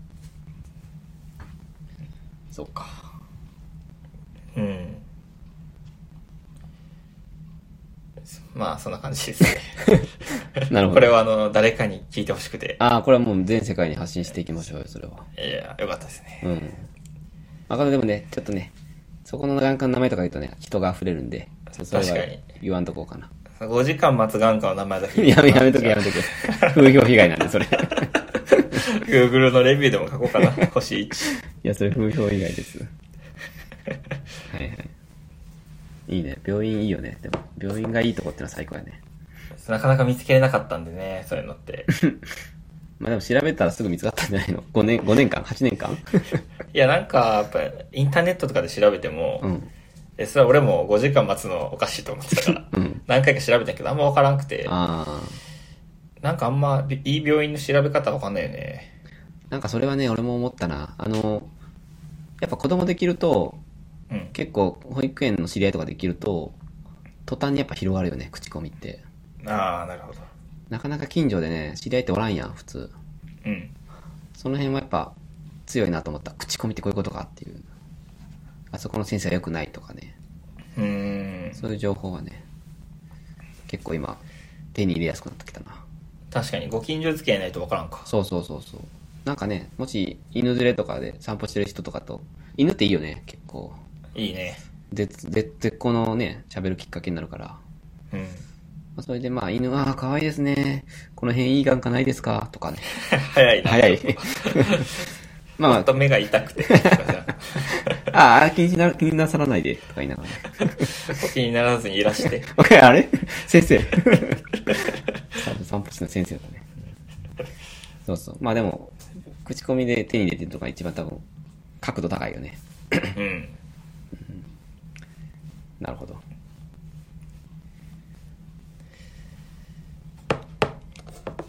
Speaker 1: そっか。
Speaker 2: うん。まあ、そんな感じですね。
Speaker 1: なるほど。
Speaker 2: これはあの、誰かに聞いてほしくて。
Speaker 1: ああ、これはもう全世界に発信していきましょうよ、それは。
Speaker 2: いや、よかったですね。
Speaker 1: うん。あ、でもね、ちょっとね、そこの眼科の名前とか言うとね、人が溢れるんで、ちょっとそれは
Speaker 2: 確かに
Speaker 1: 言わんとこうかな。
Speaker 2: 5時間待つ眼科の名前だけ
Speaker 1: やめ、やめとけ、やめとけ。風評被害なんで、それ。い
Speaker 2: Google のレビューでも書こう かな。星1。
Speaker 1: や、それ風評被害です。はいはい。いいね。病院いいよね。でも、病院がいいとこってのは最高やね。
Speaker 2: なかなか見つけれなかったんでね、そういうの って。
Speaker 1: まあでも調べたらすぐ見つかったんじゃないの ?5 年、5年間 ?8 年 間
Speaker 2: いや、なんか、やっぱ、インターネットとかで調べても、
Speaker 1: うん。
Speaker 2: えそれは俺も5時間待つのおかしいと思ってたから、
Speaker 1: うん
Speaker 2: 何回か調べたけど、あんまわからんくて、
Speaker 1: あ
Speaker 2: なんかあんま、いい病院の調べ方わかんないよね。
Speaker 1: あ。なんかそれはね、俺も思ったな。あの、やっぱ子供できると、
Speaker 2: うん。
Speaker 1: 結構保育園の知り合いとかできると途端にやっぱ広がるよね口コミって
Speaker 2: ああ、なるほど。
Speaker 1: なかなか近所でね知り合いっておらんやん普通
Speaker 2: うん。
Speaker 1: その辺はやっぱ強いなと思った口コミってこういうことかっていうあそこの先生は良くないとかね
Speaker 2: うーん。
Speaker 1: そういう情報はね結構今手に入れやすくなってきたな
Speaker 2: 確かに、ご近所付き合いないとわからんか。
Speaker 1: そうそうそうそうなんかねもし犬連れとかで散歩してる人とかと犬っていいよね結構
Speaker 2: いいね。
Speaker 1: 絶絶絶好のね喋るきっかけになるから
Speaker 2: うん。
Speaker 1: まあそれでまあ犬は可愛いですね。この辺いい眼科ないですかとかね。
Speaker 2: 早いな。
Speaker 1: 早い。 まあ
Speaker 2: ちょっと目が痛く て。
Speaker 1: まあ、ああ、気にな、気になさらないで。とか言いながらね。
Speaker 2: 気にならずにいらして。
Speaker 1: わか るあれ先生。散歩散歩しの先生だね。そうそう。まあでも、口コミで手に入れてるとか一番多分、角度高いよね。
Speaker 2: うん。
Speaker 1: なるほど。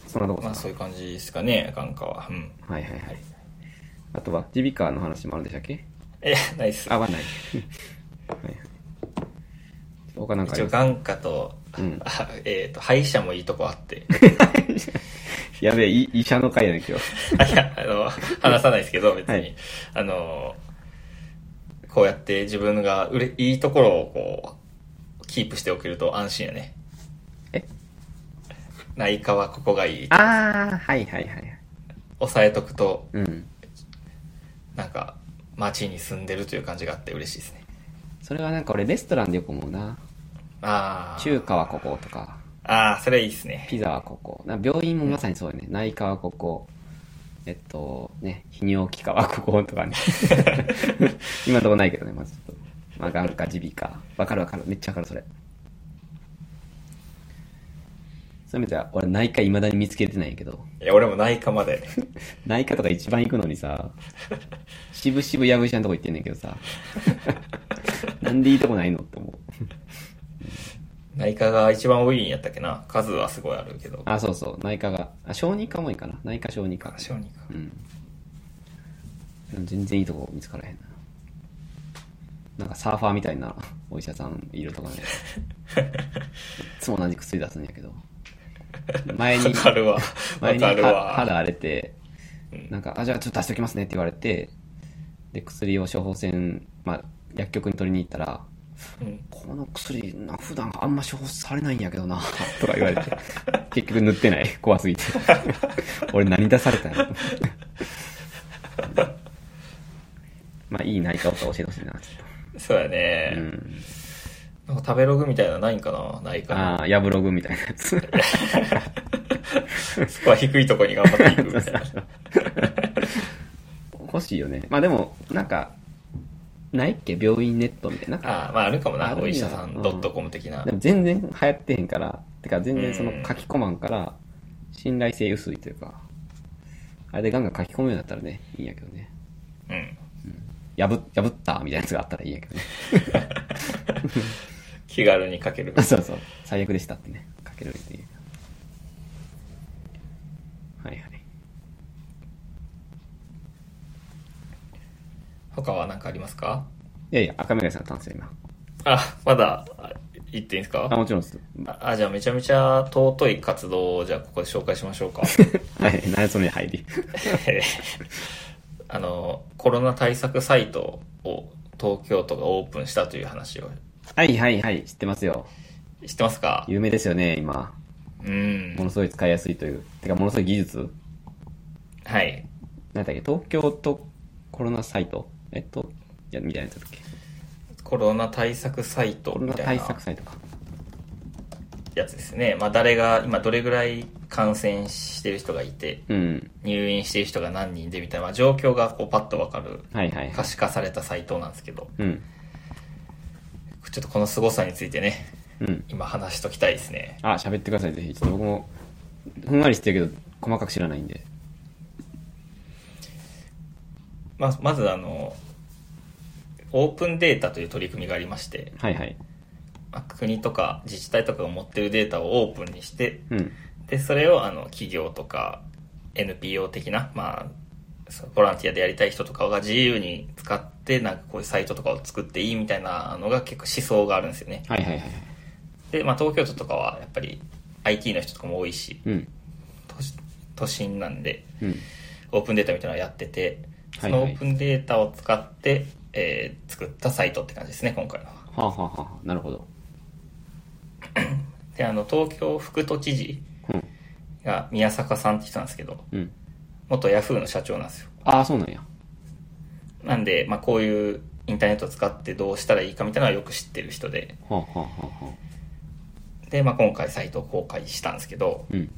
Speaker 1: そんなとこ
Speaker 2: ま
Speaker 1: で
Speaker 2: あ
Speaker 1: す
Speaker 2: そういう感じですかね、眼科は。うん。
Speaker 1: か。はいはいはい。あとは、耳鼻科の話もあるんでしたっけ
Speaker 2: え、ないっす。
Speaker 1: あ、はない。はいはい。他なんかあ
Speaker 2: 一
Speaker 1: り
Speaker 2: 応
Speaker 1: ますか
Speaker 2: 眼科と、
Speaker 1: うん
Speaker 2: あえっ、と、歯医者もいいとこあって。
Speaker 1: やべえ、い医者の会やねん、今日。
Speaker 2: あいや、あの、話さないですけど、別に。
Speaker 1: はい
Speaker 2: あの、こうやって自分がうれいいところをこう、キープしておけると安心やね。
Speaker 1: え
Speaker 2: 内科はここがいい。
Speaker 1: ああ、はいはいはい。
Speaker 2: 抑えとくと、
Speaker 1: うん。
Speaker 2: なんか、街に住んでるという感じがあって嬉しいですね。
Speaker 1: それはなんか俺レストランでよく思うな。
Speaker 2: ああ。
Speaker 1: 中華はこことか、
Speaker 2: ああ、それいいですね。
Speaker 1: ピザはここ。な病院もまさにそうよね。内科はここ。えっと、ね、泌尿器科はこことかね。今のところないけどね、まずちょっと。まあ、眼科、耳鼻科。わかるわかる。めっちゃわかる、それ。そういう意味では、俺内科未だに見つけてないんやけど。
Speaker 2: いや、俺も内科まで。
Speaker 1: 内科とか一番行くのにさ、しぶしぶやぶ医者のとこ行ってんねんけどさ、なんでいいとこないのって思う。
Speaker 2: 内科が一番多いんやったっけな。数はすごいあるけど。
Speaker 1: あ、そうそう、内科が。あ、小児科もいいかな。内科小児科。
Speaker 2: 小児科。
Speaker 1: うん。でも全然いいとこ見つからへんな。なんかサーファーみたいなお医者さんいるとかね。い っつも同じ薬出すんやけど。前に
Speaker 2: わ、かる わ。わ
Speaker 1: 前に
Speaker 2: かる
Speaker 1: は
Speaker 2: わ。
Speaker 1: 肌荒れて、なんか、あ、じゃあちょっと出しておきますねって言われて、で、薬を処方箋、まあ、薬局に取りに行ったら、
Speaker 2: うん
Speaker 1: この薬、な普段あんま処方されないんやけどな、 とか言われて、結局塗ってない。怖 すぎて。俺何出された のまあ、いい内科を教えてほしいな、ちょっ
Speaker 2: そうや
Speaker 1: と。う
Speaker 2: ね。
Speaker 1: ん。
Speaker 2: なんか食べログみたいなのないんかなないか
Speaker 1: ああ、ヤブログみたいなやつ。
Speaker 2: な。そこは低いとこに頑張っていくみ たいな。
Speaker 1: 欲しいよね。まあでも、なんか、ないっけ病院ネットみたいな。なんか
Speaker 2: ああ、まああるかも
Speaker 1: あ
Speaker 2: な。
Speaker 1: るんや
Speaker 2: お医者さん
Speaker 1: うん
Speaker 2: .com 的な
Speaker 1: で。も全然流行ってへんから、てか全然その書き込まんから、信頼性薄いというか、あれでガンガン書き込むようになったらね、いいんやけどね。
Speaker 2: うん。
Speaker 1: 破っ、破ったみたいなやつがあったらいいんやけどね。
Speaker 2: 気軽に書ける。
Speaker 1: そうそう。最悪でしたってね、書けるっていう。はいはい。
Speaker 2: 他は何かありますか
Speaker 1: いやいや、赤目がさんの単性今。
Speaker 2: あ、まだあ言っていいんです
Speaker 1: あ、
Speaker 2: か
Speaker 1: もちろんです。
Speaker 2: ああ、じゃあめちゃめちゃ尊い活動をじゃあここで紹介しましょうか。
Speaker 1: はい、何やその入り。
Speaker 2: あの、コロナ対策サイトを東京都がオープンしたという話を
Speaker 1: はいはいはい、知ってますよ。
Speaker 2: 知ってますか
Speaker 1: 有名ですよね、今。
Speaker 2: うん
Speaker 1: も。のすごい使いやすいという。てか、ものすごい技術
Speaker 2: はい。
Speaker 1: なんだっけ、東京都コロナサイトえっと、いや、みたいなやつだっけ。
Speaker 2: コロナ対策サイト
Speaker 1: コロ
Speaker 2: み
Speaker 1: ナ
Speaker 2: たい
Speaker 1: 対
Speaker 2: な
Speaker 1: 策サイトか。
Speaker 2: やつですね。まあ誰が、今どれぐらい感染してる人がいて、
Speaker 1: うん。
Speaker 2: 入院してる人が何人でみたいな、まあ、状況がこうパッとわかる
Speaker 1: はいはいは
Speaker 2: 可
Speaker 1: い。
Speaker 2: 視化されたサイトなんですけど、
Speaker 1: うん。
Speaker 2: ちょっとこの凄さについてね、
Speaker 1: うん。
Speaker 2: 今話しときたいですね。
Speaker 1: あ、喋ってください、ぜひ。ちょっと僕も、ふんわりしてるけど、細かく知らないんで。
Speaker 2: まあ、まずあの、オープンデータという取り組みがありまして、
Speaker 1: はいはい。
Speaker 2: まあ国とか自治体とかが持ってるデータをオープンにして、
Speaker 1: うん。
Speaker 2: で、それをあの企業とか NPO 的な、まあ、そうボランティアでやりたい人とかが自由に使って、なんかこういうサイトとかを作っていいみたいなのが結構思想があるんですよね。
Speaker 1: はいはいはいはい。
Speaker 2: で、まあ東京都とかはやっぱり IT の人とかも多いし、
Speaker 1: うん。
Speaker 2: 都市都心なんで、
Speaker 1: うん。
Speaker 2: オープンデータみたいなのをやってて、
Speaker 1: は
Speaker 2: その
Speaker 1: い
Speaker 2: オ
Speaker 1: はい
Speaker 2: ープンデータを使って、えー作ったサイトって感じですね、今回のは。
Speaker 1: はあ、はあはあ、なるほど。
Speaker 2: で、あの、東京副都知事
Speaker 1: うん。
Speaker 2: が宮坂さんって人なんですけど、
Speaker 1: うん。
Speaker 2: 元ヤフーの社長なんですよ。
Speaker 1: ああ、そうなんや。
Speaker 2: なんで、まあ、こういうインターネットを使ってどうしたらいいかみたいなのはよく知ってる人で、
Speaker 1: はあ、はあはあはあ、
Speaker 2: で、まあ、今回サイトを公開したんですけど、
Speaker 1: うん。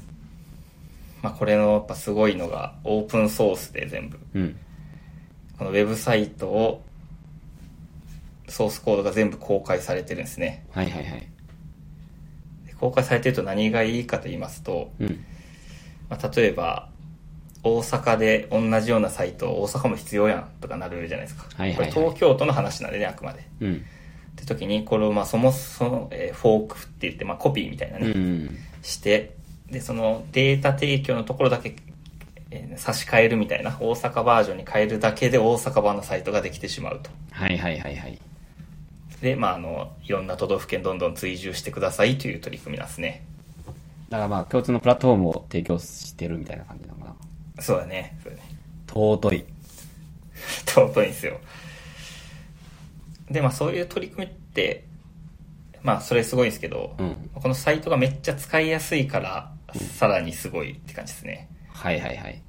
Speaker 2: まあ、これのやっぱすごいのがオープンソースで全部、
Speaker 1: うん。
Speaker 2: このウェブサイトを、ソースコードが全部公開されてるんですね。
Speaker 1: はいはいはい。
Speaker 2: で公開されてると何がいいかと言いますと、
Speaker 1: うん。
Speaker 2: まあ、例えば、大阪で同じようなサイト、大阪も必要やんとかなるじゃないですか。
Speaker 1: はいはいはい
Speaker 2: これ東京都の話なんでね、あくまで。
Speaker 1: うん。
Speaker 2: って時に、これをまあそもそも、えーフォークって言って、まあコピーみたいなね、
Speaker 1: うん。
Speaker 2: して、で、そのデータ提供のところだけ、えー差し替えるみたいな、大阪バージョンに変えるだけで大阪版のサイトができてしまうと。
Speaker 1: はいはいはいはい。
Speaker 2: で、まあ、あの、いろんな都道府県どんどん追従してくださいという取り組みなんですね。
Speaker 1: だからまあ、共通のプラットフォームを提供してるみたいな感じなのかな。
Speaker 2: そうだね。そうだね。
Speaker 1: 尊い。
Speaker 2: 尊いんですよ。で、まあ、そういう取り組みって、まあ、それすごいんですけど、
Speaker 1: うん。
Speaker 2: このサイトがめっちゃ使いやすいから、さらにすごいって感じですね。
Speaker 1: はいはいはい。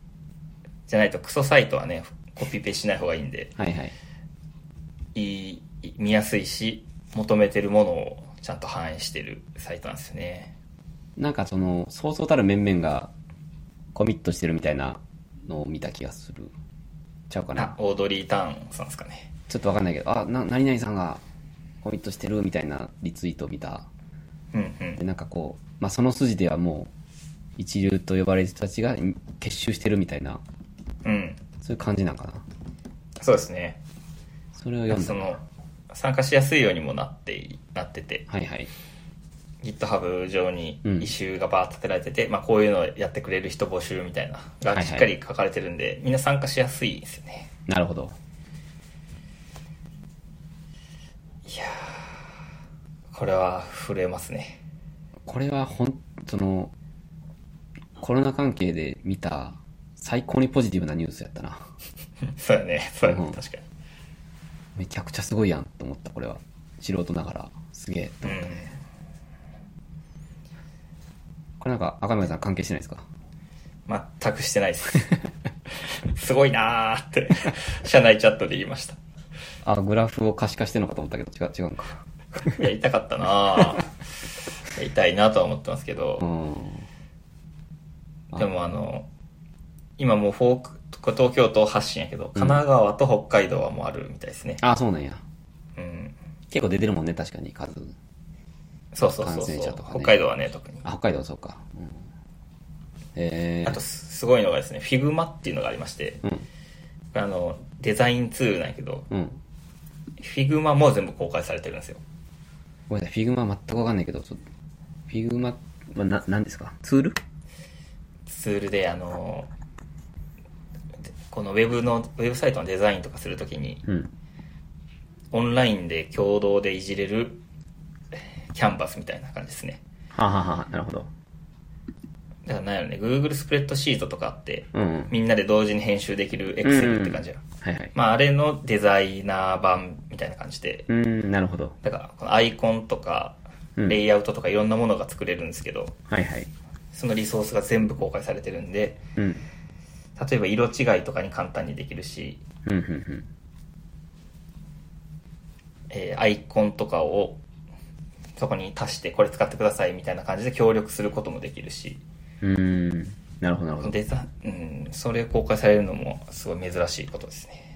Speaker 2: じゃないと、クソサイトはね、コピペしない方がいいんで、
Speaker 1: はいはい。
Speaker 2: いい、見やすいし、求めてるものをちゃんと反映してるサイトなんですよね。
Speaker 1: なんかその、そうそうたる面々がコミットしてるみたいなのを見た気がする。ちゃうか
Speaker 2: あ
Speaker 1: な、。
Speaker 2: オードリー・ターンさんですかね。
Speaker 1: ちょっとわかんないけど、あ、な、何々さんがコミットしてるみたいなリツイートを見た。
Speaker 2: うんうん。
Speaker 1: で、なんかこう、まあその筋ではもう、一流と呼ばれる人たちがん結集してるみたいな、
Speaker 2: うん。
Speaker 1: そういう感じなんかな。
Speaker 2: そうですね。
Speaker 1: それを読ん
Speaker 2: そ
Speaker 1: だ。
Speaker 2: の、参加しやすいようにもなって、なってて、
Speaker 1: はいはい。
Speaker 2: GitHub 上に
Speaker 1: うん
Speaker 2: 異臭がバーッと立てられてて、まあこういうのをやってくれる人募集みたいな、がしっかり書かれてるんで、みんな参加しやすいんですよね。
Speaker 1: なるほど。
Speaker 2: これは震えますね。
Speaker 1: これはほん、その、コロナ関係で見た最高にポジティブなニュースやったな。
Speaker 2: そうだね。そうだ
Speaker 1: う
Speaker 2: ね
Speaker 1: ん。
Speaker 2: 確か
Speaker 1: めちゃくちゃすごいやんと思った、これは。素人ながら、すげえ。
Speaker 2: に。うん。
Speaker 1: これなんか赤嶺さん関係してないですか
Speaker 2: 全くしてないです。 すごいなーって、社内チャットで言いました。
Speaker 1: あ、グラフを可視化してるのかと思ったけど、違う、違うんか。
Speaker 2: やりたかったなーやりたいなとは思ってますけど
Speaker 1: う、ん。
Speaker 2: でもあの、今もうフォーク、東京都発信やけど、神奈川と北海道はもうあるみたいですね。
Speaker 1: あ、そうなんや。
Speaker 2: うん。
Speaker 1: 結構出てるもんね、確かに、数。
Speaker 2: そうそうそう
Speaker 1: 感
Speaker 2: そう、
Speaker 1: 染者とかね
Speaker 2: 北海道はね、特に。
Speaker 1: あ、北海道、そうか。うん、えー、
Speaker 2: あと、すすごいのがですね、Figma っていうのがありまして、
Speaker 1: うん、
Speaker 2: あの、デザインツールなんやけど、
Speaker 1: うん。
Speaker 2: Figma も全部公開されてるんですよ。
Speaker 1: ごめんなさい、フィグマ全くわかんないけど、ちょっと、フィグマはな、何ですかツール
Speaker 2: ツールで、あの、でこのウェブの、ウェブサイトのデザインとかするときに、
Speaker 1: うん。
Speaker 2: オンラインで共同でいじれるキャンバスみたいな感じですね。
Speaker 1: はあ、はあはあ、なるほど。
Speaker 2: だからなんやろね、Google スプレッドシートとかあって、
Speaker 1: うん、うん。
Speaker 2: みんなで同時に編集でき
Speaker 1: う
Speaker 2: る
Speaker 1: んう
Speaker 2: Excel
Speaker 1: ん
Speaker 2: って感じやろ。
Speaker 1: はいはい。
Speaker 2: まあ、あれのデザイナー版みたいな感じで、
Speaker 1: うーん、なるほど。
Speaker 2: だからこのアイコンとか
Speaker 1: うん
Speaker 2: レイアウトとかいろんなものが作れるんですけど、
Speaker 1: はいはい。
Speaker 2: そのリソースが全部公開されてるんで
Speaker 1: うん。
Speaker 2: 例えば色違いとかに簡単にできるし、
Speaker 1: うん、うん、うん。
Speaker 2: えーアイコンとかをそこに足してこれ使ってくださいみたいな感じで協力することもできるし
Speaker 1: うーん、なるほど、なるほど。
Speaker 2: デザうんそれ公開されるのもすごい珍しいことですね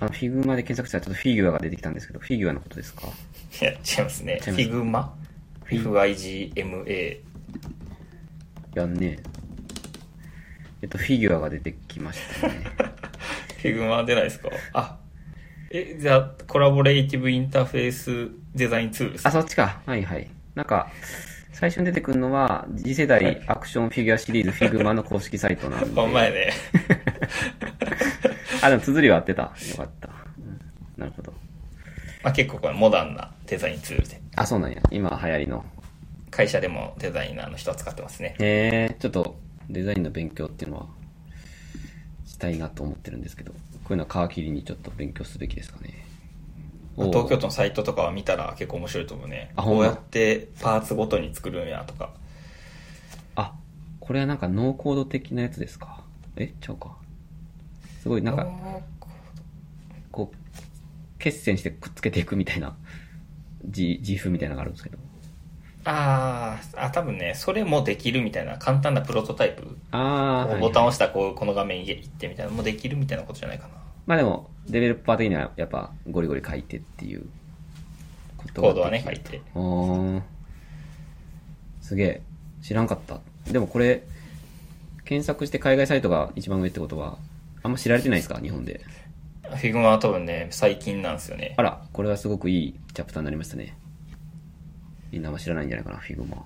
Speaker 1: あの、フィグマで検索したらちょっとフィギュアが出てきたんですけど、フィギュアのことですか
Speaker 2: いや違いますね
Speaker 1: 違います
Speaker 2: Figma FIGMA
Speaker 1: やんねえっと、フィギュアが出てきましたね。
Speaker 2: フィグマ出ないですかあ、え、じゃあ、コラボレーティブインターフェースデザインツールです
Speaker 1: あ、
Speaker 2: か
Speaker 1: そっちか。はいはい。なんか、最初に出てくるのは、次世代アクションフィギュアシリーズフィグマの公式サイトなんで。
Speaker 2: お前ね。
Speaker 1: あ、でも綴りは合ってた。よかった。うんなるほど。
Speaker 2: まあ、結構これモダンなデザインツールで、
Speaker 1: あ、そうなんや。今流行りの。
Speaker 2: 会社でもデザイナーの人は使ってますね。
Speaker 1: へえ、ちょっとデザインの勉強っていうのは、したいなと思ってるんですけど、こういうのは皮切りにちょっと勉強すべきですかね。おう
Speaker 2: 東京都のサイトとかは見たら結構面白いと思うね。
Speaker 1: あほん
Speaker 2: こう
Speaker 1: ま
Speaker 2: やってパーツごとに作るんやとか。
Speaker 1: あ、これはなんかノーコード的なやつですか。え、ちゃうか。すごい、なんか、こう、決戦してくっつけていくみたいな、G、G 風みたいなのがあるんですけど。
Speaker 2: あーあ、多分ね、それもできるみたいな簡単なプロトタイプ。
Speaker 1: あー、はい
Speaker 2: ボタンを押したらこう、この画面に行ってみたいなのもできるみたいなことじゃないかな。
Speaker 1: まあでも、デベロッパー的にはやっぱゴリゴリ書いてっていうこと
Speaker 2: コ
Speaker 1: が
Speaker 2: ードは
Speaker 1: で
Speaker 2: ね
Speaker 1: き、
Speaker 2: 書いて。
Speaker 1: あーすげえ。知らんかった。でもこれ、検索して海外サイトが一番上ってことは、あんま知られてないですか日本で。
Speaker 2: フィグマは多分ね、最近なんですよね
Speaker 1: あ。ら、これはすごくいいチャプターになりましたね。みんなあんま知らないんじゃないかな、フィグマ。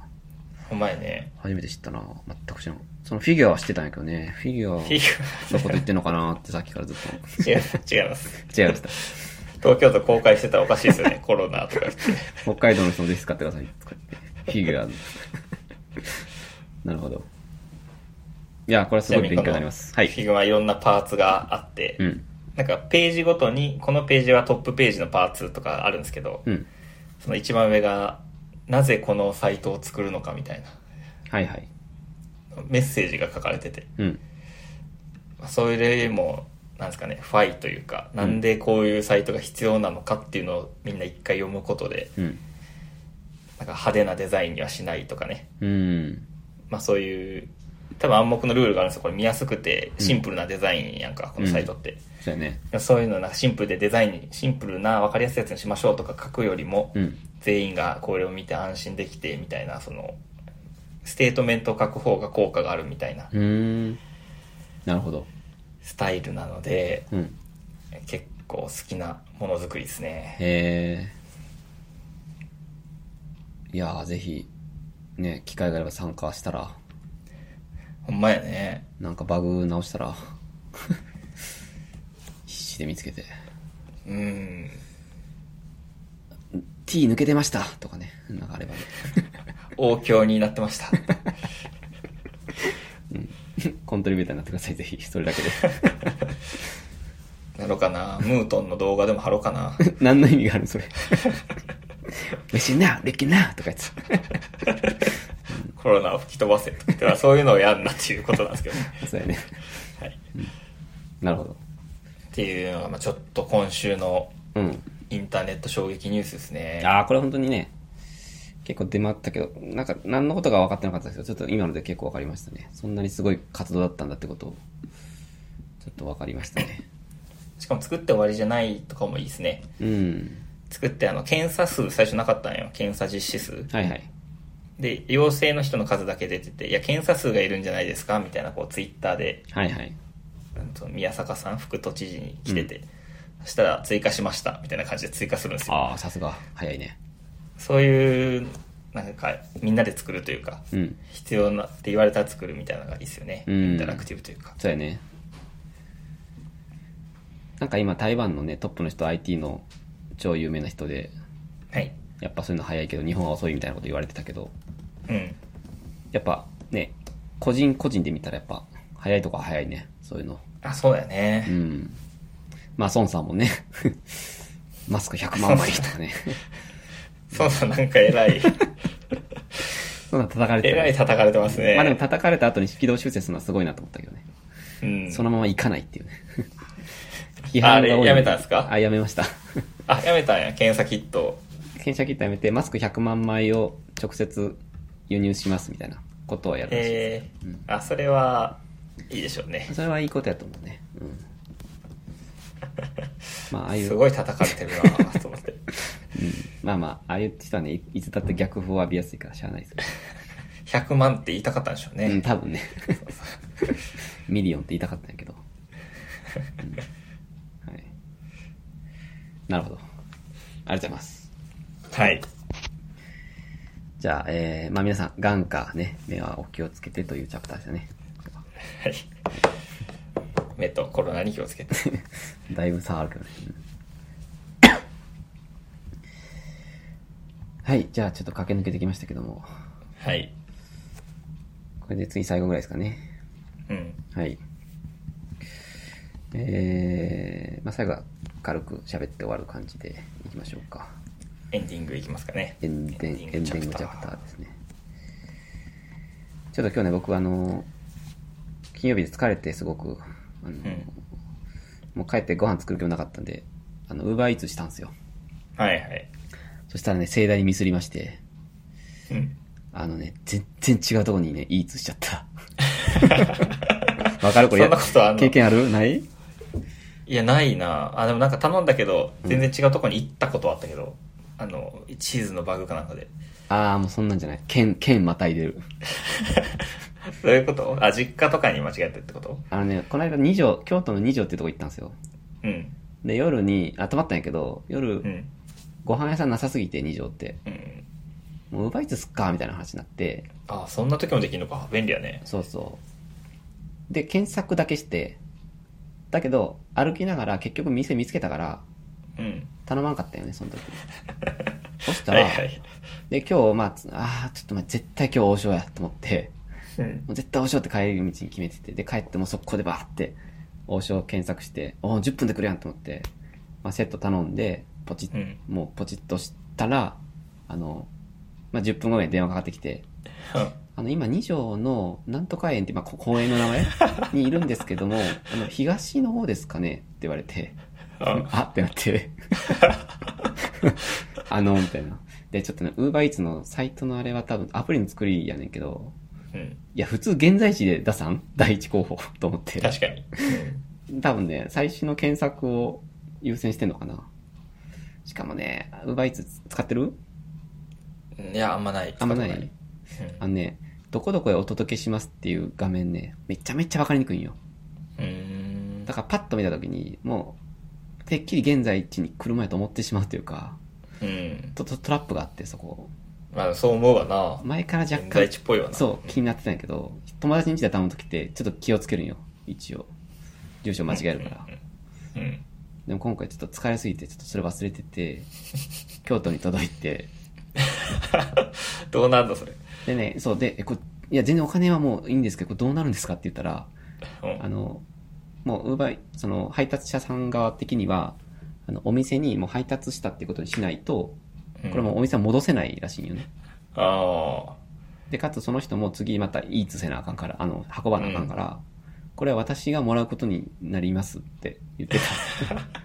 Speaker 2: お前ね、
Speaker 1: 初めて知ったな。全く知らん。そのフィギュアは知ってたんやけどね。フィギュア
Speaker 2: フィ
Speaker 1: は、そう
Speaker 2: グ
Speaker 1: いうこと言ってんのかなってさっきからずっ
Speaker 2: マ、違う、違います。
Speaker 1: と。違いました。
Speaker 2: 東京都公開してたらおかしいですよね。コロナとか言って。
Speaker 1: 北海道の人もぜひ使ってください。とか言ってフィギュアの。なるほど。いや、これはすごい勉強になります。はい。
Speaker 2: フィグマいろんなパーツがあって、
Speaker 1: うん。
Speaker 2: なんかページごとに、このページはトップページのパーツとかあるんですけど、
Speaker 1: うん。
Speaker 2: その一番上が、なぜこのサイトを作るのかみたいな
Speaker 1: はいはい。
Speaker 2: メッセージが書かれてて、
Speaker 1: うん。
Speaker 2: まあそれも、なんですかね、ファイというか、なんでこういうサイトが必要なのかっていうのをみんな一回読むことで、
Speaker 1: うん。
Speaker 2: なんか派手なデザインにはしないとかね、
Speaker 1: うん。
Speaker 2: まあそういう、多分暗黙のルールがあるんですよ。これ見やすくて、シンプルなデザインやんか、このサイトって。
Speaker 1: そうやね。
Speaker 2: そういうのなんかシンプルでデザインに、シンプルな分かりやすいやつにしましょうとか書くよりも、
Speaker 1: うん。
Speaker 2: 全員がこれを見て安心できてみたいな、その、ステートメントを書く方が効果があるみたいな
Speaker 1: うーん。なるほど。
Speaker 2: スタイルなので、
Speaker 1: うん。
Speaker 2: 結構好きなものづくりですね。
Speaker 1: へえ。いやー、ぜひ、ね、機会があれば参加したら、
Speaker 2: ほんまやね。
Speaker 1: なんかバグ直したら、 必死で見つけて、
Speaker 2: うん。
Speaker 1: T 抜けてましたとかね、なんかあればね。
Speaker 2: 応響になってました。
Speaker 1: コントリビューターになってください、ぜひ、それだけで。
Speaker 2: なろうかな。ムートンの動画でも貼ろうかな。
Speaker 1: 何の意味があるのそれ。 飯な、レッキな、とか言って
Speaker 2: コロナを吹き飛ばせとか言ってたらそういうのをやんなっていうことなんですけどね。
Speaker 1: た。そうやね。
Speaker 2: はい。
Speaker 1: なるほど。
Speaker 2: っていうのが、まあちょっと今週の
Speaker 1: うん。
Speaker 2: インターネット衝撃ニュースですね。
Speaker 1: ああ、これ本当にね、結構出回ったけど、なんか何のことが分かってなかったですけど、ちょっと今ので結構分かりましたね。そんなにすごい活動だったんだってことを、ちょっと分かりましたね。
Speaker 2: しかも作って終わりじゃないとかもいいですね。
Speaker 1: うん。
Speaker 2: 作ってあの、検査数最初なかったんよ。検査実施数。
Speaker 1: はいはい。
Speaker 2: で、陽性の人の数だけ出てて、いや、検査数がいるんじゃないですかみたいな、こう、ツイッターで、
Speaker 1: はいはい。
Speaker 2: うんその宮坂さん、副都知事に来てて、そしたら追加しました、みたいな感じで追加するんですよ。
Speaker 1: ああ、さすが。早いね。
Speaker 2: そういう、なんか、みんなで作るというか、
Speaker 1: うん。
Speaker 2: 必要なって言われたら作るみたいなのがいいですよね。
Speaker 1: うん
Speaker 2: インタラクティブというか。
Speaker 1: そうやね。なんか今台湾のね、トップの人、IT の超有名な人で、
Speaker 2: はい。
Speaker 1: やっぱそういうの早いけど、日本は遅いみたいなこと言われてたけど、
Speaker 2: うん。
Speaker 1: やっぱね、個人個人で見たらやっぱ、早いとこは早いね。そういうの。
Speaker 2: あ、そうだよ
Speaker 1: う
Speaker 2: ね。
Speaker 1: ん。まあ、孫さんもね、 マスク100万枚とか ね。
Speaker 2: そうそう、なんか 偉い、
Speaker 1: そんな叩かれてた
Speaker 2: 偉い叩かれてますね。
Speaker 1: まあでも叩かれた後に軌道修正するのはすごいなと思ったけどね。
Speaker 2: うん。
Speaker 1: そのまま行かないっていうね。
Speaker 2: あれやめたんですか
Speaker 1: あ、やめました。
Speaker 2: あ、やめたんや、検査キット。
Speaker 1: 検査キットやめて、マスク100万枚を直接輸入しますみたいなことをやるらしいで
Speaker 2: えーあ、それは、いいでしょうね
Speaker 1: す。。それはいいことやと思うね。 うん。まあ、ああい
Speaker 2: す
Speaker 1: う、
Speaker 2: ごい叩かれてるなぁと 思って。
Speaker 1: まあまあ、ああいう人はね、いいつだって逆風を浴びやすいからしゃあないですけど。
Speaker 2: 100万って言いたかったんでしょうね。
Speaker 1: うん、多分ね。ミリオンって言いたかったんやけど。うんはい。なるほど。ありがとうございます。
Speaker 2: はい。
Speaker 1: じゃあ、えー、まあ皆さん、眼下ね、目はお気をつけてというチャプターでしたね。
Speaker 2: はい。目とコロナに気をつけて。
Speaker 1: だいぶ差あるけどね。うんはい、じゃあちょっと駆け抜けてきましたけども、
Speaker 2: はい。
Speaker 1: これで次最後ぐらいですかね。
Speaker 2: うん。
Speaker 1: はい。えー、まあ最後は軽く喋って終わる感じでいきましょうか。
Speaker 2: エンディングいきますかね。
Speaker 1: エンデン、エ
Speaker 2: エン
Speaker 1: ン
Speaker 2: デ
Speaker 1: デ
Speaker 2: ィ
Speaker 1: ィ
Speaker 2: ングチ
Speaker 1: ン
Speaker 2: ャプター
Speaker 1: グチャプターですね。ちょっと今日ね、僕あの、金曜日で疲れてすごく、あの、
Speaker 2: ん
Speaker 1: もう帰ってご飯作る気もなかったんで、あの、ウーバーイーツしたんですよ。
Speaker 2: はいはい。
Speaker 1: そしたらね、盛大にミスりまして、
Speaker 2: うん。
Speaker 1: あのね、全然違うとこにね、イーツしちゃ った。わかるこれ
Speaker 2: そんなことあんの
Speaker 1: 経験あるない
Speaker 2: いや、ないなぁあ、でもなんか頼んだけど、全然違うとこに行ったことはあったけど、あの、チーズのバグかなんかで。
Speaker 1: あー、もうそんなんじゃない。剣、剣またいでる。
Speaker 2: どういうことあ、実家とかに間違えてってこと
Speaker 1: あのね、この間二条、京都の二条っていうとこ行ったんですよ。
Speaker 2: うん。
Speaker 1: で、夜に、あ、泊まったんやけど、夜、
Speaker 2: うん。
Speaker 1: ご飯屋さんなさすぎて二条って。
Speaker 2: うん。
Speaker 1: もう奪いつすっかみたいな話になって、
Speaker 2: あ、そんな時もできるのか。便利やね。
Speaker 1: そうそう。で、検索だけして、だけど、歩きながら結局店見つけたから、
Speaker 2: ううん。
Speaker 1: 頼まんかったよね、その 時。そした
Speaker 2: は
Speaker 1: ら、
Speaker 2: いはい。
Speaker 1: で、今日、まあつ、あーちょっとまあ絶対今日王将やと思って、
Speaker 2: うん。
Speaker 1: もう絶対王将って帰り道に決めてて、で、帰ってもう速攻でバーって、王将検索して、おー10分で来るやんと思って、まあ、セット頼んで、ポチッ、
Speaker 2: うん
Speaker 1: もうポチッとしたら、あの、まあ、10分後に電話かかってきて、あの、今2条のなんとか園って、まあ、こ公園の名前にいるんですけども、あの、東の方ですかねって言われて、
Speaker 2: あ
Speaker 1: あってなって。あの、みたいな。で、ちょっとね、ウーバーイーツのサイトのあれは多分アプリの作りやねんけど、
Speaker 2: うん。
Speaker 1: いや、普通現在地で出さん 第一候補と思って。
Speaker 2: 確かに。
Speaker 1: 多分ね、最新の検索を優先してんのかな。しかもね、ウーバーイーツ使ってる
Speaker 2: うんいや、あんまない。
Speaker 1: あんまない
Speaker 2: うん。
Speaker 1: あのね、どこどこへお届けしますっていう画面ね、めちゃめちゃわかりにくいんよ。
Speaker 2: うーん
Speaker 1: だ。からパッと見た時に、もう、てっきり現在地に車やと思ってしまうというか、
Speaker 2: うん。
Speaker 1: ちょっとトラップがあって、そこ。
Speaker 2: まあ、そう思うわな。
Speaker 1: 前から若
Speaker 2: 現
Speaker 1: 干
Speaker 2: 在地っぽいわな。
Speaker 1: そう、気になってたんやけど、友達に家で頼むときって、ちょっと気をつけるんよ。一応。住所間違えるから。
Speaker 2: うん。うん。
Speaker 1: でも今回ちょっと疲れすぎて、ちょっとそれ忘れてて、 京都に届いて、
Speaker 2: どうなんだ、それ。
Speaker 1: でね、そう、で、えこいや、全然お金はもういいんですけど、これどうなるんですかって言ったら、
Speaker 2: うん
Speaker 1: あの、もう、ウーバー、その、配達者さん側的には、あの、お店にもう配達したってことにしないと、
Speaker 2: うん
Speaker 1: これもうお店は戻せないらしいんよね。
Speaker 2: あ
Speaker 1: で、かつその人も次またイーツせなあかんから、あの、運ばなあかんから、これは私がもらうことになりますって言って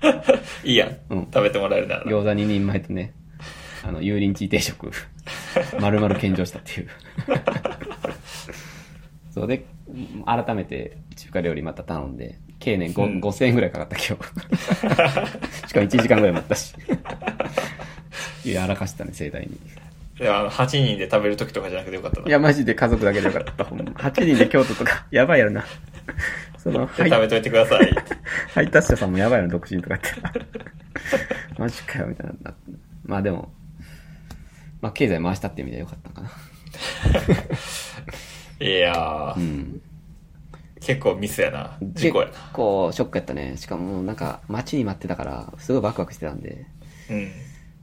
Speaker 2: あ。いいやん。
Speaker 1: うん
Speaker 2: 食べてもらえるなら
Speaker 1: た。
Speaker 2: な。
Speaker 1: 餃子2人前とね、あの、油淋鶏定 食、丸々献上したっていう。そうで、改めて中華料理また頼んで、経年ご
Speaker 2: うん
Speaker 1: 5000円ぐらいかかった今 日。しかも1時間ぐらい待ったし。いや、荒かしたね、盛大に。
Speaker 2: いや、あの8人で食べる時とかじゃなくてよかったな。
Speaker 1: いや、マジで家族だけでよかった。ほんま8人で京都とか、やばいやろな。その、
Speaker 2: で食べといてくだ さい。
Speaker 1: 配達者さんもやばいの独身とかって マジかよみたいなのになってまあでもまあ経済回したって意味ではよかったかない
Speaker 2: や
Speaker 1: う
Speaker 2: ー、
Speaker 1: ん
Speaker 2: 結構ミスやな。事故やな
Speaker 1: 結。構ショックやったねしかもなんか待ちに待ってたからすごいワクワクしてたんで
Speaker 2: うん。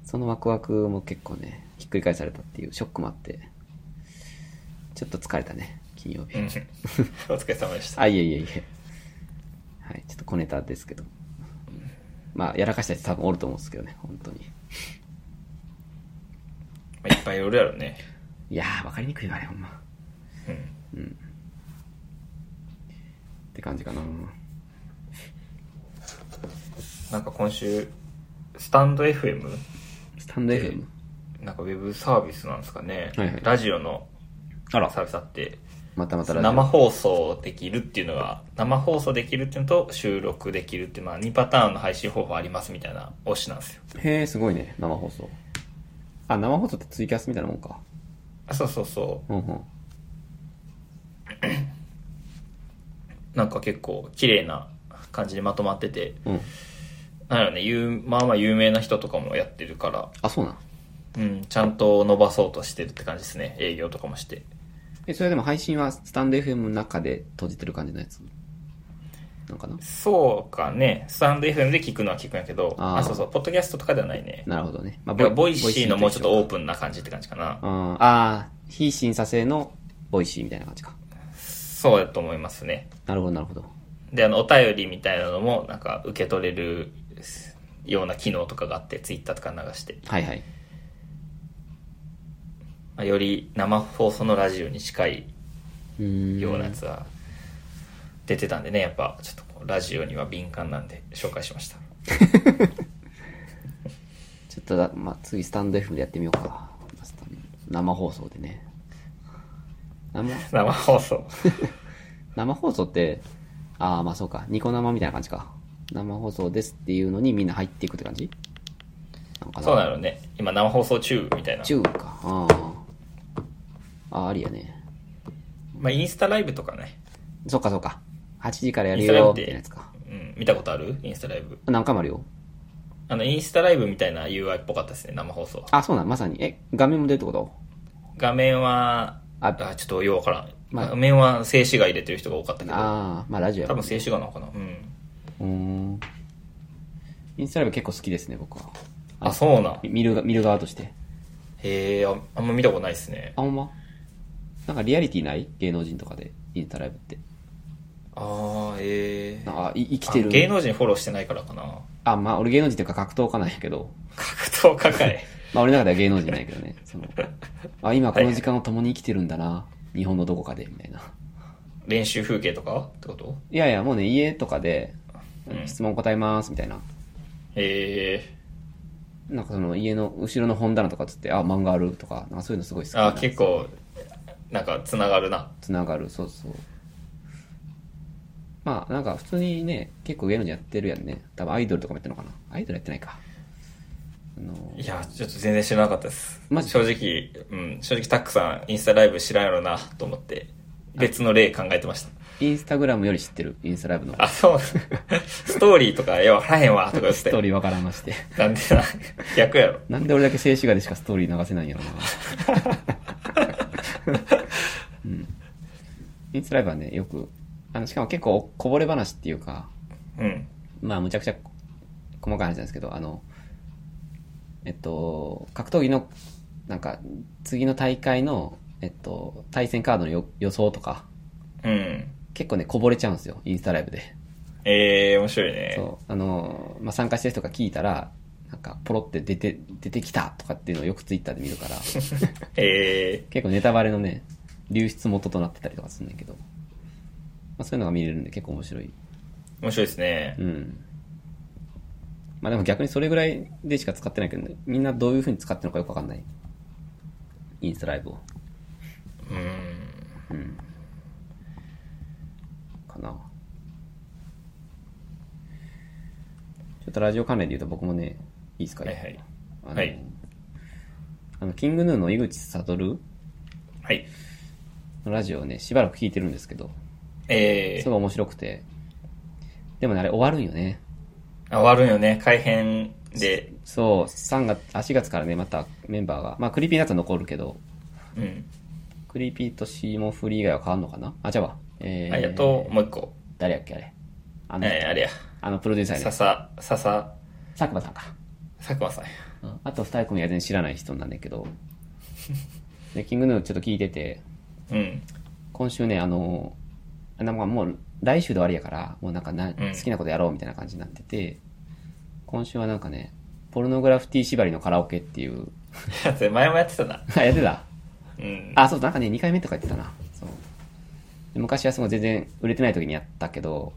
Speaker 1: そのワクワクも結構ねひっくり返されたっていうショックもあってちょっと疲れたね金曜日、
Speaker 2: うんお疲れ様でした。
Speaker 1: あいえいえいえはいちょっと小ネタですけどまあやらかした人多分おると思うんですけどね本当に
Speaker 2: まあいっぱいおるやろね。
Speaker 1: いやーわかりにくいわねほんま
Speaker 2: うん。
Speaker 1: って感じかな
Speaker 2: なんか今週、スタンド FM?
Speaker 1: スタンド FM?
Speaker 2: なんかウェブサービスなんですかね。
Speaker 1: はいはい
Speaker 2: ラジオの
Speaker 1: あら
Speaker 2: サービスあって、
Speaker 1: またまたラジオ
Speaker 2: 生放送できるっていうのが、生放送できるっていうのと収録できるっていうのは2パターンの配信方法ありますみたいな推しなんですよ。
Speaker 1: へえすごいね生放送あ生放送ってツイキャスみたいなもんか
Speaker 2: あそうそうそ
Speaker 1: うんうん
Speaker 2: う。なんか結構綺麗な感じにまとまってて、
Speaker 1: うん
Speaker 2: なんやろね、有まあまあ有名な人とかもやってるから、
Speaker 1: あそうなん
Speaker 2: うん、ちゃんと伸ばそうとしてるって感じですね。営業とかもして。
Speaker 1: えそれでも配信はスタンド FM の中で閉じてる感じのやつなんかな
Speaker 2: そうかね。スタンド FM で聞くのは聞くんやけど、
Speaker 1: あー
Speaker 2: あそうそう、ポッドキャストとかではないね。
Speaker 1: なるほどね、まあ
Speaker 2: だからボイシーのもうちょっとオー
Speaker 1: プ
Speaker 2: プンな感じって感じかな。
Speaker 1: ンああ非審査制のボイシーみたいな感じか
Speaker 2: そうだと思いますね。
Speaker 1: なるほどなるほど
Speaker 2: で、あの、お便りみたいなのも、なんか、受け取れるような機能とかがあって、ツイッターとかに流して、
Speaker 1: はいはい
Speaker 2: まあ、より生放送のラジオに近いう
Speaker 1: ーん
Speaker 2: ようなやつは出てたんでね、やっぱ、ちょっとこうラジオには敏感なんで、紹介しました。
Speaker 1: ちょっとだ、まあ、次スタンド FM でやってみようかスタン生放送でね生
Speaker 2: 生放 送。
Speaker 1: 生放送って、ああ、まあそうか、ニコ生みたいな感じか。生放送ですっていうのにみんな入っていくって感じなんかな。
Speaker 2: そうなのね。今、生放送中みたいな。
Speaker 1: 中か。あーあー、ありやね。
Speaker 2: まあ、インスタライブとかね。
Speaker 1: そうかそうか。8時からやる
Speaker 2: インスタライブ
Speaker 1: よ、
Speaker 2: っ
Speaker 1: み
Speaker 2: て
Speaker 1: たいなやつか。
Speaker 2: うん、見たことあるインスタライブ。
Speaker 1: 何回もあるよ。
Speaker 2: あの、インスタライブみたいな UI っぽかったですね、生放送は。
Speaker 1: あ、そうなん、まさに。え、画面も出るってこと
Speaker 2: 画面は、
Speaker 1: あ
Speaker 2: あ、ちょっとようわからん。
Speaker 1: まあ
Speaker 2: 画面は静止画入れてる人が多かったけど、
Speaker 1: ああ、まあラジオや
Speaker 2: 多
Speaker 1: から
Speaker 2: 分静止画なのかな。うん。
Speaker 1: うーん。イインスタライブ結構好きですね、僕は。
Speaker 2: あ、そうなん。
Speaker 1: 見るが、見る側として。
Speaker 2: へえ、ああんま見たことないですね。
Speaker 1: あ、ほんまなんかリアリティない芸能人とかで、インスタライブって。
Speaker 2: ああ、ええ
Speaker 1: なん。か、い生きてる。
Speaker 2: あ芸能人フォローしてないからかな。
Speaker 1: あ、まあ、俺芸能人というか格闘家なんやけど、
Speaker 2: 格闘家 かい。
Speaker 1: まあ、俺の中では芸能人なんやけどね。その、あ、今この時間を共に生きてるんだな。日本のどこかで、みたいな。
Speaker 2: 練習風景とかってこと
Speaker 1: いやいや、もうね、家とかで
Speaker 2: う、ん
Speaker 1: 質問答えます、みたいな。
Speaker 2: へえ。
Speaker 1: なんかその家の後ろの本棚とかつって、あ、漫画あるとか、なんかそういうのすごい好き
Speaker 2: あ
Speaker 1: な
Speaker 2: あ、結構、なんか、つながるな。
Speaker 1: つながる、そうそう。まあ、なんか普通にね、結構芸能人やってるやんね。多分アイドルとかもやってるのかな。アイドルやってないか。あの、
Speaker 2: いや、ちょっと全然知らなかったです。
Speaker 1: マジ
Speaker 2: 正直、うん、正直タックさん、インスタライブ知らんやろな、と思って、別の例考えてました。
Speaker 1: インスタグラムより知ってる、インスタライブの
Speaker 2: あ、そう、 ストーリーとか、いや、わからへんわ、とか言っ
Speaker 1: ス
Speaker 2: て
Speaker 1: トー。リーわからんまして。
Speaker 2: なんでな、逆やろ。
Speaker 1: なんで俺だけ静止画でしかストーリー流せないんやろな。うん。インスタライブはね、よく、あの、しかも結構こぼれ話っていうか、
Speaker 2: うん。
Speaker 1: まあ、むちゃくちゃ細かい話なんですけど、あの、えっと、格闘技の、なんか、次の大会の、えっと、対戦カードの予予想とか、
Speaker 2: うん。
Speaker 1: 結構ね、こぼれちゃうんですよ、インスタライブで。
Speaker 2: ええー、面白いね。
Speaker 1: そう。あの、まあ、参加してる人が聞いたら、なんか、ポロって出て、出てきたとかっていうのをよくツイッターで見るから、結
Speaker 2: え
Speaker 1: 構ネタバレのね、流出元となってたりとかするんだけど、まあ、そういうのが見れるんで結構面白い
Speaker 2: ー、面白いですね
Speaker 1: う。ん。まあでも逆にそれぐらいでしか使ってないけどね、みんなどういう風に使ってるのかよくわかんない。インスタライブを。
Speaker 2: うん。
Speaker 1: かな。ちょっとラジオ関連で言うと僕もね、いいですか
Speaker 2: はいはい。
Speaker 1: あの
Speaker 2: はい
Speaker 1: あの、キングヌーの井口悟の
Speaker 2: はい。
Speaker 1: ラジオをね、しばらく聞いてるんですけど、
Speaker 2: え
Speaker 1: す
Speaker 2: ー、
Speaker 1: ごい面白くて。でもね、あれ終わるんよね。
Speaker 2: あ終わるんよね、改編で。
Speaker 1: そう、3月、あ4月からね、またメンバーが、まあクリーピーナッツは残るけど、
Speaker 2: うん。
Speaker 1: クリーピーとシーモンフリー以外は変わんのかなあ、じゃあわ。え
Speaker 2: ありがとう、もう一個。
Speaker 1: 誰やっけあれ。あの、
Speaker 2: えー、あれや。
Speaker 1: あのプロデューサーやね。
Speaker 2: 笹、笹、
Speaker 1: 佐久間さんか。
Speaker 2: 佐久間さんや。
Speaker 1: うんあと二人組は全然知らない人なんだけ ど。で、キングヌーちょっと聞いてて、
Speaker 2: うん。
Speaker 1: 今週ね、あの、なんかもう来週で終わりやから、もうなんかな、好きなことやろうみたいな感じになってて、今週はなんかね、ポルノグラフィティ縛りのカラオケっていう、
Speaker 2: それ前もやってたな。
Speaker 1: あやってた
Speaker 2: うん。
Speaker 1: あ、そう、なんかね、2回目とか言ってたな。そう。で昔はその全然売れてない時にやったけど、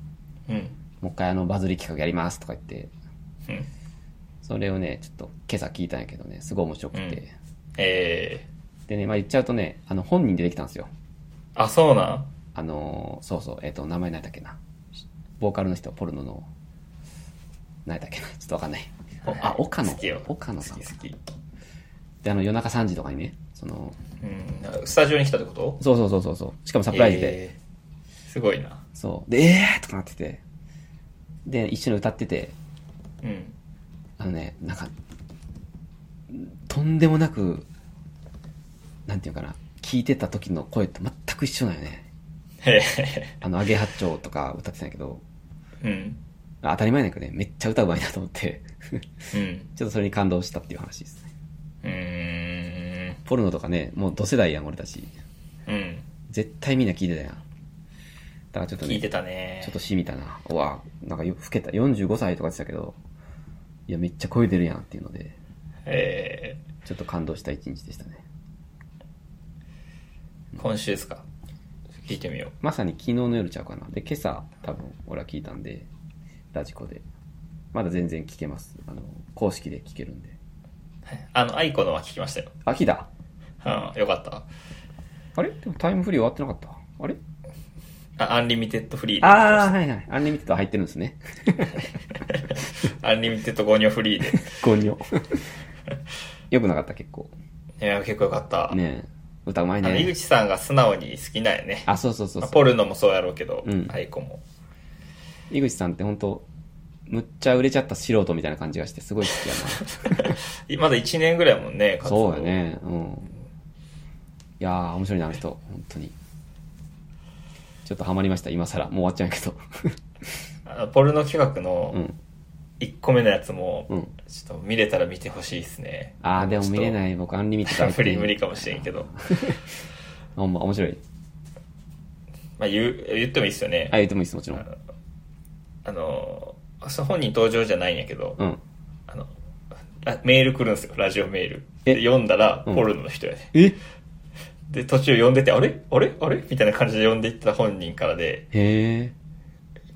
Speaker 2: うん。
Speaker 1: もう一回あのバズり企画やりますとか言って、
Speaker 2: うん。
Speaker 1: それをね、ちょっと今朝聞いたんやけどね、すごい面白くて。
Speaker 2: うんえ
Speaker 1: でね、まあ言っちゃうとね、あの本人出てきたんですよ。
Speaker 2: ー、あ、そうなん
Speaker 1: あのー、そうそう、えっ、と、名前何だっけな。ボーカルの人、ポルノの、何だっけな、ちょっとわかんない。おあ、岡野
Speaker 2: 好きよ。。
Speaker 1: 岡野さん
Speaker 2: 好。き好き。
Speaker 1: で、あの夜中3時とかにね、その、
Speaker 2: うん。スタジオに来たってこと
Speaker 1: そうそうそうそうそう。しかもサプライズで。
Speaker 2: えーすごいな。
Speaker 1: そう。で、えーとかなってて。で、一緒に歌ってて、
Speaker 2: うん。
Speaker 1: あのね、なんか、とんでもなく、なんていうかな、聞いてた時の声と全く一緒なんよね。
Speaker 2: へ
Speaker 1: あの、アゲハチョウとか歌ってたんやけど、
Speaker 2: え。うん。
Speaker 1: あ当たり前なんやけどね、めっちゃ歌うまいなと思って、
Speaker 2: うん。
Speaker 1: ちょっとそれに感動したっていう話ですね。
Speaker 2: うーん。
Speaker 1: ポルノとかね、もう同世代やん、俺たち。
Speaker 2: うん。
Speaker 1: 絶対みんな聞いてたやん。だからちょっと
Speaker 2: 聞
Speaker 1: ね、
Speaker 2: い
Speaker 1: ち
Speaker 2: てたね。
Speaker 1: ょっとしみたな。うわ、なんかよ、老けた。45歳とか言ってたけど、いや、めっちゃ声出るやんっていうので、
Speaker 2: え
Speaker 1: ちょっと感動した一日でしたね。
Speaker 2: ー、今週ですか。聞いてみよう。
Speaker 1: まさに昨日の夜ちゃうかな。で、今朝、多分、俺は聞いたんで、ラジコで。まだ全然聞けます。あの、公式で聞けるんで。
Speaker 2: あの、アイコのは聞きましたよ。
Speaker 1: 秋だ
Speaker 2: うん、よかった。
Speaker 1: あれでもタイムフリー終わってなかったあれ
Speaker 2: あアンリミテッドフリーで。
Speaker 1: ああ、はいはい。アンリミテッド入ってるんです ね。
Speaker 2: アンリミテッドゴニョフリーで。
Speaker 1: ゴンニ ョ。よくなかった、結構。
Speaker 2: いや、結構よかった。
Speaker 1: ねえ。歌うまい
Speaker 2: あの、井
Speaker 1: ね。
Speaker 2: 口さんが素直に好きなんやね。
Speaker 1: あ、そうそうそう
Speaker 2: まあ
Speaker 1: そう。
Speaker 2: ポルノもそうやろうけど、
Speaker 1: うん
Speaker 2: アイコも。
Speaker 1: 井口さんって本当むっちゃ売れちゃった素人みたいな感じがして、すごい好きやな。
Speaker 2: まだ1年ぐらいやもんね、活動
Speaker 1: そうや。ね。うん。いやー、面白いな、あの人。本当に。ちょっとハマりました、今更。もう終わっちゃうけど。
Speaker 2: あのポルノ企画の、
Speaker 1: うん。
Speaker 2: 1個目のやつも、
Speaker 1: うん。
Speaker 2: ちょっと見れたら見てほしいですね。。
Speaker 1: ああ、でも見れないい。僕、アンリミ ット入って
Speaker 2: 無理無理かもしれん けど。
Speaker 1: あほんま、面白い。
Speaker 2: まあ言う、言ってもいいですよね。
Speaker 1: あ、言ってもいいです、もちろ
Speaker 2: あ
Speaker 1: ん。
Speaker 2: のあの、そ本人登場じゃないんやけど、
Speaker 1: うん。
Speaker 2: あの、ラメール来るんですよ、ラジオメール。
Speaker 1: え
Speaker 2: で読んだら、
Speaker 1: うん
Speaker 2: ポルノの人やね。
Speaker 1: え
Speaker 2: で、途中読んでて、あれあれあれみたいな感じで読んでいった本人からで、
Speaker 1: へえ。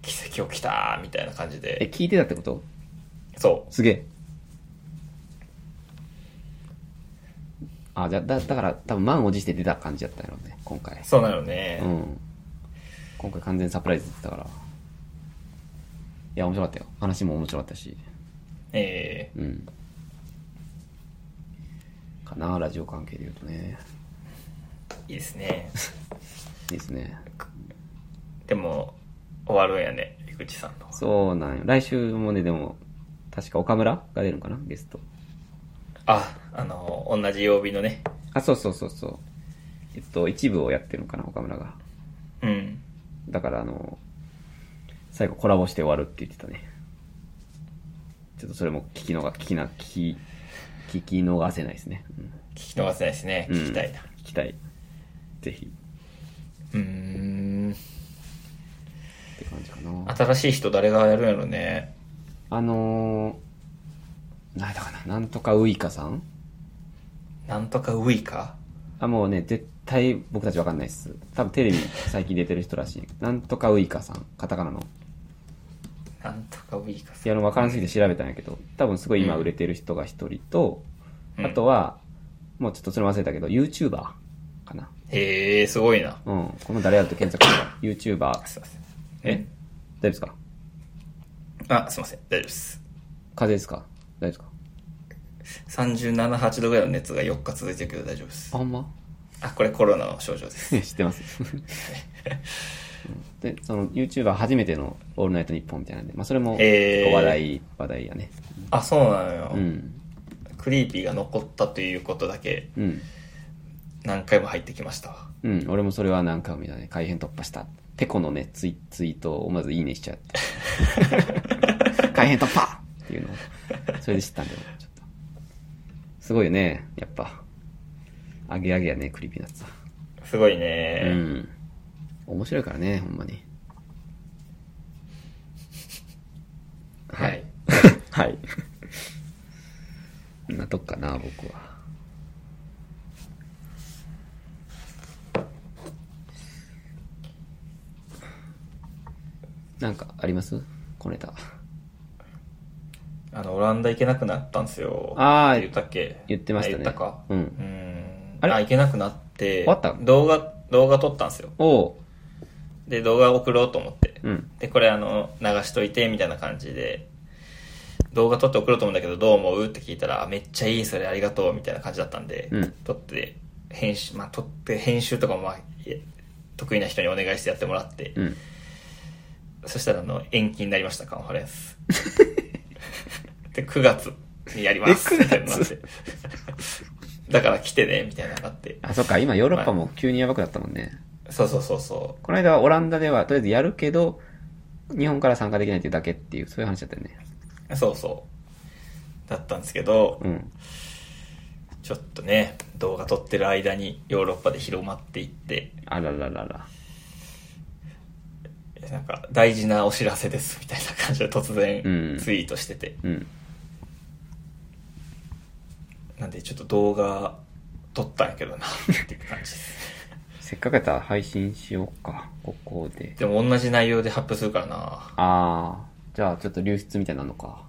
Speaker 2: 奇跡起きたーみたいな感じ
Speaker 1: え、
Speaker 2: で、
Speaker 1: 聞いてたってこと
Speaker 2: そ
Speaker 1: すげえ。あ、じゃあだ、だから、多分満を持して出た感じだったんやろうね、今回
Speaker 2: う、。そうなのね
Speaker 1: う。ん。今回完全サプライズだったから。いや、面白かったよ。話も面白かったし。
Speaker 2: え
Speaker 1: うん。かな、ラジオ関係で言うとね。
Speaker 2: ーいいですね。
Speaker 1: いいですね。
Speaker 2: でも、終わるんやね、井口さんの。
Speaker 1: そうなんよ。来週もね、でも、確か岡村が出るのかな、ゲスト。
Speaker 2: あ、あの、同じ曜日のね。
Speaker 1: あ、そうそうそうそう。えっと、一部をやってるのかな、岡村が。
Speaker 2: うん。
Speaker 1: だから、あの、最後コラボして終わるって言ってたね。ちょっとそれも聞きのが、聞きな、聞き、聞き逃せないですね。うん
Speaker 2: 聞き逃せないですね。聞きたいな。
Speaker 1: 聞きたい。ぜひ。
Speaker 2: うーん。
Speaker 1: って感じかな。
Speaker 2: 新しい人誰がやるんやろね。
Speaker 1: あのー、なんだかな、なんとかウイカさん
Speaker 2: なんとかウイカ
Speaker 1: あ、もうね、絶対僕たちわかんないっす。多分テレビ最近出てる人らしい。なんとかウイカさん。カタカナの。
Speaker 2: なんとかウイカ
Speaker 1: い
Speaker 2: さん。
Speaker 1: や、あの、わからんすぎて調べたんやけど、多分すごい今売れてる人が一人と、
Speaker 2: うん
Speaker 1: あとは、もうちょっとそれ忘れたけど、YouTuber かな。
Speaker 2: へえー、すごいな。
Speaker 1: うん。この誰やると検索したら YouTuber。
Speaker 2: すいません。
Speaker 1: え大丈夫ですか
Speaker 2: あ、すいません。大丈夫です。
Speaker 1: 風邪ですか大丈夫で
Speaker 2: 37、8度ぐらいの熱が4日続いてるけど大丈夫です
Speaker 1: すかあ。んま
Speaker 2: あ、これコロナの症状です。
Speaker 1: 知ってます。うんで、その YouTuber 初めてのオールナイトニッポンみたいなんで、まあそれも
Speaker 2: へー
Speaker 1: 結構話題、話題やね。
Speaker 2: あ、そうなのよ。
Speaker 1: うん。
Speaker 2: クリーピーが残ったということだけ
Speaker 1: うん。
Speaker 2: 何回も入ってきましたわ。
Speaker 1: うん、俺もそれは何回も見たね。改変突破した。ペコのね、ツイツイートを思わずいいねしちゃ って。改変突破っていうのを、それで知ったんだよ、ちょっと。すごいよね、やっぱ。あげあげやね、クリーピーナッツは。
Speaker 2: すごいうね。
Speaker 1: ん。面白いからね、ほんまに。
Speaker 2: はい。
Speaker 1: はい。こんなとこかな、僕は。なんかありますこのネタ。
Speaker 2: あの、オランダ行けなくなったんですよ。
Speaker 1: あー
Speaker 2: って言ったっけ
Speaker 1: 言ってましたね
Speaker 2: あ言ったか。
Speaker 1: うん
Speaker 2: ん
Speaker 1: あれ
Speaker 2: あ、行けなくなって、
Speaker 1: 終わった
Speaker 2: 動画、動画撮ったんですよ。
Speaker 1: おう。
Speaker 2: で、動画送ろうと思って。
Speaker 1: うん。
Speaker 2: で、これあの、流しといて、みたいな感じで、動画撮って送ろうと思うんだけど、どう思うって聞いたら、あめっちゃいい、それありがとう、みたいな感じだったんで、
Speaker 1: うん
Speaker 2: 撮って、編集、まあ、撮って、編集とかも、まあ、いえ得意な人にお願いしてやってもらって、
Speaker 1: うん。
Speaker 2: そしたら、あの、延期になりました、カンファレンス。で、9月にやります、
Speaker 1: え
Speaker 2: みたいになって。だから来てね、みたいなのがあって。
Speaker 1: あ、そっか、今ヨーロッパも急にやばくなったもんね。
Speaker 2: そうそうそうそ
Speaker 1: この間はオランダではとりあえずやるけど、日本から参加できないっていうだけっていう、そういう話だったよね。
Speaker 2: う。そうそう。だったんですけど、
Speaker 1: うん。
Speaker 2: ちょっとね、動画撮ってる間にヨーロッパで広まっていって、
Speaker 1: あらららら。
Speaker 2: なんか大事なお知らせですみたいな感じで突
Speaker 1: うん
Speaker 2: 然ツイートしてて。
Speaker 1: うん。
Speaker 2: なんでちょっと動画撮ったんやけどな、っていう感じです。
Speaker 1: せっかくやったら配信しようか、ここで。
Speaker 2: でも同じ内容で発表するからな。
Speaker 1: あー、じゃあちょっと流出みたいなのか。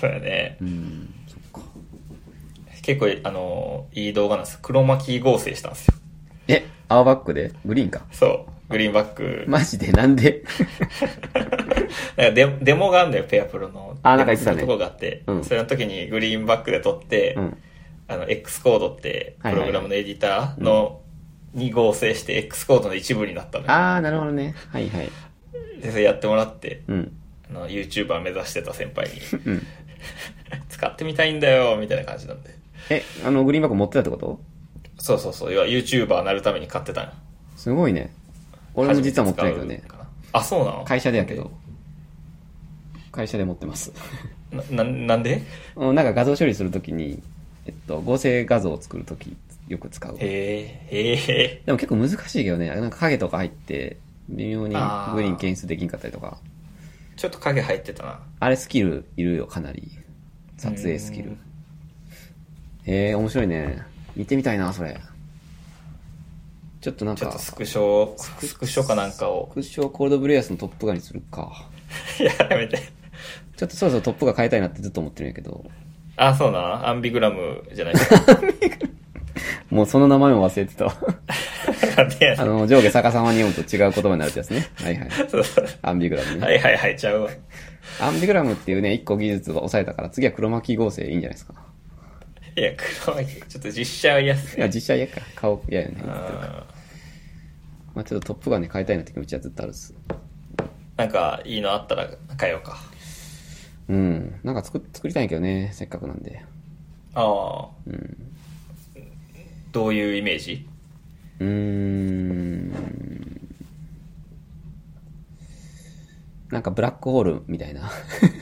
Speaker 2: そうやね
Speaker 1: う。ん、そっか。
Speaker 2: 結構、あの、いい動画なんです。黒巻き合成したんですよ。
Speaker 1: え、青バックでグリーンか。
Speaker 2: そう。グリーンバック。
Speaker 1: マジでなんで
Speaker 2: なんかデデモがあるんだよ、ペアプロの。
Speaker 1: あなんか言ってたね
Speaker 2: デモするとこがあって、
Speaker 1: うん
Speaker 2: それの時にグリーンバックで撮って、
Speaker 1: うん
Speaker 2: あの、X コードって、
Speaker 1: はいは
Speaker 2: プ
Speaker 1: い
Speaker 2: ロ
Speaker 1: はい
Speaker 2: グラムのエディターの、に合成して X コードの一部になったのよ。
Speaker 1: あー、なるほどね。はいはい。
Speaker 2: で、それやってもらって、
Speaker 1: うん。
Speaker 2: あの、YouTuber 目指してた先輩に、
Speaker 1: うん。
Speaker 2: 使ってみたいんだよ、みたいな感じなんで。
Speaker 1: え、あの、グリーンバック持ってたってこと
Speaker 2: そうそうそう、要は YouTuber なるために買ってたの。
Speaker 1: すごいね。俺も実は持ってないけどね
Speaker 2: 初めて。使うかな。あ、そうなの
Speaker 1: 会社でやけど。会社で持ってます。
Speaker 2: な、ななんで
Speaker 1: うんなんか画像処理するときに、えっと、合成画像を作るときよく使う。で
Speaker 2: へえ、へえ。
Speaker 1: も結構難しいけどね、なんか影とか入って、微妙に
Speaker 2: あー
Speaker 1: グリーン検出できんかったりとか。
Speaker 2: ちょっと影入ってたな。
Speaker 1: あれスキルいるよ、かなり。撮影スキ
Speaker 2: う
Speaker 1: ル
Speaker 2: ん。
Speaker 1: へえ面白いね。見てみたいな、それ。ちょっとなん
Speaker 2: ちょっ
Speaker 1: か
Speaker 2: と、スクショを、スクショかなんかを。
Speaker 1: 副将コールドブレアスのトップガンにするか。
Speaker 2: いや、やめて。
Speaker 1: ちょっとそろそろトップガン変えたいなってずっと思ってるんやけど、
Speaker 2: あ、そうな。アンビグラムじゃない
Speaker 1: もうその名前も忘れてたわ。
Speaker 2: なんでや
Speaker 1: あ
Speaker 2: ねん
Speaker 1: の、上下逆さまに読むと違う言葉になるってやつね。はいはい。
Speaker 2: そうそう
Speaker 1: アンビグラムね。
Speaker 2: はいはいはい、ちゃうわ。
Speaker 1: アンビグラムっていうね、一個技術は抑えたから、次は黒巻き合成いいんじゃないですか。
Speaker 2: いや、黒い。ちょっと実写は嫌っす
Speaker 1: いや、
Speaker 2: ね。
Speaker 1: 実写嫌か。顔嫌よね。
Speaker 2: うん
Speaker 1: まあちょっとトップガンで変えたいなって気持ちはずっとあるっす。
Speaker 2: なんか、いいのあったら変えようか。
Speaker 1: うん。なんか作、作りたいんやけどね、せっかくなんで。
Speaker 2: ああ。
Speaker 1: うん。
Speaker 2: どういうイメージ
Speaker 1: うーん。なんかブラックホールみたいな。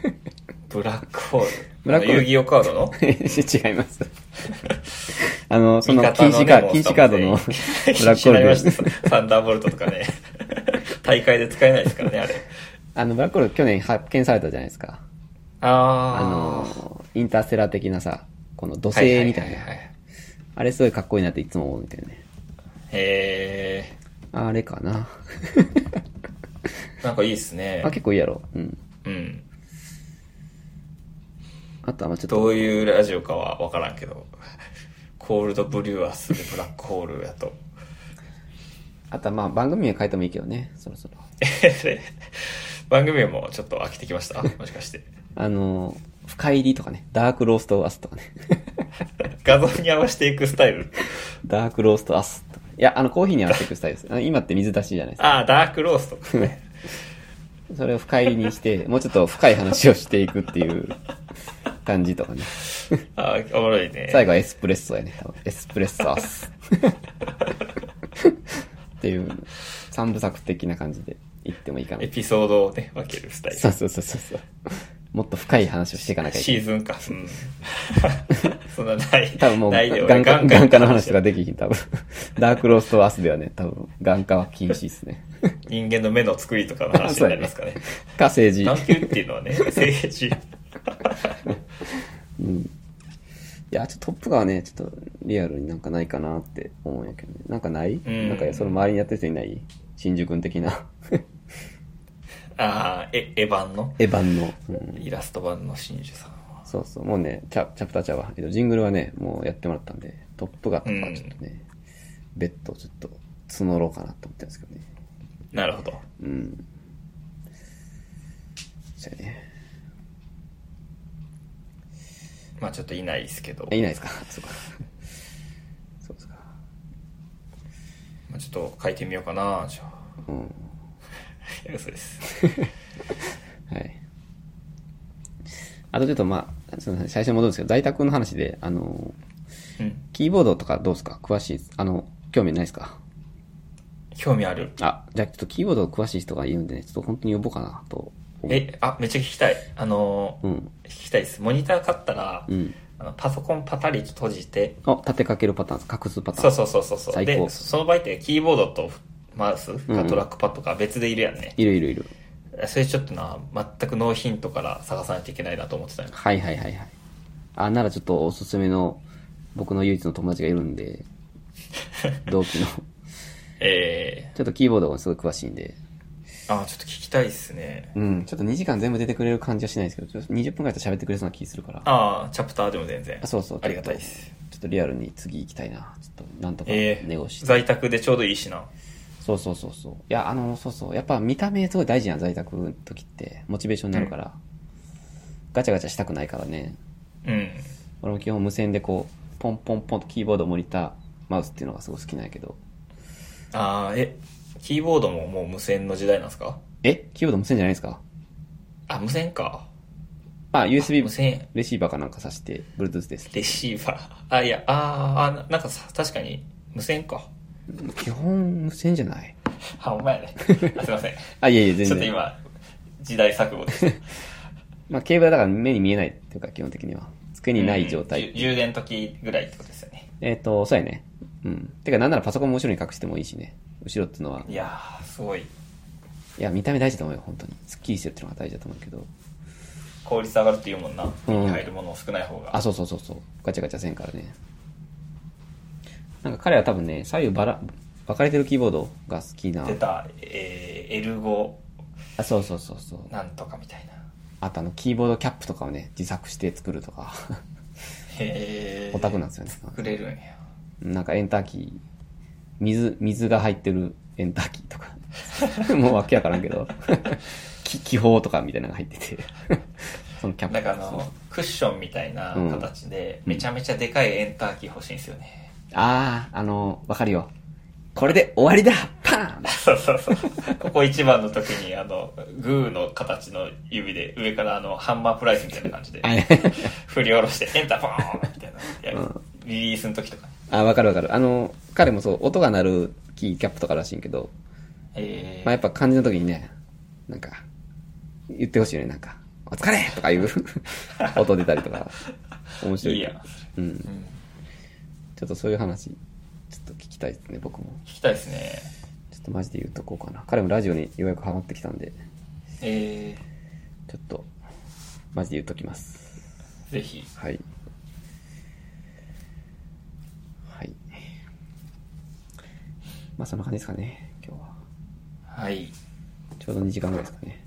Speaker 2: ブラックホール。
Speaker 1: ブラックホール
Speaker 2: あの遊戯王カードの
Speaker 1: 違います。 あの、その
Speaker 2: 味
Speaker 1: 禁
Speaker 2: 方の
Speaker 1: 止カー
Speaker 2: ね
Speaker 1: ド、禁止カードのブ
Speaker 2: モ
Speaker 1: ラ
Speaker 2: ンスター
Speaker 1: ッ
Speaker 2: も全員
Speaker 1: クホール
Speaker 2: 失い ま
Speaker 1: で
Speaker 2: したサンダーボルトとか ね。大会で使えないですからね、あれ。
Speaker 1: あの、ブラックホール去年発見されたじゃないですか。
Speaker 2: ああ。
Speaker 1: あの、インターステラー的なさ、この土星みたいな
Speaker 2: は。ははは
Speaker 1: あれすごいかっこいいなっていつも思うんだよね。
Speaker 2: へ
Speaker 1: あれかな。
Speaker 2: え。なんかいいっすね
Speaker 1: あ、。結構いいやろ。うん。
Speaker 2: うん。
Speaker 1: あとはまあちょっと、
Speaker 2: どういうラジオかはわからんけど、コールドブリュアスでブラックホールやと。
Speaker 1: あとはまあ番組名変えてもいいけどね、そろそろ。
Speaker 2: え番組もちょっと飽きてきましたもし かして。
Speaker 1: あの、深入りとかね、ダークローストアスとかね。
Speaker 2: 画像に合わせていくスタイル。
Speaker 1: ダークローストアスとか。いや、あの、コーヒーに合わせていくスタイルです。あの今って水出しじゃないですか。
Speaker 2: ああ、ダークロース トかね。
Speaker 1: それを深入りにして、もうちょっと深い話をしていくっていう感じとかね。
Speaker 2: ああ、おもろいね。
Speaker 1: 最後はエスプレッソやね。多分エスプレッソア ス。っていう、三部作的な感じで言ってもいいかな
Speaker 2: エ。ピソードをね、分けるスタイ
Speaker 1: そうそうそうそうそう。もっと深い話をしていかな
Speaker 2: ル。
Speaker 1: きゃい
Speaker 2: シ
Speaker 1: けない。
Speaker 2: ーズンか。うん。 そんなない。
Speaker 1: 多分もう、
Speaker 2: ないで
Speaker 1: 眼科、眼科の話とか
Speaker 2: が
Speaker 1: できひん、多分。ダークローストアスではね、多分、眼科は禁止ですね。
Speaker 2: 人間の目の作りとかの話になりますかね。
Speaker 1: か、政治。
Speaker 2: 眼球っていうのはね、政治。
Speaker 1: いや、ちょっとトップガンはね、ちょっとリアルになんかないかなって思うんやけどね。なんかない、
Speaker 2: ん
Speaker 1: なんかその周りにやってる人いない新宿君的な。
Speaker 2: ああ、え、エヴァンの
Speaker 1: エヴァンの。うん
Speaker 2: イラスト版の真珠さんは。
Speaker 1: そうそう、もうね、チャチャプターちゃうわ。えっと、ジングルはね、もうやってもらったんで、トップガンとかはちょっとね、ベッドをちょっと募ろうかなと思ってるんですけどね。
Speaker 2: なるほど。
Speaker 1: うん。そうやね。
Speaker 2: まあちょっといないですけど。
Speaker 1: えいないですか そうか。そうですか。
Speaker 2: まあ、ちょっと書いてみようかな、じゃあ。
Speaker 1: うん。
Speaker 2: いや嘘です。
Speaker 1: はい。あとちょっとまあ、その最初に戻るんですけど、在宅の話で、あの、
Speaker 2: うん。
Speaker 1: キーボードとかどうですか詳しいですあの、興味ないですか
Speaker 2: 興味ある。
Speaker 1: あ、じゃあちょっとキーボード詳しい人がいるんでね、ちょっと本当に呼ぼうかなと思う。
Speaker 2: え、あ、めっちゃ聞きたい。あのー
Speaker 1: うん。
Speaker 2: 聞きたいです。モニター買ったら、
Speaker 1: うん。
Speaker 2: あのパソコンパタリと閉じて、
Speaker 1: あ、立てかけるパターンです。隠すパター
Speaker 2: そ
Speaker 1: ン。
Speaker 2: うそうそうそうそう。
Speaker 1: 最高
Speaker 2: で、その場合ってキーボードとマウスかトラックパッドか別でいるやんね。
Speaker 1: いるいるいる。
Speaker 2: それちょっとな、全くノーヒントから探さないといけないなと思ってたよ。
Speaker 1: はいはいはいはい。あ、ならちょっとおすすめの、僕の唯一の友達がいるん で、同期の。
Speaker 2: え
Speaker 1: ちょっとキーボードがすごい詳しいんで。
Speaker 2: ー、あ、ちょっと聞きたいですね。
Speaker 1: うん。ちょっと2時間全部出てくれる感じはしないですけど、ちょっと20分くらいだと喋ってくれそうな気するから。
Speaker 2: ああ、チャプターでも全然。
Speaker 1: あそうそう。
Speaker 2: ありがたいです。
Speaker 1: ちょっとリアルに次行きたいな。ちょっとなんとか
Speaker 2: ええ
Speaker 1: 寝をして。
Speaker 2: 在宅でちょうどいいしな。
Speaker 1: そうそうそうそう。いや、あの、そうそう。やっぱ見た目すごい大事やん、在宅の時って。モチベーションになるから。ガチャガチャしたくないからね。
Speaker 2: うん。
Speaker 1: 俺も基本無線でこう、ポンポンポンとキーボード、モニター、マウスっていうのがすごい好きなんやけど。
Speaker 2: ああ、え、キーボードももう無線の時代なんですか
Speaker 1: えキーボード無線じゃないですか
Speaker 2: あ、無線か。
Speaker 1: まあ、USB
Speaker 2: 無線、
Speaker 1: レシーバーかなんかさして Bluetooth です。
Speaker 2: レシーバー。あ、いや、あーあ、ななんかさ、確かに、無線か。
Speaker 1: 基本無線じゃない
Speaker 2: あ、お前やね。あすいません。
Speaker 1: あ、いやいや、全
Speaker 2: ちょっと
Speaker 1: 然。
Speaker 2: 今、時代錯誤です。
Speaker 1: まあ、ケーブルはだから目に見えないっていうか、基本的には。机にない状態。
Speaker 2: うんじゅ充電時ぐらいってことですよね。
Speaker 1: えっ、と、そうやね。うん。てか、なんならパソコンも後ろに隠してもいいしね。後ろっていうのは。
Speaker 2: いやー、すごい。
Speaker 1: いや、見た目大事だと思うよ、本当に。スッキリしてるっていうのが大事だと思うけど。
Speaker 2: 効率上がるっていうもんな。手に入るもの少ない方が。
Speaker 1: あ、そうそうそうそう。ガチャガチャせんからね。なんか彼は多分ね、左右ばら、分かれてるキーボードが好きな
Speaker 2: 出。た、えー、エルゴ
Speaker 1: あ、そうそうそうそう。
Speaker 2: なんとかみたいな。
Speaker 1: あとあの、キーボードキャップとかをね、自作して作るとか。
Speaker 2: へー
Speaker 1: オタクなんですよね。
Speaker 2: 作れるんや。
Speaker 1: なんかエンターキー、水、水が入ってるエンターキーとか。 もうわけわからんけど。き気泡とかみたいなのが入ってて。 そのキャップ
Speaker 2: なんかあの、クッションみたいな形で、めちゃめちゃでかいエンターキー欲しいんですよね。
Speaker 1: あー、あの、わかるよ。これで終わりだパーン
Speaker 2: そうそうそう。ここ一番の時に、あの、グーの形の指で、上からあの、ハンマープライスみたいな感じで、
Speaker 1: あれ
Speaker 2: 振り下ろして、エンターポーンみたいなやる。リリースの時とか。
Speaker 1: あ、わかるわかる。あの、彼もそう、音が鳴るキーキャップとからしいんけど、
Speaker 2: え
Speaker 1: まあやっぱ漢字の時にね、なんか、言ってほしいよね、なんか、お疲れとか いう音出たりとか、面
Speaker 2: ー、
Speaker 1: 白い。
Speaker 2: いいやん。
Speaker 1: うん。
Speaker 2: うん
Speaker 1: ちょっとそういう話、ちょっと聞きたいですね、僕も。
Speaker 2: 聞きたいですね。
Speaker 1: ちょっとマジで言うとこうかな。彼もラジオにようやくハマってきたんで、
Speaker 2: え
Speaker 1: ちょっと、マジで言っときます。
Speaker 2: ー、ぜひ。
Speaker 1: はい。はい。まあそんな感じですかね、今日は。
Speaker 2: はい。
Speaker 1: ちょうど2時間ぐらいですかね。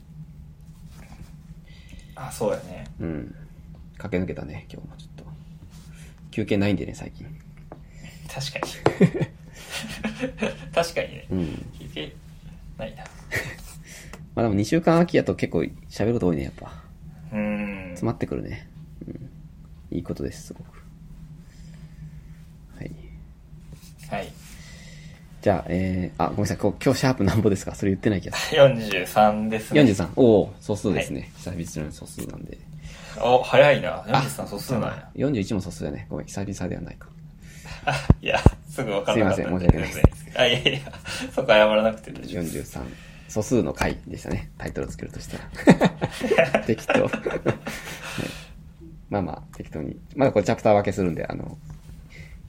Speaker 2: あ、そうやね。
Speaker 1: うん。駆け抜けたね、今日もちょっと。休憩ないんでね、最近。
Speaker 2: 確かに。確かに ね。
Speaker 1: うん。
Speaker 2: 聞いてないな。
Speaker 1: まあでも2週間秋やと結構喋ること多いね、やっぱ。
Speaker 2: うーん。
Speaker 1: 詰まってくるね。うん。いいことです、すごく。はい。
Speaker 2: はい。
Speaker 1: じゃあ、えー、あ、ごめんなさい、こう今日シャープなんぼですかそれ言ってない気がす
Speaker 2: 43です
Speaker 1: る。
Speaker 2: ね。
Speaker 1: 43。おお、素数ですね。久々の素数なんで。
Speaker 2: お、早いな。43素数なんや。
Speaker 1: 41も素数だね。ごめん、久々ではないか。
Speaker 2: いや、すぐ分かんなかった
Speaker 1: すいません申し訳ない
Speaker 2: あ、いやいや、そこ謝らなくて大丈夫です。
Speaker 1: 43。素数の回でしたね。タイトルをつけるとしたら。適当、はいまあまあ、適当に。まだこれチャプター分けするんで、あの、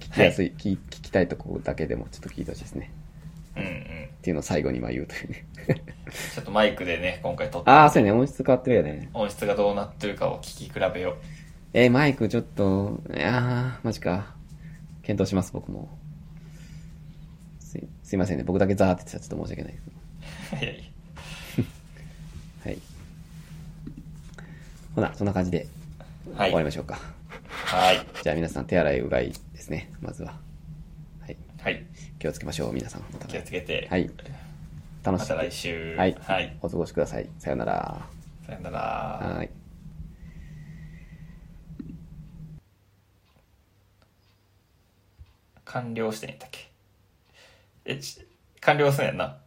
Speaker 1: 聞きやすい、聞き聞きたいとこだけでもちょっと聞いてほしいですね。
Speaker 2: うんうん。
Speaker 1: っていうのを最後にまあ言うというね。
Speaker 2: ちょっとマイクでね、今回撮った
Speaker 1: ああ、そうやね。音質変わってるよね。
Speaker 2: 音質がどうなってるかを聞き比べよ
Speaker 1: えーマイクちょっと、いやー、マジか。検討します、僕も。すいすいませんね。僕だけザーって言ってたらちょっと申し訳ないです。
Speaker 2: う。 いやいや。
Speaker 1: はい。ほな、そんな感じで
Speaker 2: はい
Speaker 1: 終わりましょうか。
Speaker 2: はい。
Speaker 1: じゃあ皆さん手洗いうがいですね、まずは。はい。
Speaker 2: はい。
Speaker 1: 気をつけましょう、皆さん。お
Speaker 2: 気
Speaker 1: 互
Speaker 2: を
Speaker 1: い
Speaker 2: つけて。
Speaker 1: はい。楽
Speaker 2: ま
Speaker 1: しく
Speaker 2: た来週。
Speaker 1: はい。
Speaker 2: はい。
Speaker 1: お過ごしください。さよなら。
Speaker 2: さよなら。
Speaker 1: はい。
Speaker 2: 完了してんやったっけえ、ち完了すんやんな。